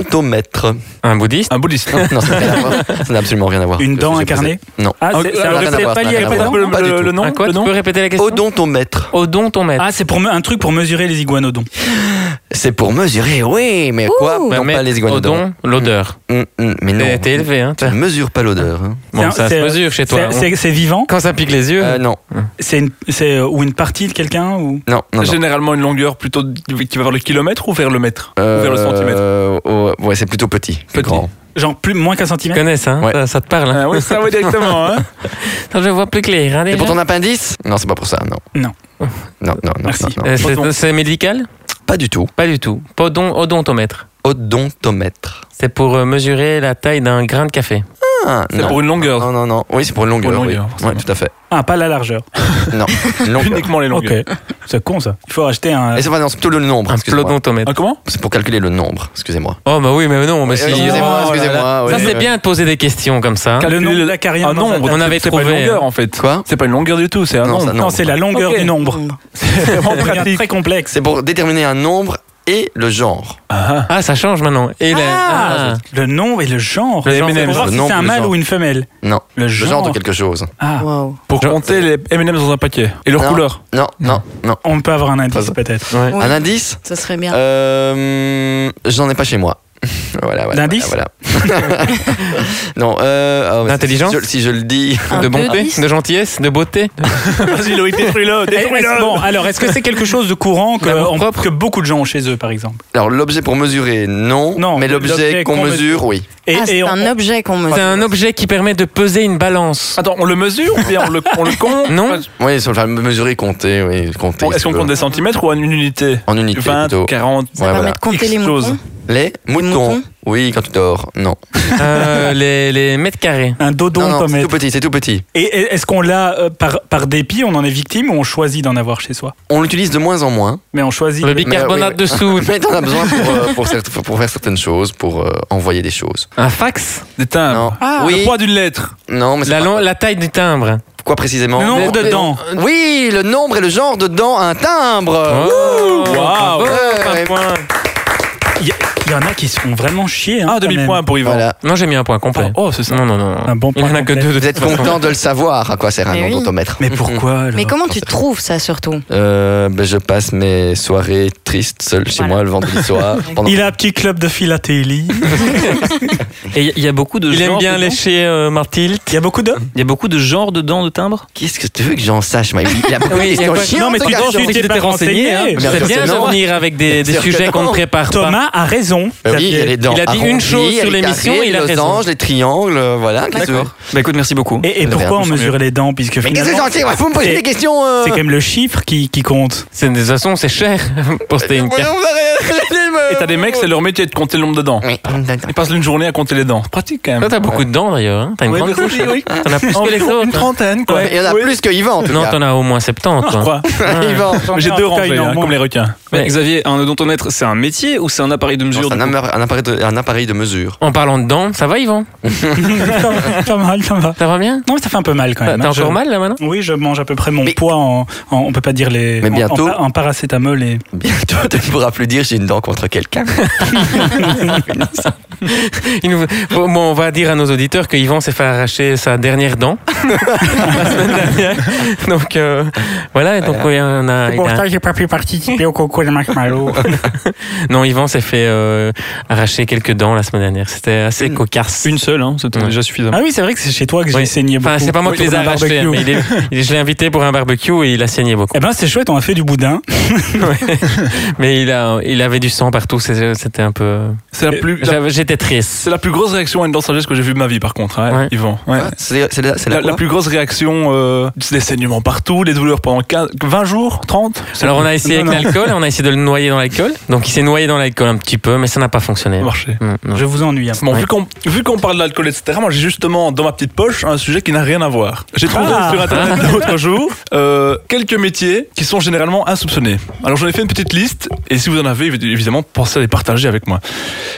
E: odontomètre
G: Un bouddhiste
B: Un bouddhiste.
E: Non, ça n'a rien à voir. Ça n'a absolument rien à voir.
A: Une dent
E: Je- je- je-
A: incarnée
E: Non.
A: Ah, c'est-
E: Ça
A: ça
E: n'a rien
A: aurait
E: à
A: peut-être
E: voir,
A: pas
E: ça n'a
A: lié
E: rien
A: avec
E: à
A: la
E: voir.
B: le-
E: Pas du
B: le-
E: tout.
B: le nom
G: Un quoi
B: le
G: Tu
B: nom
G: peux répéter la question
E: Odontomètre.
A: (laughs)
G: Odontomètre.
A: Ah, c'est pour me- un truc pour mesurer les iguanodons.
E: C'est pour mesurer, oui, mais quoi
G: Bah,
E: Non,
G: mais
E: pas les iguanodons.
G: Odon, l'odeur.
E: Hum, hum, Mais
G: T'es
E: non.
G: t'es élevé, hein
E: Tu
G: t'as-
E: ne mesures pas l'odeur. hein.
G: Bon,
A: C'est-
G: ça se
A: c'est-
G: mesure chez toi. hein.
A: C'est- C'est c'est vivant
G: Quand ça pique les yeux,
E: Euh, Non,
A: C'est une- c'est, euh, ou une partie de quelqu'un ou
E: non, non. non.
B: Généralement une longueur plutôt de- qui va vers le kilomètre ou vers le mètre Ou vers le centimètre
E: Euh, ouais, Ouais, c'est plutôt petit. que
B: Petit.
E: grand.
A: genre plus moins qu'un
G: tu
A: centimètre.
G: connais ça, hein
E: Ouais.
G: ça, ça te parle. hein
B: Ah oui, ça va directement. Hein.
G: Attends, Je vois plus clair. hein,
E: C'est
G: déjà.
E: pour ton appendice Non, c'est pas pour ça, non.
A: Non.
E: Non, non, non.
A: Merci.
E: non, non.
G: Euh, c'est- C'est médical
E: Pas du tout.
G: Pas du tout. Podon, odontomètre.
E: Odontomètre.
G: C'est pour euh, mesurer la taille d'un grain de café.
E: Ah,
B: C'est
E: non.
B: pour une longueur.
E: Non, non, non. Oui, c'est pour une longueur.
B: Pour une
E: oui.
B: longueur, forcément.
E: Ouais, tout à fait.
A: (laughs) Ah, pas la largeur.
E: Non, une longueur.
B: Uniquement les
A: Ok.
B: longueurs.
A: C'est con ça. Il faut acheter un.
E: Et c'est pas, non, c'est plutôt le nombre.
G: Un
E: excusez-moi.
G: plodontomètre.
B: Ah, comment
E: C'est pour calculer le nombre, excusez-moi.
G: Oh bah oui, mais non, mais
E: Euh,
G: si.
E: Excusez-moi,
A: Oh là
E: excusez-moi.
G: Ça
E: oui.
G: c'est bien de poser des questions comme ça. hein.
A: Le nombre
B: calculer
A: de
B: le-
A: la carrière.
B: Un
A: dans
B: nombre.
G: Ah On avait
B: C'est pas une
G: trouvé,
B: longueur en fait.
E: Quoi
B: C'est pas une longueur du tout, c'est un
E: Non, ça,
B: nombre.
A: Non, c'est la longueur
B: (laughs) Ok.
D: Mmh.
A: du nombre.
B: C'est vraiment
A: Ça devient
B: pratique.
A: très complexe.
E: C'est pour déterminer un nombre et le genre.
B: Ah,
G: Ah, ça change maintenant. Et le-
A: Ah,
G: ah.
A: Le nom et le genre.
B: Le
A: Pour
B: M&M's.
A: voir
E: Le
A: si
E: nom
A: c'est un
E: ou le
A: mâle
E: genre.
A: ou une femelle.
E: Non.
A: Le
E: Le genre de quelque chose.
A: Ah,
D: Wow.
B: Pour compter les M&M's dans un paquet et leur
E: Non.
B: couleur.
E: Non, non, non.
A: on peut avoir un indice
E: Pardon.
A: peut-être.
D: Ouais.
E: Un indice
D: Ça serait bien.
E: Euh, J'en ai pas chez moi. (laughs) Voilà, voilà.
A: D'indice
E: voilà, voilà. (laughs) Non, euh. ah ouais,
G: D'intelligence
E: si je- Si je le dis.
G: De
J: Un
G: bonté,
J: indice
G: de gentillesse, de beauté.
A: Vas-y Loïc, (laughs) détruis-le, détruis-le. Bon, alors Eh, est-ce que c'est quelque chose de courant que,
G: D'amour
A: on-
G: propre.
A: que beaucoup de gens ont chez eux par exemple
E: (laughs) Alors, l'objet pour mesurer, non.
A: Non,
E: mais
A: l'objet
E: l'objet qu'on
A: qu'on
E: mesure, oui.
A: et,
D: ah, c'est
A: et on-
D: un objet qu'on me.
G: C'est un objet qui permet de peser une balance.
B: Attends, on le mesure ou bien on le, on le compte
G: Non.
B: Enfin,
E: Oui, sur le mesurer, compter, oui, compter.
B: Est-ce
E: si
B: qu'on
E: tu veux.
B: compte des centimètres ou en une unité
E: En unité
B: 20,
E: plutôt.
B: 40.
D: Ça
E: Ouais,
D: permet
E: voilà.
D: de compter les
B: X
D: moutons.
B: chose.
E: Les moutons.
D: moutons.
E: Oui, quand tu dors. Non.
G: Euh, les, les mètres carrés.
A: un dodon
E: Non, non, c'est
A: pommette.
E: tout petit, c'est tout petit.
A: Et et est-ce qu'on l'a euh, par, par dépit, on en est victime ou on choisit d'en avoir chez soi
E: On l'utilise de moins en moins. (laughs)
A: Mais on choisit.
G: Le bicarbonate
E: oui,
G: de soude.
E: Mais t'en as besoin pour, euh, pour, cer- pour faire certaines choses, pour euh, envoyer des choses.
G: Un fax.
B: Des timbres.
E: Non.
A: Ah,
E: oui.
B: Le poids d'une lettre.
E: Non, mais (laughs) c'est
G: La,
E: pas-
G: long- la taille du timbre.
E: quoi précisément
A: Le nombre de dents.
E: Oui, le nombre et le genre de dents à un timbre.
G: Oh,
B: Waouh.
G: bravo,
E: Ouais.
G: un point.
A: Il y, a- il y en a qui se font vraiment chier. hein,
B: Ah,
A: quand même.
B: demi-point pour Yvan.
E: Voilà.
G: Non, j'ai mis un point complet.
B: Oh, c'est ça.
G: Non, non, non.
A: Un bon
G: Il n'y en
A: point
G: a que
A: complet.
G: deux de
E: Vous êtes
G: (laughs) toute façon.
E: content de le savoir à quoi sert un
D: Mais Eh oui.
E: odontomètre
A: Mais pourquoi alors
D: Mais comment tu trouves ça surtout
E: Euh, ben, Je passe mes soirées tristes seul chez
D: Voilà.
E: moi le vendredi
D: (laughs)
E: soir. pendant-
A: Il a un petit club de philatélie.
F: Et il y- y a beaucoup de
G: Il aime
F: genres
G: bien
F: dedans
G: lécher euh, Martilt.
A: Il y a beaucoup de.
F: Il y a beaucoup de genres de dents de timbre
E: Qu'est-ce que tu veux que j'en sache Maïli Il a beaucoup
G: Oui, il
E: de
G: y a
E: questions
G: quoi-
E: chiantes,
A: non, mais
E: ce
A: tu
E: garçon.
A: penses-
G: J'ai
A: t'es
G: été
A: pas
G: renseigné.
A: renseigné.
G: hein.
E: Bien
G: C'est
E: sûr
G: bien
E: que
G: de
E: non.
G: venir avec des, des
E: Bien sûr que
G: sujets qu'on ne
E: non.
G: prépare pas.
A: Thomas a raison.
B: Bah
E: Ben oui, il y a les dents
G: Il a dit une
E: arrondies,
G: chose
E: il y a
G: sur
E: les
G: l'émission,
E: carrés,
G: il a
E: les
G: raison.
E: losanges, les triangles, euh, voilà. qu'est-ce que-
F: Bah écoute, merci beaucoup.
A: Et, et
E: Le
A: pourquoi
E: verre,
A: on
E: je
A: mesure les dents Puisque
E: Mais qu'est-ce que
A: finalement,
E: j'en sais Vous me posez
A: c'est-
E: des questions euh,
A: c'est quand même le chiffre qui, qui compte.
G: C'est- De toute façon, c'est cher (laughs) pour c'était une
E: Voyons,
G: carte.
E: vous arrêtez, j'allais me-
B: Et t'as des mecs, c'est leur métier de compter le nombre de dents.
E: euh. Oui.
B: Ils passent une journée à compter les dents. C'est pratique quand
G: Toi,
B: même.
G: t'as beaucoup de dents d'ailleurs. hein. T'as une
B: Ouais,
G: grande
B: mais
G: bouche.
B: oui, oui.
G: T'en as plus que les
B: Environ
G: autres.
B: Une
G: hein.
B: trentaine, quoi.
E: Il y en a plus que Yvan en tout
G: Non,
E: cas.
G: t'en as au moins 70.
B: Non, je
G: toi.
B: crois.
G: Ouais.
E: (laughs) Yvan.
B: Mais J'ai
A: En
B: deux
A: tout cas,
B: rentrées,
A: il en
B: hein,
A: manque.
B: comme les requins.
F: Mais
G: Ouais.
F: Xavier, un odontomètre, c'est un métier ou c'est un appareil de mesure
E: C'est un,
F: du coup
E: amare- un appareil de, un appareil de mesure.
G: En parlant de dents, ça va Yvan Hein.
A: (laughs) pas mal, ça va.
G: Ça va bien
A: Non, mais ça fait un peu mal quand
G: T'as
A: même.
G: Bah, t'as
A: hein, je-
G: encore mal
A: (laughs)
G: là maintenant
A: Oui, je mange à peu près mon
E: Mais-
A: poids en, en- On peut pas dire les.
E: Mais
A: en- en
E: bientôt-
A: pa- En, paracétamol
G: (laughs)
A: et.
E: (laughs) Bientôt, tu ne pourras plus dire j'ai une dent contre quelqu'un.
G: Il nous- Bon, bon, on va dire à nos auditeurs que Yvan s'est fait arracher sa dernière dent la semaine dernière. Donc euh, voilà, et donc oui, on a, il a-
A: j'ai pas pu participer au concours de Marshmallow.
G: non Yvan s'est fait euh, arracher quelques dents la semaine dernière. C'était assez
E: Une-
G: cocasse.
F: Une seule, hein, c'était
G: Ouais.
F: déjà suffisant.
A: (laughs) ah oui, c'est vrai que c'est chez toi que j'ai
G: Oui.
A: saigné beaucoup.
G: Enfin, c'est pas moi qui les ai
A: autour d'un
G: arrachés,
A: barbecue.
G: mais il est- il- je l'ai invité pour un barbecue et il a saigné beaucoup.
A: Eh ben, c'est chouette, on a fait du boudin.
G: Ouais. (laughs) Mais il, a, il avait du sang partout, c'est- c'était un peu.
B: C'est la plus. la-
G: j'avais- J'étais triste.
B: C'est la plus grosse réaction à une dent sagesse que j'ai vue de ma vie, par contre, hein,
G: Ouais.
B: Yvan. Ouais.
E: C'est c'est la, c'est la
B: La, la
E: quoi
B: plus grosse réaction, euh, c'est des saignements partout, des douleurs pendant 15, 20 jours, 30. Ça
G: Alors on a essayé
A: Non,
G: avec l'alcool, on a essayé de le noyer dans l'alcool. Donc il s'est noyé dans l'alcool un petit peu, mais ça n'a pas
B: a
G: fonctionné.
B: marché.
G: Mm, non.
A: Je vous ennuie. hein. un peu.
B: Bon,
G: Ouais.
B: vu qu'on vu qu'on parle d'alcool, etc., moi j'ai justement dans ma petite poche un sujet qui n'a rien à voir. J'ai trouvé
A: Ah.
B: sur internet
G: Hein
B: l'autre jour euh, quelques métiers qui sont généralement insoupçonnés. Alors j'en ai fait une petite liste et si vous en avez, évi- évidemment, pensez à les partager avec moi.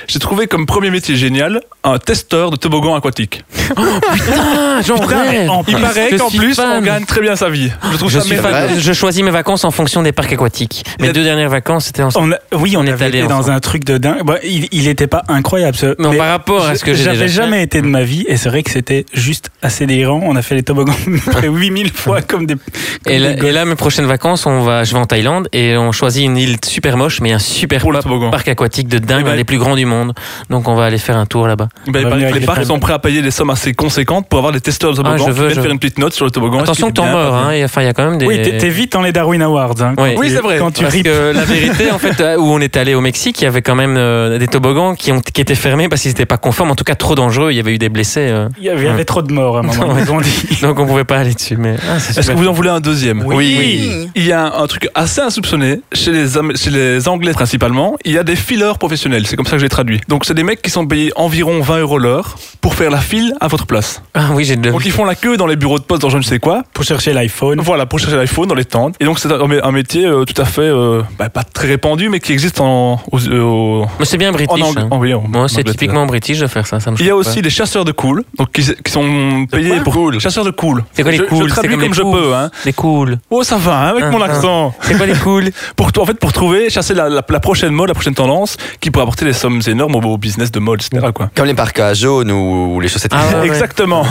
B: J'ai trouvé comme premier métier génial un testeur de toboggan aquatique.
G: Ah, j'en
B: Putain,
G: rêve.
B: Il paraît
G: Je
B: qu'en
G: suis
B: plus on
G: fan.
B: gagne très bien sa vie. Je trouve
G: Je,
B: ça
G: suis
B: merveilleux.
G: fan. Je choisis mes vacances en fonction des parcs aquatiques.
B: Il
G: Mes
B: a-
G: deux dernières vacances, c'était en.
A: On a- oui, on,
G: On est
A: avait
G: allé
A: été dans
G: ensemble.
A: un truc de dingue. Bon, il, il était pas incroyable. Ce...
G: Non,
A: mais
G: par rapport à ce que j'ai
A: J'avais
G: déjà fait.
A: jamais été de ma vie et c'est vrai que c'était juste assez délirant. On a fait les toboggans (laughs) près 8000 fois comme des.
G: Et
A: comme
G: là,
A: des
G: et là, mes prochaines vacances, on va, je vais en Thaïlande et on choisit une île super moche, mais un super
B: Pour le
G: pop-
B: toboggan.
G: parc aquatique de
B: Eh
G: dingue,
B: ben-
G: un des plus grands du monde. Donc on va aller faire un tour là-bas.
B: Ben,
A: va
B: il paraît
A: venir
B: que
A: avec
B: les
A: les
B: parcs
A: tables.
B: sont prêts à payer des sommes assez conséquentes pour avoir des testeurs de toboggan
G: Ah, je
B: qui
G: veux,
B: viennent
G: je-
B: faire une petite note sur le toboggan.
G: Attention que
B: Est-ce qu'il
G: t'en
B: est bien
G: meurs, hein. et- Enfin, il y a quand même des.
A: Oui, t'es t'es vite dans les Darwin Awards. hein, quand
G: Oui.
A: tu-
B: Oui, c'est vrai.
A: Quand tu
G: Parce
A: rips.
G: que la vérité, en fait, euh, où on est allé au Mexique, il y avait quand même euh, des toboggans qui, ont, qui étaient fermés parce qu'ils n'étaient pas conformes, en tout cas trop dangereux. Il y avait eu des blessés, euh,
A: Il y avait, il y avait trop de morts à un moment.
G: Non,
A: ils ont dit.
G: donc on pouvait pas aller dessus. Mais ah, c'est
B: Est-ce que
G: super.
B: vous en voulez un deuxième
D: Oui.
B: Il y a un truc assez insoupçonné chez les, Am- chez les Anglais principalement. Il y a des fileurs professionnels, c'est comme ça que j'ai traduit. Donc c'est des mecs qui sont payés environ 20 euros l'heure pour faire la file à votre place.
G: Ah oui, j'ai de.
B: Donc ils font la queue dans les bureaux de poste, dans je ne sais quoi.
A: Pour chercher l'iPhone.
B: Voilà, pour chercher l'iPhone dans les tentes. Et donc c'est un, un métier euh, tout à fait euh, bah, pas très répandu, mais qui existe en, aux- au-
G: Mais c'est bien british.
B: en Ang-
G: hein.
B: en- oui, en- en
G: Moi, c'est
B: Angleterre.
G: typiquement british de faire ça. ça me
B: Il y a
G: choque
B: aussi
G: pas.
B: les chasseurs de cool, donc qui, qui sont payés pour chasseurs de cool.
G: C'est quoi les
B: Je- je
G: cools C'est
B: traduis
G: comme
B: comme,
G: les
B: je
G: cools.
B: peux. Hein.
G: les cool.
B: Oh ça va hein, avec
G: Hein,
B: mon
G: hein.
B: accent.
G: C'est quoi les cool
B: Pour, en fait, pour trouver, chasser la, la- la prochaine mode, la prochaine tendance, qui pourrait apporter des sommes énormes au, au business de mode, etc. Quoi.
E: Comme les parkas jaunes ou, ou les chaussettes.
G: Ah ouais.
B: Exactement.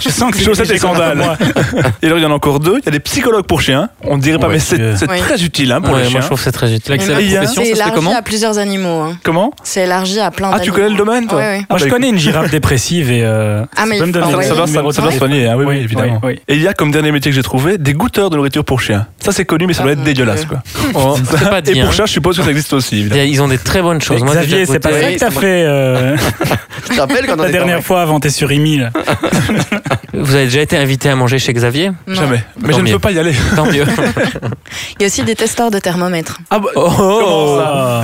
A: Je sens que c'est
B: Chaussettes et
A: déjà ça.
B: sandales. (laughs) et alors, il y en a encore deux. Il y a des psychologues pour chiens, on dirait pas,
F: Ouais,
B: mais c'est
F: Dieu.
B: c'est
D: Oui.
B: très utile hein, (laughs) pour
G: Ouais,
B: les
G: moi, je
B: chiens.
G: trouve que c'est très utile.
D: Mais
F: L'accès à
B: Et il y
F: la
B: a-
F: profession, ça
D: Mmh. C'est
F: se fait
D: élargi
F: comment
D: à plusieurs animaux. hein.
B: Comment
D: C'est élargi à plein
B: Ah, tu connais le domaine, toi
D: Ouais, ouais.
A: Moi,
B: bah,
A: Ah, je connais une girafe dépressive et. euh,
D: Ah, mais
A: tu peux
D: il
A: me
D: faut
A: donner
B: Ah,
A: le
B: ça, doit, ça,
A: numéro
B: ça
A: de
B: doit
A: téléphone
B: soigner, hein, oui, oui, évidemment.
A: oui, oui.
B: Et il y a comme dernier métier que j'ai trouvé des goûteurs de nourriture pour chiens. Ça, c'est connu, mais ça
D: Ah,
B: doit être
D: mon
B: dégueulasse.
D: Dieu.
B: Quoi.
G: C'est pas dit,
B: Oh. Et
G: hein.
B: pour chat, je suppose que ça existe aussi.
G: Il y
B: évidemment.
G: a- Ils ont des très bonnes choses. Moi, j'ai
A: Xavier,
G: déjà
A: c'est pas
G: goûté-
A: ça que t'as fait euh, (laughs)
E: Tu te rappelles quand on
A: la
E: était en-
A: dernière fois avant t'es sur Imi là.
G: Vous avez déjà été invité à manger chez
B: (laughs)
G: Xavier
D: Non.
B: Jamais. Mais
G: Tant
B: je ne
G: mieux.
B: peux pas y aller.
G: Tant mieux.
D: Il y a aussi des testeurs de thermomètres.
B: Ah bah, comment ça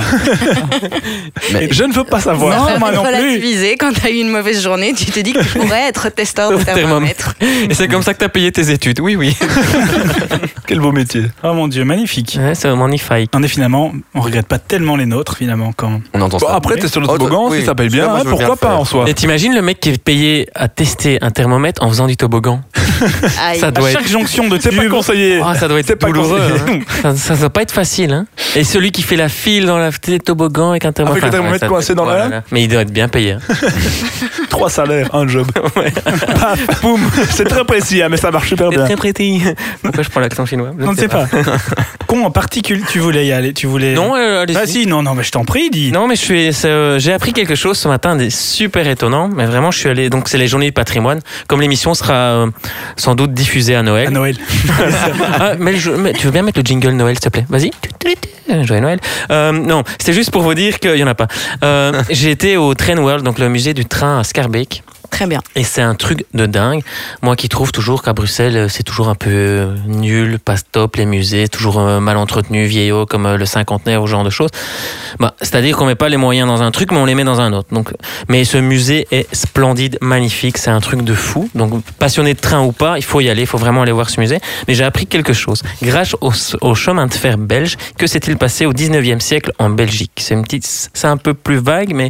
E: Mais-
B: Je ne veux pas savoir.
A: Non,
D: Ça
A: moi
D: fait
A: non plus.
D: relativiser quand t'as eu une mauvaise journée, tu te dis que tu pourrais être testeur de
G: Au thermomètre.
D: thermomètre.
G: Et c'est comme ça que t'as payé tes études. Oui, oui.
B: Quel beau métier.
A: Oh mon dieu, magnifique.
G: Ouais, c'est magnifique.
A: On est finalement, on regrette pas tellement les nôtres finalement quand.
E: On entend
B: Bon,
E: ça.
B: Bah, après, t'es sur le
E: Oh,
B: toboggan,
E: oui.
B: si ça paye
E: Parce que
B: bien,
E: moi,
B: hein,
E: je veux bien
B: pourquoi
E: le
B: pas
E: faire.
B: en soi
G: Et t'imagines le mec qui est payé à tester un thermomètre en faisant du toboggan
D: Aïe.
G: Ça
A: À
G: doit
A: chaque
G: être.
A: jonction de
B: C'est Ah, pas
A: tube,
B: conseillé.
G: Ah, ça doit être
B: C'est pas
G: douloureux.
B: conseillé. (laughs)
G: hein. Ça, ça doit pas être facile. Hein. Et celui qui fait la file dans la le toboggan avec un thermomètre.
B: Avec le thermomètre
G: ça-
B: coincé dans la
G: voilà. Mais il doit être bien payé. hein.
B: Trois salaires, un (laughs) job. Paf, boum. C'est très précis, hein, mais ça marche super
G: C'est
B: bien.
G: très
B: (laughs)
G: pretty. Pourquoi je prends l'accent chinois Je
A: on ne sait pas. Con en particule, tu voulais y aller, tu voulais.
G: Non, euh, allez-y.
A: Ah si, non, non, mais je t'en prie, dis.
G: Non, mais je suis, c'est, euh, j'ai appris quelque chose ce matin, des super étonnant. Mais vraiment, je suis allé. Donc, c'est les journées du patrimoine. Comme l'émission sera euh, sans doute diffusée à Noël.
A: À Noël.
G: Ah, mais, le jeu- mais tu veux bien mettre le jingle Noël, s'il te plaît Vas-y. Joyeux Noël. Euh, non, c'était juste pour vous dire qu'il y en a pas. Euh, j'ai été au Train World, donc le musée du train à Scarbeck.
D: Très bien.
G: Et c'est un truc de dingue. Moi qui trouve toujours qu'à Bruxelles, euh, c'est toujours un peu euh, nul, pas top, les musées, toujours euh, mal entretenu, vieillot, comme euh, le cinquantenaire ou ce genre de choses. Bah, C'est-à-dire qu'on met pas les moyens dans un truc, mais on les met dans un autre. Donc, mais ce musée est splendide, magnifique, c'est un truc de fou. Donc passionné de train ou pas, il faut y aller, il faut vraiment aller voir ce musée. Mais j'ai appris quelque chose. Grâce au, au chemin de fer belge, que s'est-il passé au 19e siècle en Belgique C'est une petite, c'est un peu plus vague, mais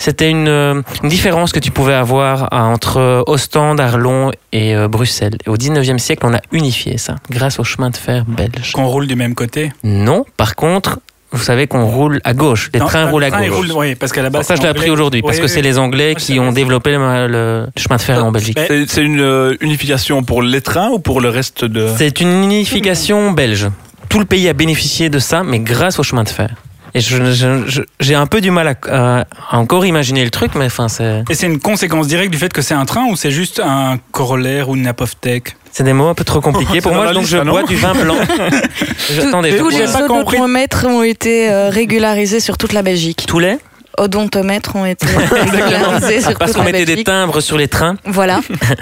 G: c'était une, euh, une différence que tu pouvais avoir euh, entre euh, Ostende, Arlon et euh, Bruxelles. Et au 19e siècle, on a unifié ça grâce au chemin de fer belge.
A: Qu'on roule du même côté.
G: Non, par contre, vous savez qu'on roule à gauche, les
A: Non,
G: trains
A: le
G: roulent à
A: train, il
G: gauche.
A: roule- oui, parce qu'à la
G: Bon,
A: base.
G: ça, je l'ai appris aujourd'hui, parce que c'est les Anglais
A: Ouais,
G: qui
A: c'est
G: ont
A: vrai.
G: développé le, le chemin de fer en Belgique.
A: Ah, Mais-
B: C'est- C'est une euh, unification pour les trains ou pour le reste de.
A: euh,
G: C'est une unification belge. Tout le pays a bénéficié de ça, mais grâce au chemin de fer. Et je- je- je- j'ai un peu du mal à, à- à encore imaginer le truc, mais enfin, c'est
A: Et c'est une conséquence directe du fait que c'est un train ou c'est juste un corollaire ou une apothèque
G: c'est des mots un peu
A: (laughs)
G: trop compliqués pour
B: C'est dans
G: moi,
B: la
G: donc
B: liste,
G: je
A: ah
B: ça, non
G: bois du vin blanc. J'attendais, je
D: tous les
G: bois-
A: pas compris.
D: odontomètres ont été euh, régularisés sur toute la Belgique.
G: Tous les
D: Odontomètres ont été régularisés sur
G: Parce
D: toute
G: qu'on
D: la
G: mettait des
D: Belgique.
G: timbres sur les trains.
D: Voilà,
G: Euh,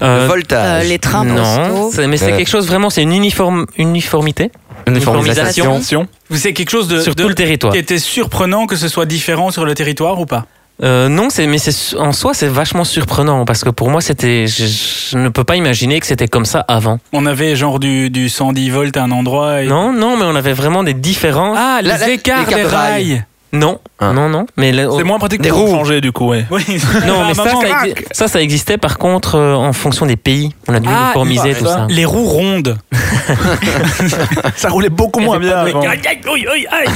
E: Le
D: Euh,
E: voltage.
D: les trains
G: non,
D: postaux.
G: c'est- mais c'est
E: Euh.
G: quelque chose vraiment, c'est une uniforme, uniformité
E: Uniformisation.
B: Attention.
A: C'est quelque chose de,
G: sur
A: de-
G: tout le territoire.
A: qui était surprenant que ce soit différent sur le territoire ou pas
G: Euh, non, c'est mais c'est en soi c'est vachement surprenant parce que pour moi c'était je, je ne peux pas imaginer que c'était comme ça avant.
A: On avait genre du, du 110 volts à un endroit et...
G: Non, non, mais on avait vraiment des différences.
A: Ah, les
E: La- la-
A: écarts
E: l'écart
A: des
E: de
A: rails.
E: rail.
G: Non,
E: Ah.
G: non, non. Mais là, oh.
B: C'est moins pratique
E: Des
B: pour
E: roues.
B: changer du coup, ouais.
A: Oui,
G: (laughs) non,
A: Ah,
G: mais ça
A: maman,
G: ça, exi- ça ça existait par contre euh, en fonction des pays. On a dû
A: Ah,
G: uniformiser
B: bah,
G: tout
B: ça.
G: ça.
A: Les roues rondes.
B: Ça roulait beaucoup moins bien
A: Oui.
B: avant.
A: Aïe, aïe, aïe, aïe, aïe.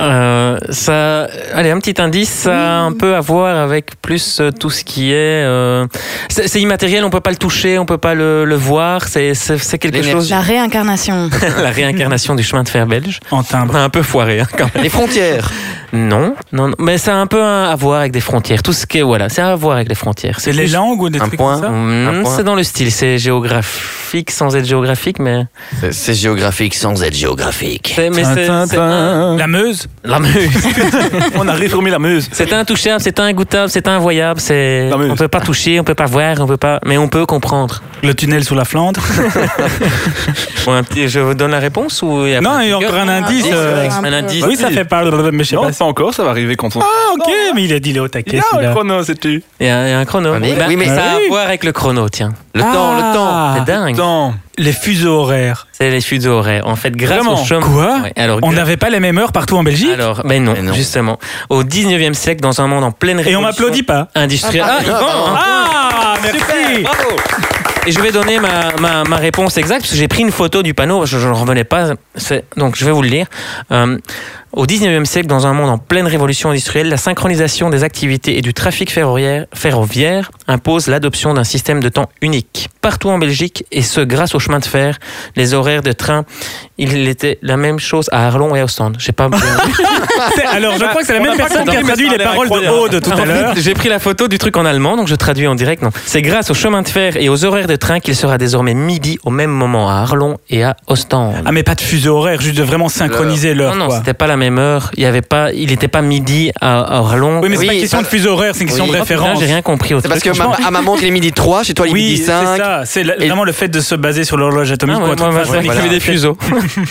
G: Euh, ça, allez, un petit indice, ça a un peu à voir avec plus euh, tout ce qui est. euh, c'est c'est immatériel, on peut pas le toucher, on peut pas le, le voir. C'est c'est- c'est quelque chose.
D: la réincarnation.
G: la réincarnation du chemin de fer belge.
A: En
G: On
A: timbre.
G: a un peu foiré hein, quand même.
E: Les frontières.
G: Non, non, non. mais ça a un peu à voir avec des frontières. Tout ce qui est, voilà, c'est à voir avec les frontières.
A: C'est les
G: plus-
A: langues ou des
E: Un
A: trucs
E: point.
A: comme ça
G: Hmm,
E: Un point.
G: C'est dans le style, c'est géographique sans être géographique, mais.
E: C'est- C'est géographique sans être géographique.
G: C'est, mais c'est,
B: Tin,
G: c'est un-
B: tin,
A: La Meuse
G: La Meuse.
B: tin. On a réformé la muse.
G: C'est intouchable, c'est ingoûtable, c'est invoyable, c'est.
B: La Meuse.
G: On peut pas toucher, on peut pas voir, on peut pas. Mais on peut comprendre.
A: Le tunnel sous la Flandre
G: Bon, un petit- je vous donne la Ah, réponse ou il y a
A: Non,
G: pas-
A: il y a encore un indice.
D: indice,
A: euh,
D: ouais.
G: un indice.
A: Oui, ça fait pas. Mais je sais
B: Non,
A: pas.
B: pas encore, ça va arriver quand on.
A: Ah, ok, mais il a dit il est au taquet.
B: Non, le
A: celui-là.
B: chrono, c'est tu.
G: Il y a, il y a un chrono.
E: Ah, mais-
G: Bah,
E: oui, mais-
G: ça a
A: Oui.
G: à voir avec le chrono, tiens.
E: Le
A: Ah.
E: temps, le temps.
A: Ah,
G: c'est dingue.
B: Temps.
A: Les fuseaux horaires.
G: C'est les fuseaux horaires. En fait, grâce
B: Vraiment
G: au chemin.
A: Quoi
G: Ouais, alors,
A: On n'avait pas les mêmes heures partout en Belgique
G: Alors, ben non,
E: Mais non.
G: justement. Au 19e siècle, dans un monde en pleine
A: Et
G: révolution
A: on m'applaudit pas.
G: industrielle. Ah, Yvan, hein.
A: Ah, merci
G: Et je vais donner ma, ma, ma réponse exacte, parce que j'ai pris une photo du panneau, je je ne revenais pas. C'est- Donc, je vais vous le lire. Euh, Au 19e siècle, dans un monde en pleine révolution industrielle, la synchronisation des activités et du trafic ferroviaire, ferroviaire impose l'adoption d'un système de temps unique. Partout en Belgique, et ce grâce au chemin de fer, les horaires de train, il était la même chose à Arlon et à Ostende. J'ai pas.
A: C'est- Alors, je crois que c'est la
G: On
A: même
G: a pas
A: personne qui a
G: compris,
A: traduit
G: mais
A: les
G: ça a l'air
A: paroles de Aude tout
G: En
A: à
G: fait,
A: l'heure.
G: J'ai pris la photo du truc en allemand, donc je traduis en direct. Non, c'est grâce au chemin de fer et aux horaires de train qu'il sera désormais midi au même moment à Arlon et à Ostende.
A: Ah, mais pas de fuseau horaire, juste de vraiment synchroniser l'heure.
G: Non, non,
A: Ah, quoi.
G: c'était pas la même heure. Il y avait pas, il était pas midi à, à Arlon.
A: Oui, mais c'est pas
E: Oui,
A: une question
E: ça-
A: de fuseau horaire, c'est une question
E: Oui.
A: de
G: Oh, putain,
A: référence.
G: J'ai rien compris au
E: C'est
G: truc.
E: parce que
G: Franchement,
E: ma- à ma montre, il est midi 3, chez toi, il est
A: Oui,
E: midi
A: c'est
E: 5.
A: ça. C'est la-
E: Et-
A: vraiment le fait de se baser sur l'horloge atomique
G: Ah,
A: pour
G: ouais,
A: être
G: moi, moi,
A: face à
G: j'aurais
A: l'idée.
G: calculé des (laughs) fuseaux.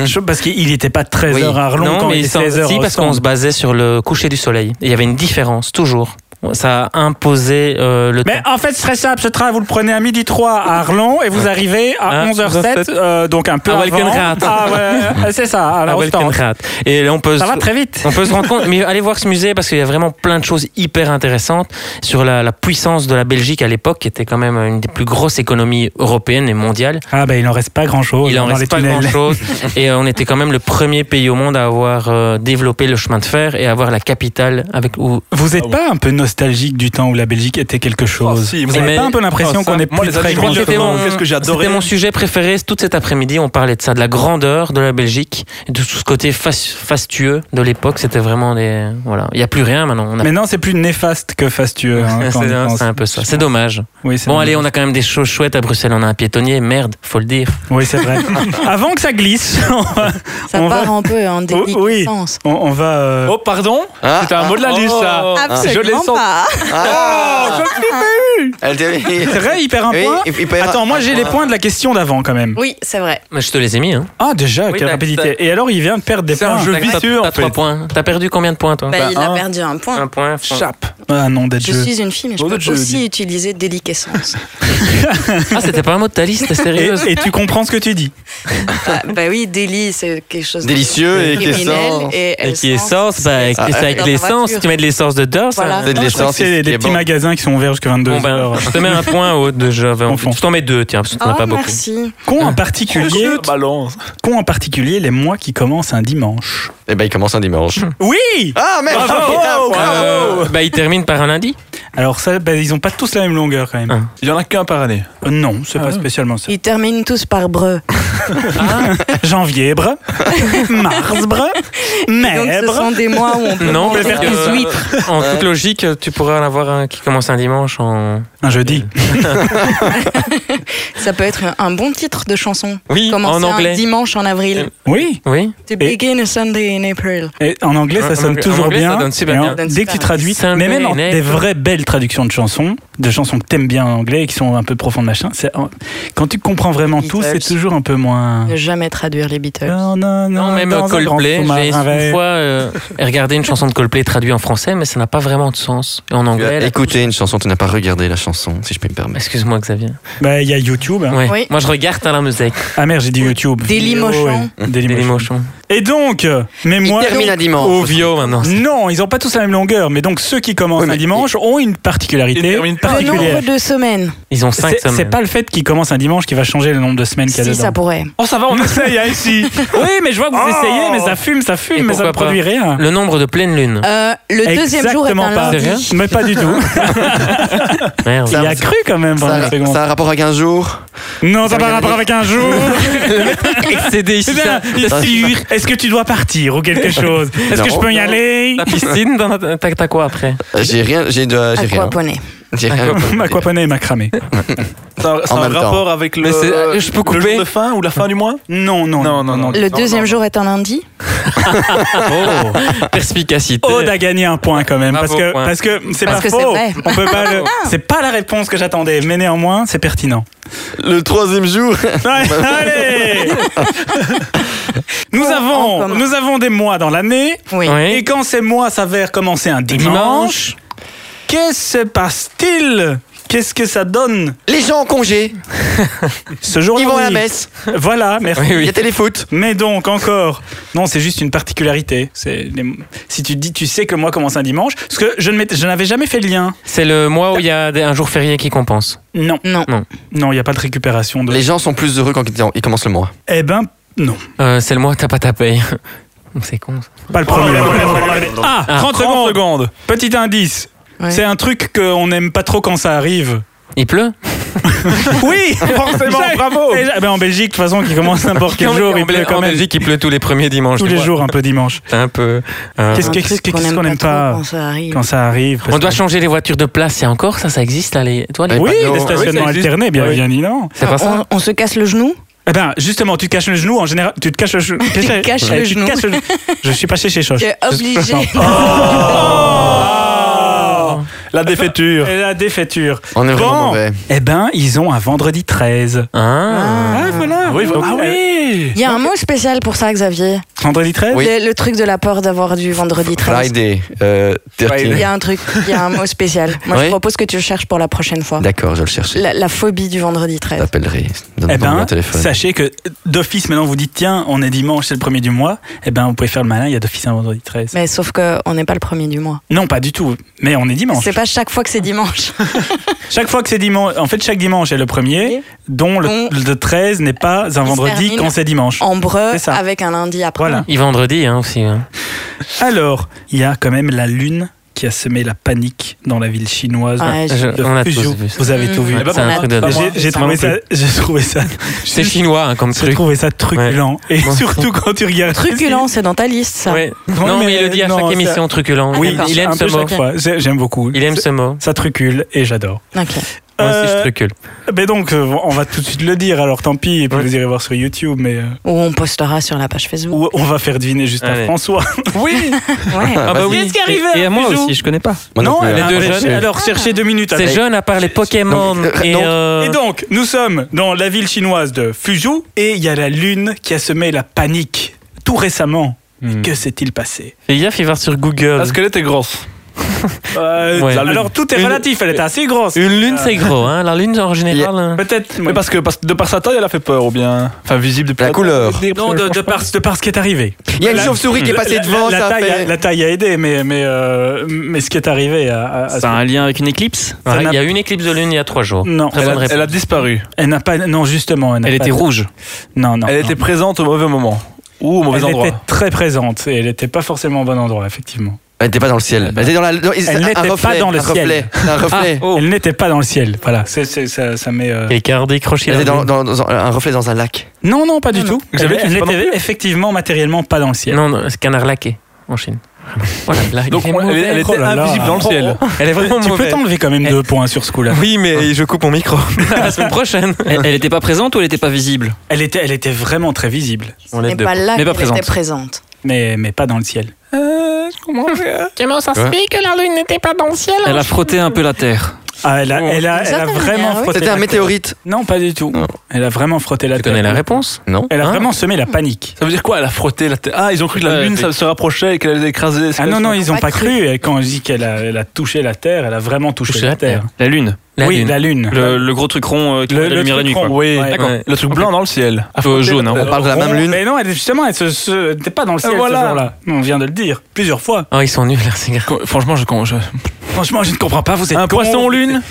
A: Je- Parce qu'il n'était pas 13h
E: Oui.
A: à Arlon
G: non,
A: quand
G: mais
A: il
G: ils
A: était
G: sont-
A: 16h.
G: si, parce qu'on se basait sur le coucher du soleil. Il y avait une différence, toujours. Ça a imposé euh, le
A: Mais
G: temps.
A: en fait, c'est très simple. Ce train, vous le prenez à midi 3 à Arlon et vous arrivez à
G: Ah,
A: 11h07,
G: 11h07,
A: euh, donc un peu
G: à
A: avant.
G: Walkenrath.
A: Ah ouais, c'est ça, à la
G: Ah, ouais, le
A: Ostende.
G: Kenrath. Et là, on peut.
A: Ça
G: se-
A: va très vite.
G: (laughs) On peut se rendre compte, mais allez voir ce musée parce qu'il y a vraiment plein de choses hyper intéressantes sur la, la puissance de la Belgique à l'époque, qui était quand même une des plus grosses économies européennes et mondiales.
A: Ah ben, il en reste pas grand-chose
G: Il en
A: dans les
G: reste pas
A: tunnels. (laughs)
G: grand chose. Et euh, on était quand même le premier pays au monde à avoir euh, développé le chemin de fer et à avoir la capitale avec où.
A: Vous n'êtes
B: Ah oui.
A: pas un peu nostalgique du temps où la Belgique était quelque chose
B: Ah, si,
A: Vous
B: mais-
A: n'avez
G: mais-
A: pas un peu l'impression
B: Ah, ça,
A: qu'on est
B: moi,
A: plus
B: les
A: très
B: années
A: grand
B: que
G: C'était
B: justement,
G: mon-
B: qu'est-ce que j'adorais
G: C'était mon sujet préféré. Tout cet après-midi, on parlait de ça, de la grandeur de la Belgique, et de tout ce côté fas- fastueux de l'époque. C'était vraiment des. Voilà. Il n'y a plus rien maintenant. On a-
A: Mais non, c'est plus néfaste que (laughs) fastueux. hein, quand on y
G: (laughs) c'est
A: pense.
G: c'est un peu ça. C'est dommage.
A: Oui, c'est
G: Bon,
A: vrai.
G: allez, on a quand même des choses chouettes à Bruxelles. On a un piétonnier, merde, faut le dire.
A: Oui, c'est vrai. (laughs) Avant que ça glisse, (laughs) on va.
D: Ça
A: on va-
D: part un peu en
A: Oh, oui.
D: déliquescence.
A: On, on va euh, Oh.
B: Oh, pardon
E: Ah,
B: C'était un mot de la
E: ah,
B: liste,
G: Oh,
B: ça.
E: ah,
D: Absolument
B: sens.
D: pas.
E: ah. Elle t'a-
A: C'est vrai, il perd un
E: Oui,
A: point.
E: il- il perd
A: Attends, moi
E: un
A: j'ai les
E: point.
A: points de la question d'avant quand même.
D: Oui, c'est vrai.
G: Mais je te les ai mis. Hein.
A: Ah déjà,
G: Oui,
A: quelle
G: t'as-
A: rapidité. Et alors il vient de perdre des
B: C'est un
A: points. Ah,
B: jeu
G: T'as-
B: vicieux,
G: t'as-
B: en
G: T'as
B: fait.
G: trois points. T'as perdu combien de points, toi
D: Bah, il a
B: un.
D: perdu un point.
G: Ah, Un point.
B: Chape.
A: Ah non, d'être
D: Je
A: jeu.
D: suis une fille, mais je
B: Bon,
D: peux
B: d'autres jeux,
D: aussi
B: dis.
D: utiliser déliquescence.
G: Ah, (laughs) c'était pas un mot de ta liste,
A: Et,
G: sérieux.
A: et tu comprends ce que tu dis.
D: bah, bah oui, délit, c'est quelque chose de
E: Délicieux et qui est
D: criminel
E: sans.
D: et
G: Et
D: elle
G: qui est
D: sent-
G: sens, bah, avec,
E: Ah,
G: c'est avec
D: dans ta
G: l'essence.
D: voiture.
G: Tu mets de l'essence dedans, ça.
D: Voilà.
E: C'est de
A: Ah, je crois que
E: l'essence.
A: C'est
E: qui
A: des
E: est
A: petits
E: bon.
A: magasins qui sont ouverts jusqu'à 22
G: Bon, ben,
A: heures.
G: je te mets un point au de jeu.
A: Au fond.
G: Je t'en mets deux, tiens, parce que t'en as
D: Oh,
G: pas beaucoup.
D: merci.
A: Qu'ont en particulier,
B: Balance.
A: qu'ont en particulier les mois qui commencent un dimanche
E: Eh ben, il commence un dimanche.
A: Oui
E: Ah, merde!
A: Bravo,
E: putain,
G: Euh, bah, il termine par un lundi.
A: Alors ça, ben, ils ont pas tous la même longueur quand même.
G: Ah.
B: Il y en a qu'un par année.
A: Euh, Non, c'est pas spécialement ça.
D: Ils terminent tous par breu.
A: Janvier, bre, mars, bre, mai,
D: Donc ce
A: bre.
D: sont des mois
G: (laughs)
D: où on peut
G: Non,
D: manger
A: Ah,
G: parce
D: des
G: que-
D: huîtres.
G: En toute logique, tu pourrais en avoir un qui commence un dimanche en.
A: Un jeudi.
D: Ça peut être un bon titre de chanson.
G: Oui, en
D: Commencer un
G: anglais. Euh,
D: dimanche en avril.
A: Oui.
G: Oui.
D: To begin a Sunday in April.
A: Et en anglais, ça
G: En
A: sonne
G: anglais- en
A: toujours
G: anglais,
A: bien.
G: ça donne super
A: Et en-
G: bien. Ça
D: donne
A: Dès que tu
D: super
A: traduis,
G: bien.
A: mais même en-
G: Sunday
A: des
G: night.
A: vraies belles traductions de chansons, de chansons que t'aimes bien en anglais et qui sont un peu profondes machin. c'est- Quand tu comprends vraiment tout, c'est
D: Beatles.
A: toujours un peu moins.
D: Ne jamais traduire les Beatles.
A: Non, non,
G: Non, même euh,
A: dans un
G: Coldplay,
A: grand
G: j'ai
A: sous-marin
G: une
A: vert.
G: fois euh, regardé une chanson de Coldplay traduite en français, mais ça n'a pas vraiment de sens. Et en
E: Tu as
G: anglais, là-
E: écouté une chanson, tu n'as pas regardé la chanson, si je peux me permettre.
G: excuse-moi Xavier.
A: Bah, il y a YouTube. hein.
G: Ouais.
D: Oui.
G: Moi, je regarde à la musique.
A: Ah merde, j'ai dit YouTube.
D: Dailymotion.
A: Ouais, Dailymotion.
G: Dailymotion.
A: Et donc, mais
E: Il
A: moi.
E: termine à dimanche.
G: Ovio maintenant.
A: Non, ils n'ont pas tous la même longueur, mais donc ceux qui commencent
E: Oui, mais-
A: un dimanche ont une
B: Ils
A: particularité
B: terminent
D: Le
B: par-
A: particulière.
G: Ah
D: nombre de semaines.
G: Ils ont 5
A: C'est- C'est
G: semaines.
A: pas le fait qu'ils commencent un dimanche qui va changer le nombre de semaines qu'il y a
D: Si,
A: dedans.
D: ça pourrait.
A: Oh, ça va, on essaye hein, ici. Oui, mais je vois que vous
B: Oh.
A: essayez, mais ça fume, ça
G: Et
A: fume, mais ça ne
G: pourquoi pas
A: produit rien.
G: Le nombre de pleines lunes.
D: Euh, le deuxième jour est
A: Exactement
D: un
A: pas.
D: lundi.
G: Rien
A: Mais pas du tout. Ah,
G: Merde. (laughs)
A: Il a cru quand même
E: Ça
A: pendant une
E: a-
A: seconde.
E: ça a un rapport à 15 jours.
A: Non, ça n'a pas rapport avec un jour.
G: excédé
A: Eh
G: ici.
A: bien,
E: ça-
A: sûr. Est-ce que tu dois partir ou quelque chose Est-ce que
E: Non.
A: je peux y
E: Non.
A: aller
G: La piscine, dans la- t'as t'as quoi après
E: Euh, J'ai rien, j'ai de- j'ai rien.
D: Aquaponé.
E: J'ai rien.
A: (laughs) Ma coiponée et ma cramée.
B: C'est un, c'est
E: En
B: un
E: même temps.
B: rapport avec le, euh,
G: Mais c'est- je peux
B: le
G: couper
B: jour de fin ou la fin du mois
A: Non, non,
B: Non, non, non.
D: Le deuxième jour est un lundi.
G: Oh, perspicacité.
A: Aude a gagné un point quand même
G: Bravo,
A: parce que
G: point.
A: parce que c'est
D: Parce
A: pas
D: que c'est
A: faux.
D: vrai. Ah.
A: On peut pas
D: (laughs)
A: le- C'est pas la réponse que j'attendais, mais néanmoins c'est pertinent.
E: Le troisième jour.
A: Allez Nous
D: Bon, on
A: avons
D: commence.
A: nous avons des mois dans l'année
D: Oui.
G: Oui.
A: et quand ces mois s'avèrent commencer un Hein? dimanche,
G: Dimanche.
A: qu'est-ce que se passe-t-il Qu'est-ce que ça donne
E: (laughs) Les gens en congé,
A: ce jour
E: ils vont à la messe,
A: Voilà, merci.
G: Oui,
E: il y
G: oui.
E: a téléfoot.
A: Mais donc encore, non, c'est juste une particularité. C'est les- si tu te dis, tu sais que moi commence un dimanche, parce que je ne m'étais- je n'avais jamais fait le lien.
G: C'est le mois où il y a des- un jour férié qui compense.
A: Non,
D: Non.
A: non, il n'y a pas de récupération. De...
E: Les gens sont plus heureux quand ils ils commencent le mois.
A: Eh ben non.
G: Euh, c'est le mois où t'as pas ta paye. (laughs) C'est con. ça.
A: Pas le premier. Ah, 30
B: 30
A: secondes.
B: secondes.
A: Petit indice.
D: Ouais.
A: C'est un truc qu'on n'aime pas trop quand ça arrive.
G: Il pleut
A: (laughs) Oui, forcément, bravo. ben, en Belgique, de toute façon, qui commence n'importe quel jour,
G: (laughs) En
A: il
G: Bel-
A: pleut quand
G: en
A: même.
G: Belgique, il pleut tous les premiers dimanches.
A: Tous
G: tu
A: les
G: vois.
A: jours, un peu dimanche.
G: C'est un peu. euh,
A: Qu'est-ce
D: Un
A: que-
D: truc
A: qu'est-ce qu'on n'aime pas
D: trop quand ça arrive.
A: Quand ça arrive. parce
G: On doit
A: que-
G: changer les voitures de place, c'est encore ça, ça existe là, les. Toi, les
A: Oui,
G: panneaux-
A: les
B: oui,
A: stationnements
B: ça existe.
A: alternés, bien
B: Oui.
A: évidemment.
G: C'est pas ça
D: on, on se casse le genou
A: Eh ben, justement, tu te caches le genou en général. Tu te caches le genou. Tu
D: te caches le
A: tu te
D: genou.
A: caches le genou. Je suis passé chez Choche.
D: Tu es obligé.
B: La défaiture.
A: Oh Et la défaiture.
E: On est vraiment
A: Bon.
E: mauvais.
A: Eh ben, ils ont un vendredi 13.
G: Hein
A: Ah, voilà.
B: Oui,
A: Donc,
B: ah oui.
D: Il y a un mot spécial pour ça, Xavier.
A: Vendredi 13
E: Oui.
D: Le, le truc de la peur d'avoir du vendredi 13.
E: Friday. Euh, 13.
D: Il y a un truc, il y a un mot spécial. Moi,
E: Oui.
D: je propose que tu le cherches pour la prochaine fois.
E: D'accord, je le cherchais.
D: La, la phobie du vendredi
E: Je
D: 13.
E: t'appellerai.
A: Eh
E: Donne-moi
A: ben,
E: mon téléphone.
A: sachez que d'office, maintenant, vous dites, tiens, on est dimanche, c'est le premier du mois. Eh ben, vous pouvez faire le malin, il y a d'office un vendredi 13.
D: Mais sauf qu'on n'est pas le premier du mois.
A: Non, pas du tout. Mais on est dimanche.
D: C'est pas chaque fois que c'est dimanche.
A: Chaque fois que c'est dimanche, en fait, chaque dimanche est le premier,
D: Oui.
A: dont le,
D: On-
A: le 13 n'est pas un
D: se
A: vendredi
D: termine
A: quand c'est dimanche.
D: En breu
A: C'est ça.
D: avec un lundi après.
A: Voilà.
G: Il vendredi hein, aussi. hein.
A: Alors, il y a quand même la lune qui a semé la panique dans la ville chinoise.
D: Ouais, je-
G: Je-
A: de
G: Euh, on a
A: Fuzhou.
G: tous vu ça.
A: Vous avez tout vu.
G: Ouais,
B: Eh ben,
G: c'est un
D: bon,
G: truc de.
D: bah,
A: J'ai- J'ai
D: Ça
A: trouvé
G: non plus.
A: ça, j'ai trouvé ça,
G: C'est chinois hein, comme
A: j'ai
G: truc.
A: trouvé ça truculent. Et
G: Moi,
A: surtout quand tu regardes.
D: Truculent, c'est dans ta liste, ça.
G: Ouais.
A: Non,
G: Non,
A: mais
G: mais il le dit à
A: non,
G: chaque
A: ça-
G: émission truculent.
D: Ah,
A: Oui,
G: il aime
A: un
G: ce
A: peu
G: mot.
A: chaque fois. J'ai- J'aime beaucoup.
G: Il aime ce mot.
A: Ça trucule et j'adore.
D: Ok.
G: Moi aussi, je
A: Euh,
G: trucule.
A: Mais donc, euh, on va tout de suite le dire, alors tant pis, et puis
G: Ouais.
A: vous irez voir sur YouTube, mais. euh,
D: Ou on postera sur la page Facebook.
A: ou on va faire deviner juste à
G: Allez.
A: François.
G: Oui
D: (laughs) Ouais.
G: Ah bah oui.
A: Qu'est-ce qui est arrivé
G: Et, et à moi
A: Bijou
G: aussi, je connais pas.
E: Moi non plus,
A: elle
E: hein.
A: est
G: deux
A: deux
G: jeunes.
A: Alors, cherchez deux minutes
G: C'est
A: après.
G: jeune à part les Pokémon
E: Donc, euh,
G: et,
E: donc-
G: euh,
A: Ah. Et donc, nous sommes dans la ville chinoise de Fuzhou et il y a la lune qui a semé la panique tout récemment.
B: Hmm.
A: Que s'est-il passé
G: Fais gaffe, il va sur Google.
B: La squelette est grosse.
A: Euh,
G: Ouais.
A: Alors tout est
G: Une-
A: relatif, elle était assez grosse.
G: Une lune, c'est gros. Hein.
A: (laughs)
G: La lune, en général. hein.
A: Peut-être.
B: Mais parce que parce- de par sa taille, elle a fait peur ou bien. Enfin, visible depuis
E: La couleur.
A: Non, de, de par, de par ce qui est arrivé.
E: Il y a une
A: La-
E: chauve-souris qui est passée
A: la-
E: devant,
A: la,
E: ça a
A: taille, a-
E: fait.
A: la taille a aidé, mais, mais, euh, mais ce qui est arrivé à- à- à-
F: Ça a un lien avec une éclipse
A: ça
G: Ouais,
A: n'a-
G: il y a une éclipse de lune il y a trois jours.
A: Non,
G: Très
B: Elle
G: bonne
B: a, elle
G: réponse.
B: a disparu.
A: elle n'a pas. Non, justement. n'a
F: Elle
A: pas-
F: était rouge.
A: Non, non.
B: elle
A: non.
B: était présente au mauvais moment ou au mauvais
A: Elle
B: endroit.
A: était très présente et elle n'était pas forcément au bon endroit, effectivement.
E: Elle n'était pas dans le ciel. Elle était dans la. non, c'est
A: Elle
E: un
A: n'était pas
E: reflet,
A: dans le
E: un
A: ciel. Ah,
E: reflet, Un reflet.
G: Oh.
A: Elle n'était pas dans le ciel. Voilà, c'est- c'est- ça, ça met. euh,
G: Et qui a décroché
E: Elle
G: la
E: était dans,
G: lune.
E: dans- dans un un reflet dans un lac.
A: Non, non, pas du
D: Non,
A: tout. Elle,
B: Xavier, tu
A: elle
B: sais pas non
A: n'était effectivement matériellement pas dans le ciel.
G: Non, non, c'est canard laqué en Chine. Voilà, blague.
B: Donc,
G: Elle est
B: on- elle,
G: mauvaise.
B: elle
A: Oh
B: était
A: là là.
B: invisible dans le ciel.
G: Elle est vraiment
A: tu peux
G: mauvaise.
A: t'enlever quand même
G: Elle-
A: deux points sur ce coup-là.
G: Oui, mais je coupe mon micro. À (laughs) la semaine prochaine.
F: Elle, elle était pas présente ou elle était pas visible
A: Elle était, elle était vraiment très visible,
G: On
D: Mais pas là
F: Mais pas
D: qu'elle
F: présente.
D: était présente.
A: mais, mais pas dans le ciel.
J: Comment ça se
E: Ouais.
J: fait que la lune n'était pas dans le ciel hein?
F: Elle a frotté un peu la terre.
A: Ah, elle a,
G: Bon.
A: elle a,
D: D'une
A: elle a
D: certaine
A: vraiment
D: manière, oui.
A: frotté.
E: C'était un
A: la-
E: météorite.
A: Non, pas du tout.
E: Non.
A: Elle a vraiment frotté la
G: Tu
A: terre.
G: connais la réponse
E: Non.
A: Elle a
G: Hein
A: vraiment semé la panique.
B: Ça veut dire quoi Elle a frotté la terre. Ah, ils ont cru que la
F: Ouais,
B: lune
F: c'est-
B: ça se rapprochait et qu'elle allait écraser.
A: Ah non, non, ils n'ont
D: pas
A: pas cru. Et quand je dis qu'elle a, elle a touché la terre, elle a vraiment touché,
G: Touché
A: la
G: la
A: terre.
G: terre.
F: La lune.
G: La
A: oui,
G: lune.
A: la lune.
F: Le, le gros truc rond euh, qui fait la lumière la nuit.
A: truc rond,
F: quoi.
A: oui.
F: Ouais.
B: D'accord.
F: Ouais.
B: Le truc blanc dans le ciel.
F: Euh, jaune. hein.
E: On parle de la
A: Rond.
E: même lune.
A: Oh, Mais non, elle- justement, elle se- se- n'était pas dans le ciel ce
B: voilà.
A: jour-là. On vient de le dire plusieurs fois.
G: Oh, ils sont nuls, là, ces gars.
B: Con- Franchement, je, con- je-
A: Franchement, je ne comprends pas. Vous êtes
B: un
A: cons. (laughs)
B: poisson lune.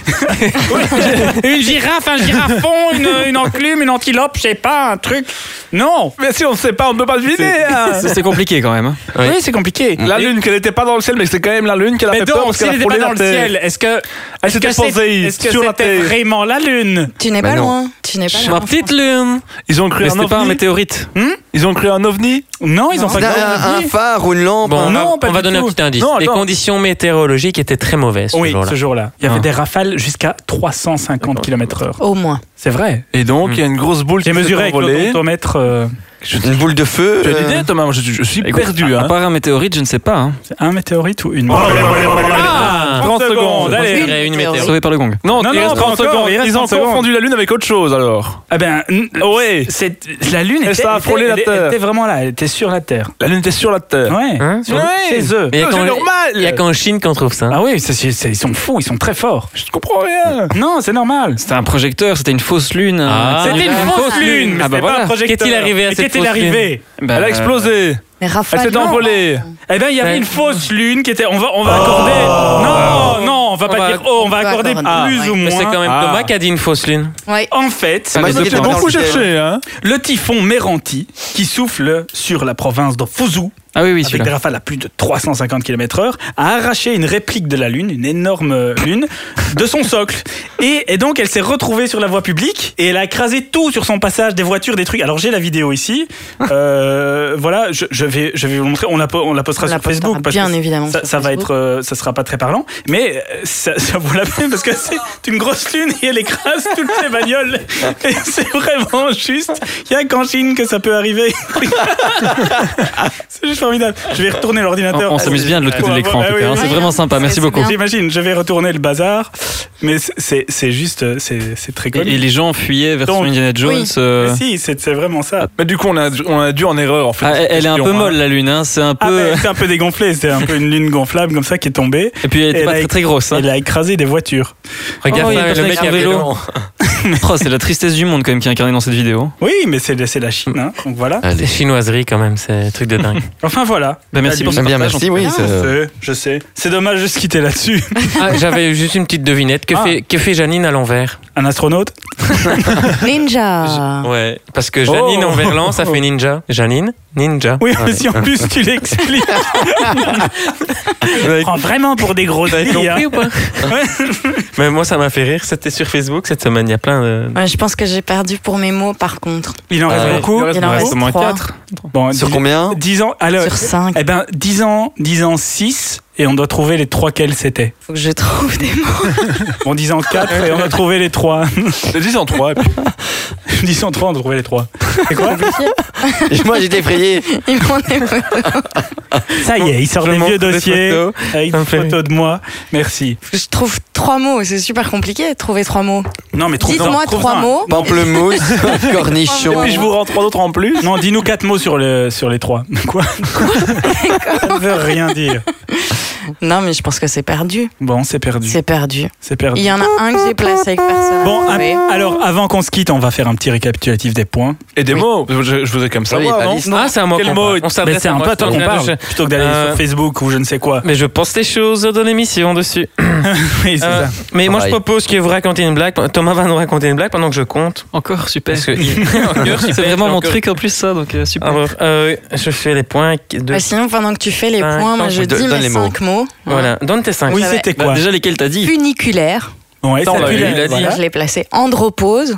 A: Une girafe, un girafon, une, une enclume, une antilope, je sais pas, un truc. Non
B: Mais si on ne sait pas, on ne peut pas deviner. hein.
F: C'est c'est compliqué quand même. hein.
E: Oui.
A: Oui, c'est compliqué.
B: La lune, qu'elle n'était pas dans le ciel, mais c'est quand même la lune qu'elle a
A: Mais
B: fait peur
A: donc,
B: parce
A: si
B: qu'elle
A: elle
B: a
A: n'était pas
B: frôlé la
A: dans le ciel,
B: terre.
A: est-ce que
B: Elle
A: est-ce que
B: s'était
A: c'est-
B: posée
A: est-ce que
B: sur la
A: c'était
B: terre.
A: vraiment la lune
D: Tu n'es
E: Bah
D: pas
E: non.
D: loin. Tu n'es pas
G: Ma
D: loin.
G: petite lune.
B: Ils ont cru
G: Mais
B: un
G: c'était pas un
B: ovni.
G: météorite.
B: Ils ont cru un ovni.
A: Hmm? Non, ils ont pas
E: C'était un, un
A: compris.
E: phare ou une lampe.
G: Bon, on va-
A: non,
G: on
A: pas
G: va,
A: du
G: donner
A: tout.
G: un petit indice.
A: Non,
G: Les
A: non.
G: conditions météorologiques étaient très mauvaises ce
A: Oui,
G: jour-là.
A: ce jour-là. Il y avait
G: Ah.
A: des rafales jusqu'à 350 km/h.
D: Au moins.
A: C'est vrai.
B: Et donc, il y a une grosse boule qui
A: J'ai mesuré
B: s'est
A: avec
B: envolée.
A: l'automètre. euh,
E: Une boule de feu.
B: Tu as une
E: euh,
B: idée, Thomas je, je suis
F: Écoute,
B: perdu.
F: à,
B: Hein.
F: à part un météorite, je ne sais pas. hein.
A: c'est un météorite ou une.
G: Ah
A: 30 secondes, allez.
G: Il y aurait une
D: Météorite.
G: météorite.
F: Sauvé par le gong. Non,
A: Non,
B: Il
A: non,
B: reste
A: pas
B: 30
A: encore,
B: secondes.
A: il reste
B: Ils ont
A: 30 secondes.
B: confondu la lune avec autre chose alors.
A: Ah ben, n-
B: Ouais.
A: c'est la lune
B: Elle
A: était,
B: s'est
A: était-
B: affolée la
A: elle- elle
B: Terre.
A: était vraiment là, elle était sur la terre.
B: La lune était sur la terre.
A: Ouais.
G: Hein
A: Sur-
B: Ouais.
A: Chez eux.
G: Mais il y a
B: Non,
G: quand-
B: c'est normal.
G: Il y a qu'en Chine qu'on trouve ça.
A: Ah oui, c'est- c'est- c'est- ils sont fous, ils sont très forts.
B: Je comprends rien.
A: Non, c'est normal.
F: C'était un projecteur, c'était une fausse lune. hein.
G: Ah.
F: un-
A: C'était une
G: Ah.
A: fausse lune, mais
F: Ah bah
A: c'était pas un
F: voilà.
A: projecteur.
G: Qu'est-il arrivé à
A: Mais
G: cette
A: qu'est-il
G: fausse
A: arrivé
F: Bah,
B: Elle a explosé.
D: Mais
B: Elle
D: Raphaël.
B: s'est envolée. Oh.
A: Eh ben, il y avait
G: Ouais.
A: une fausse lune qui était. On va, on va accorder. Non, non, on va pas dire oh, on va accorder plus ou moins.
G: Mais c'est quand même
A: Ah.
G: Thomas qui a dit une fausse lune.
A: En fait,
G: Ça m'a
A: le
G: été
A: typhon-
G: beaucoup
B: cherché, hein.
A: Le typhon Meranti qui souffle sur la province de Fuzhou.
G: Ah oui, oui,
A: avec
G: celui-là.
A: des rafales à plus de 350 km/h, a arraché une réplique de la Lune, une énorme euh, Lune, de son socle. Et, et donc, elle s'est retrouvée sur la voie publique et elle a écrasé tout sur son passage, des voitures, des trucs. Alors, j'ai la vidéo
D: (laughs)
A: ici. Euh, voilà, je, je vais, je vais vous montrer. On la, po- on la postera
D: On la
A: sur
D: postera
A: Facebook.
D: bien
A: que
D: évidemment
A: Ça,
D: sur
A: ça va
D: Facebook.
A: être, euh, ça sera pas très parlant, mais euh, ça, (laughs) ça vaut la peine parce que c'est une grosse Lune et elle écrase toutes les
D: (laughs)
A: bagnoles. Et c'est vraiment juste. Il y a qu'en Chine que ça peut arriver.
D: (laughs)
A: C'est juste formidable. Je vais retourner l'ordinateur.
F: On, on s'amuse bien de l'autre côté de l'écran. en
A: Ah
F: tout
A: oui,
F: cas, hein.
A: oui.
F: C'est vraiment sympa. Merci beaucoup.
A: J'imagine, je vais retourner le bazar, mais c'est- c'est c'est juste, euh, c'est c'est très
F: Et,
A: cool.
F: et les gens fuyaient vers
A: Donc,
F: Indiana Jones.
A: oui.
F: euh,
A: Mais si, c'est c'est vraiment ça.
B: Mais du coup, on a, on a dû en erreur, en fait.
F: ah, elle, elle est un
B: Question,
F: peu
B: hein.
F: molle la lune. hein. C'est un
A: Ah,
F: peu.
A: mais c'est un peu dégonflé, c'est un peu une lune gonflable comme ça qui est tombée.
F: Et puis elle était
A: elle
F: pas
A: a- Ah
F: très, très grosse. hein.
A: Elle a écrasé des voitures.
F: Regarde,
G: Oh, il y a
F: ça,
G: personne
F: le
G: avec
F: mec à
G: un
F: vélo. Oh, c'est la tristesse du monde quand même qui est incarnée dans cette vidéo.
A: Oui, mais c'est c'est la Chine, hein. donc voilà.
E: Allez.
G: C'est chinoiserie quand même, c'est un truc de
A: (laughs)
G: dingue.
A: Enfin voilà.
F: Bah, merci
A: La
F: pour
A: lune.
F: ça.
E: J'aime Eh bien, merci, oui. Ah, c'est- euh,
A: Je sais, je sais. C'est dommage de se quitter là-dessus. (laughs)
G: Ah, J'avais juste une petite devinette. Que,
A: Ah.
G: fait, que fait Janine à l'envers
A: Un astronaute
D: Ninja
G: Ouais. Parce que Janine
A: Ah. Oh.
G: en verlan,
A: (laughs)
G: ça fait ninja. Janine, ninja.
A: Oui, mais si en plus tu l'expliques. On prend vraiment pour des gros
G: T'avais
A: délits, hein.
G: compris ou pas Mais moi, ça m'a fait rire. C'était sur Facebook cette semaine. Il y a plein de.
D: Ouais, je pense que j'ai perdu pour mes mots par contre.
A: Il en reste
G: Ah ouais.
A: beaucoup.
D: Il en reste
F: au moins
D: trois.
F: quatre.
A: Bon,
E: Sur
A: dix-
E: combien
A: 10 ans. Alors,
D: Sur 5,
A: eh ben, 10 ans, 10 ans 6, et on doit trouver les 3 quels c'était.
D: faut que je trouve des mots.
A: Bon, 10 ans 4, et on a trouvé les (laughs) 3.
B: Les 10 en 3, et puis
A: 10 ans 3, on a trouvé les 3.
E: Moi, j'étais (laughs) effrayé.
D: Ils m'ont évoqué.
A: Ça y est, il sort
G: Je
A: les
G: montre
A: vieux
G: des
A: dossiers
G: photos.
A: avec
G: Ça
A: des
G: me fait
A: photos de moi. Merci.
D: Faut que Je trouve trois mots, c'est super compliqué de trouver trois mots.
A: Non, mais trouve-en,
D: Dites-moi
A: trouve-en
D: trois
A: un.
D: mots.
E: Pamplemousse, (laughs) cornichon.
B: puis je vous rends 3 autres en plus.
A: Non, dis-nous 4 mots sur, le, sur les 3. (laughs) Quoi Ça ne veut rien dire.
D: Non, mais je pense que c'est perdu.
A: Bon, c'est perdu.
D: C'est perdu.
A: C'est perdu.
D: Il y en a un que j'ai placé avec personne.
A: Bon,
D: Oui.
A: av- alors avant qu'on se quitte, on va faire un petit récapitulatif des points.
B: Et des mots, je, je voudrais comme ça.
E: Oui,
B: voir,
E: pas
B: non
E: liste.
G: Ah, c'est un mot
B: Quel
G: qu'on
B: mot
G: parle. On
A: Mais
G: s'adresse
A: c'est un
G: moi,
A: peu à toi
G: c'est
A: qu'on
G: un
A: parle,
G: jeu.
A: plutôt que d'aller
G: Euh,
A: sur Facebook ou je ne sais quoi.
G: Mais je pense les choses dans l'émission dessus.
A: Oui, c'est
G: Euh,
A: ça.
G: mais moi, je
E: Pareil.
G: propose que vous racontez une blague. Thomas va nous raconter une blague pendant que je compte.
F: (laughs) Encore super.
G: Parce que-
F: C'est vraiment mon
G: encore.
F: truc en plus ça, donc euh, super.
G: Alors, euh, je fais les points. De...
D: Bah, sinon, pendant que tu fais les
G: Cinq,
D: points, moi
G: cinq,
D: je
E: do-
D: dis
E: donne
D: mes
E: les mots.
D: cinq mots.
G: Voilà, donne tes 5.
A: Oui,
D: ça va-
A: c'était
F: Bah,
A: quoi
F: déjà lesquels t'as dit
D: Funiculaire,
A: Ouais,
F: Ça, on
A: ça,
F: l'a
A: tu
F: eu,
A: l'as-
F: il l'a dit.
A: voilà.
D: je l'ai placé. Andropause,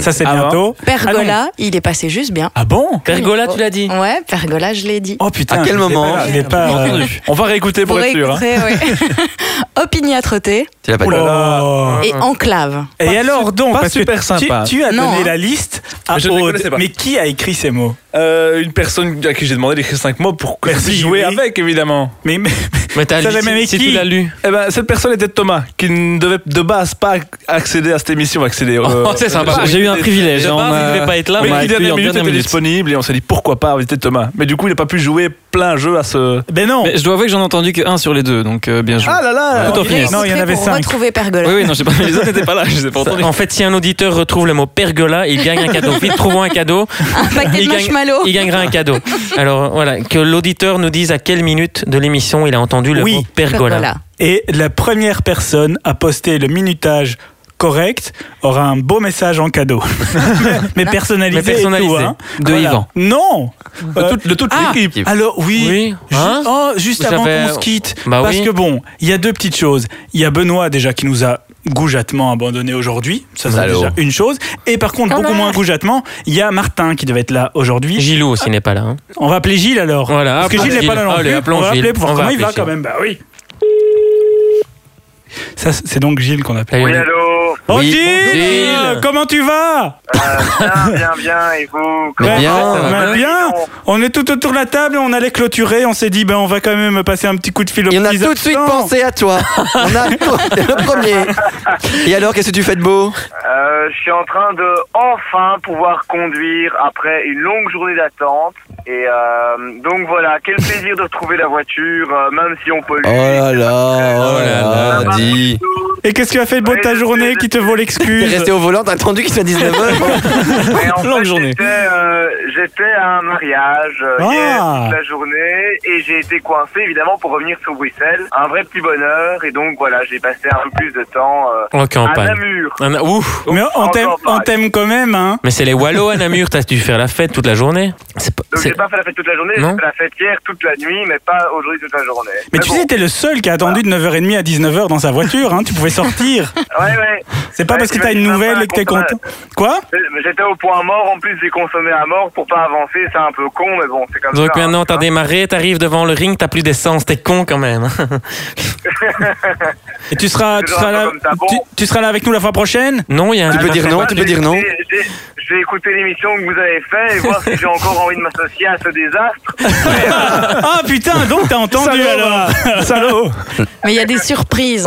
A: Ça, c'est
F: Ah bon
A: bientôt.
D: pergola, il est passé juste bien.
A: Ah bon
G: Pergola, tu l'as dit.
D: Ouais, pergola, je l'ai dit.
A: Oh putain.
E: À quel
A: je l'ai
E: moment
A: pas- Je l'ai pas. euh,
B: On va réécouter pour
D: Vous
B: être sûr. hein.
D: réécouterez, ouais.
A: (laughs)
D: Opiniâtreté
E: Tu l'as pas
A: oh
E: dit.
A: là là.
D: et
A: ah.
D: enclave.
A: Et alors donc
B: Bah, pas
A: parce que
B: super
A: tu-
B: sympa.
A: Tu, as
D: Non,
A: donné
D: hein.
A: la liste à
B: Je ne les
A: Aude.
B: connaissais pas.
A: Mais qui a écrit ces mots
B: Euh, une personne à qui j'ai demandé d'écrire 5 mots pour que je
A: Merci,
B: puisse jouer
A: oui.
B: avec, évidemment.
A: Mais mais-
G: Mais t'as
A: Ça,
G: lu-
A: la même
G: si- si
A: équipe.
G: tu l'as lu.
B: Eh ben, cette personne était Thomas, qui ne devait de base pas accéder à cette émission, accéder. euh,
G: Oh, c'est sympa.
B: pas-
F: J'ai eu un privilège.
G: De
F: hein,
G: base,
F: on
G: il
F: m'a-
G: devait pas être là,
F: on
B: Mais
F: m'a
B: qui
F: accueilli
B: dernière
F: en
B: minute était
F: dernière minute.
B: disponible et on s'est dit pourquoi pas inviter Thomas. Mais du coup, il n'a pas pu jouer plein jeu à ce.
A: ben non.
F: Mais je dois avouer que j'en ai entendu que un sur les deux, donc euh, bien joué.
B: Ah là là
F: Tout en finir.
A: Non, il y en
D: Enregistré
A: avait
D: pour
A: cinq.
D: retrouver pergola.
G: Ah.
F: Oui, oui, non,
G: (laughs)
F: j'ai pas. mais Les autres n'étaient pas là, je les ai pas entendus.
G: En fait, si un auditeur retrouve le mot pergola, il gagne un cadeau. Vite, trouvons un cadeau.
D: Un paquet
G: Il
D: de
G: gagne-
D: marshmallows.
G: Il gagnera un cadeau. Alors voilà, que l'auditeur nous dise à quelle minute de l'émission il a entendu le
A: Oui.
G: mot pergola.
D: Pergola.
A: Et la première personne à poster le minutage correct aura un beau message en cadeau. (laughs) mais personnalisé.
G: Mais personnalisé.
A: et tout, hein.
F: De Yvan.
A: Non. Euh,
B: Tout- De toute
G: Ah.
B: l'équipe.
A: Alors oui,
G: Oui,
A: Ju-
G: hein
A: oh, juste
G: Vous
A: avant
G: savez-
A: qu'on se quitte,
G: Bah
A: parce
G: oui.
A: que bon, il y a deux petites choses. Il y a Benoît déjà qui nous a goujatement abandonné aujourd'hui, ça c'est
E: Salaud.
A: déjà une chose. Et par contre, beaucoup moins goujatement, il y a Martin qui devait être là aujourd'hui.
G: Gilou aussi n'est pas là. hein.
A: On va appeler Gilles alors.
G: Voilà,
A: parce que
G: appelons
A: Gilles n'est pas là
G: Gilles.
A: non
G: Allez,
A: plus.
G: appelons
A: on va
G: Gilles.
A: appeler pour voir
G: On va
A: comment il va
G: appeler
A: quand même. Bah oui. Ça, c'est donc Gilles qu'on appelle.
G: Salut,
K: Oui,
G: Lionel.
K: allô
A: Oh
G: Oui,
A: Gilles,
G: Gilles.
A: comment tu vas
K: Euh, Bien, bien, bien, et vous
E: Mais
A: Ouais,
E: bien.
A: ouais,
K: Comment-
A: ouais, bien. On est tout autour de la table, on allait clôturer, on s'est dit ben on va quand même passer un petit coup de fil au
E: Et on a tout de suite pensé à toi. On a le premier. Et alors, qu'est-ce que tu fais de beau
K: Euh, Je suis en train de enfin pouvoir conduire après une longue journée d'attente. Et euh, donc voilà, quel plaisir de retrouver la voiture, euh, même si on peut
E: Oh là là, oh là là, dis.
A: Et qu'est-ce que tu as fait de beau de ta journée qui te vaut
E: T'es
A: l'excuse
E: resté au volant, t'as attendu qu'il soit 19h.
K: Mais en fait,
A: Longue journée.
K: J'étais, euh, j'étais à un mariage euh,
A: Ah.
K: hier toute la journée et j'ai été coincé évidemment pour revenir sur Bruxelles. Un vrai petit bonheur et donc voilà, j'ai passé un peu plus de temps euh,
G: En
K: à
G: campagne.
K: Namur.
G: Ah, mais- ouf.
A: Mais on t'aime, on t'aime quand même, hein
G: Mais c'est les Wallows à Namur, t'as dû faire la fête toute la journée. C'est pas-
K: Donc
G: c'est-
K: j'ai pas fait la fête toute la journée, j'ai
G: Non.
K: fait la fête hier toute la nuit, mais pas aujourd'hui toute la journée.
A: Mais tu
K: bon.
A: sais, t'es le seul qui a attendu de 9h30 à 19h dans sa voiture, hein, tu pouvais sortir.
K: Ouais, ouais.
A: C'est pas
K: Ouais,
A: parce que
K: tu ah,
A: t'as
K: m'as
A: une
K: dit
A: nouvelle
K: sympa,
A: et que t'es
K: consommé-
A: content. Quoi
K: J'étais au point mort, en plus j'ai consommé à mort pour pas avancer, c'est un peu con, mais bon, c'est comme
G: Donc
K: ça. hein.
G: maintenant, t'as démarré, t'arrives devant le ring, t'as plus d'essence, t'es con quand même. (laughs)
A: Et tu seras, tu
K: Toujours
A: seras
K: un peu
A: là,
K: comme ça. Bon.
A: tu, tu seras là avec nous la fois
K: (laughs)
A: prochaine
G: non, il y a un.
E: Tu peux dire non, tu peux dire non.
K: J'ai- j'ai- Je vais écouter l'émission que vous avez fait et voir si j'ai encore envie de m'associer à ce désastre.
A: Ah putain, donc t'as entendu alors (laughs)
K: hein.
A: Salaud
K: bah,
D: Mais il y a des surprises.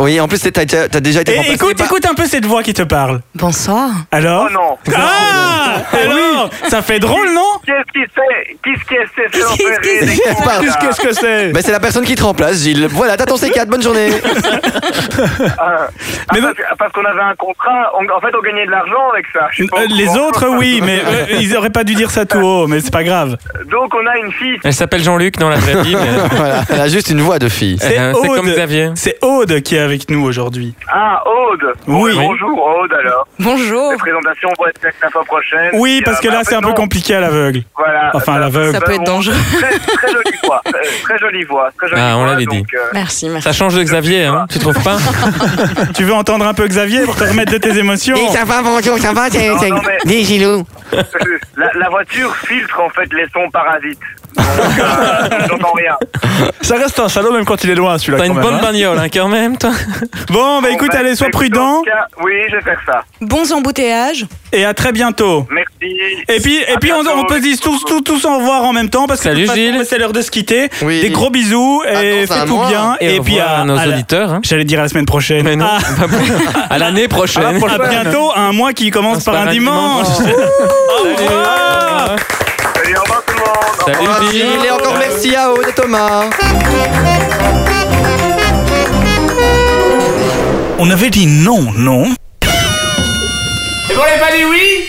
E: (laughs) Oui, en plus, t'as t'as- t'as déjà été
A: Et
E: remplacé
A: écoute,
E: par-
A: écoute un peu cette voix qui te parle.
D: Bonsoir.
A: Alors
K: Oh non
A: Ah Alors Ça fait drôle, non
K: Qu'est-ce qui c'est Qu'est-ce qui s'est fait
D: Qu'est-ce qui-
K: opérer
D: qu'est-ce
K: des
E: qui-
K: cons,
E: Pardon.
K: là
A: Qu'est-ce que c'est
G: Bah,
E: Mais Ben, c'est la personne qui te remplace, Gilles. Voilà, t'as ton C4, bonne journée. (laughs)
K: Ah, ah,
A: Mais
K: parce que- Parce qu'on avait un contrat, on- en fait on gagnait de l'argent avec ça. je sais pas
A: Euh,
K: au
A: Les
K: courant.
A: autres,
K: (laughs)
A: oui, mais euh, ils auraient pas dû dire ça tout haut, mais c'est pas grave.
K: Donc on a une fille.
G: Elle s'appelle Jean-Luc dans la vraie vie. mais-
E: voilà, elle a juste une voix de fille.
A: (laughs) C'est
G: Euh, C'est comme
A: Aude.
G: Xavier.
A: C'est Aude qui est avec nous aujourd'hui.
K: Ah, Aude
A: Oui.
K: Bonjour Aude alors.
D: Bonjour.
K: Les présentations vont être faites la fois prochaine.
A: Oui,
K: Et,
A: parce
K: euh,
A: que
K: bah,
A: là,
K: en fait,
A: c'est un peu
K: non,
A: compliqué à l'aveugle.
K: Voilà.
A: Enfin, à
K: ça-
A: l'aveugle.
D: Ça peut être dangereux.
K: Très, très jolie voix. Euh, Très jolie voix. Très jolie
G: Ah, on
K: voix,
G: l'avait dit.
K: donc, euh,
D: Merci, merci.
G: Ça change de Xavier, hein, tu trouves pas
A: Tu veux entendre un peu Xavier pour te remettre de tes émotions
C: Et ça va, bonjour, ça va, c'est.
K: Non,
C: c'est-
K: non, mais-
C: Dis, Gilou.
K: (laughs) La, la voiture filtre en fait les sons parasites. Donc,
A: (laughs)
K: euh, j'entends rien.
B: Ça reste un salaud même quand il est loin, celui-là.
G: T'as une
B: quand même,
G: bonne
B: hein.
G: bagnole, hein, quand même, toi
A: Bon, bah écoute,
K: Bon, ben,
A: allez, sois
K: écoute,
A: prudent
K: en tout cas, Oui, je vais faire ça.
D: Bons embouteillages.
A: et à très bientôt.
K: Merci.
A: Et puis, et
K: À
A: puis on,
K: bientôt.
A: on peut se dire tous, tous, tous au revoir en même temps parce que de
G: Salut,
A: toute façon,
G: Gilles.
A: c'est l'heure de se quitter.
E: Oui.
A: Des gros bisous et
E: Attends, c'est à
A: fais tout
E: moi.
A: bien.
E: hein.
A: Et,
G: au
A: puis
G: revoir
A: à,
G: à nos
A: à la-
G: auditeurs. hein.
A: J'allais dire à la semaine prochaine.
G: Mais non,
A: Ah,
G: pas plus. à l'année prochaine.
A: à bientôt, un mois qui commence
G: Commence
A: par un dimanche. Au revoir.
K: Salut, au revoir tout le monde. Au revoir.
G: Salut,
E: Merci,
G: Gilles.
E: Et encore merci à Aude et Thomas.
A: On avait dit non, non
J: Et bon, les pas dit oui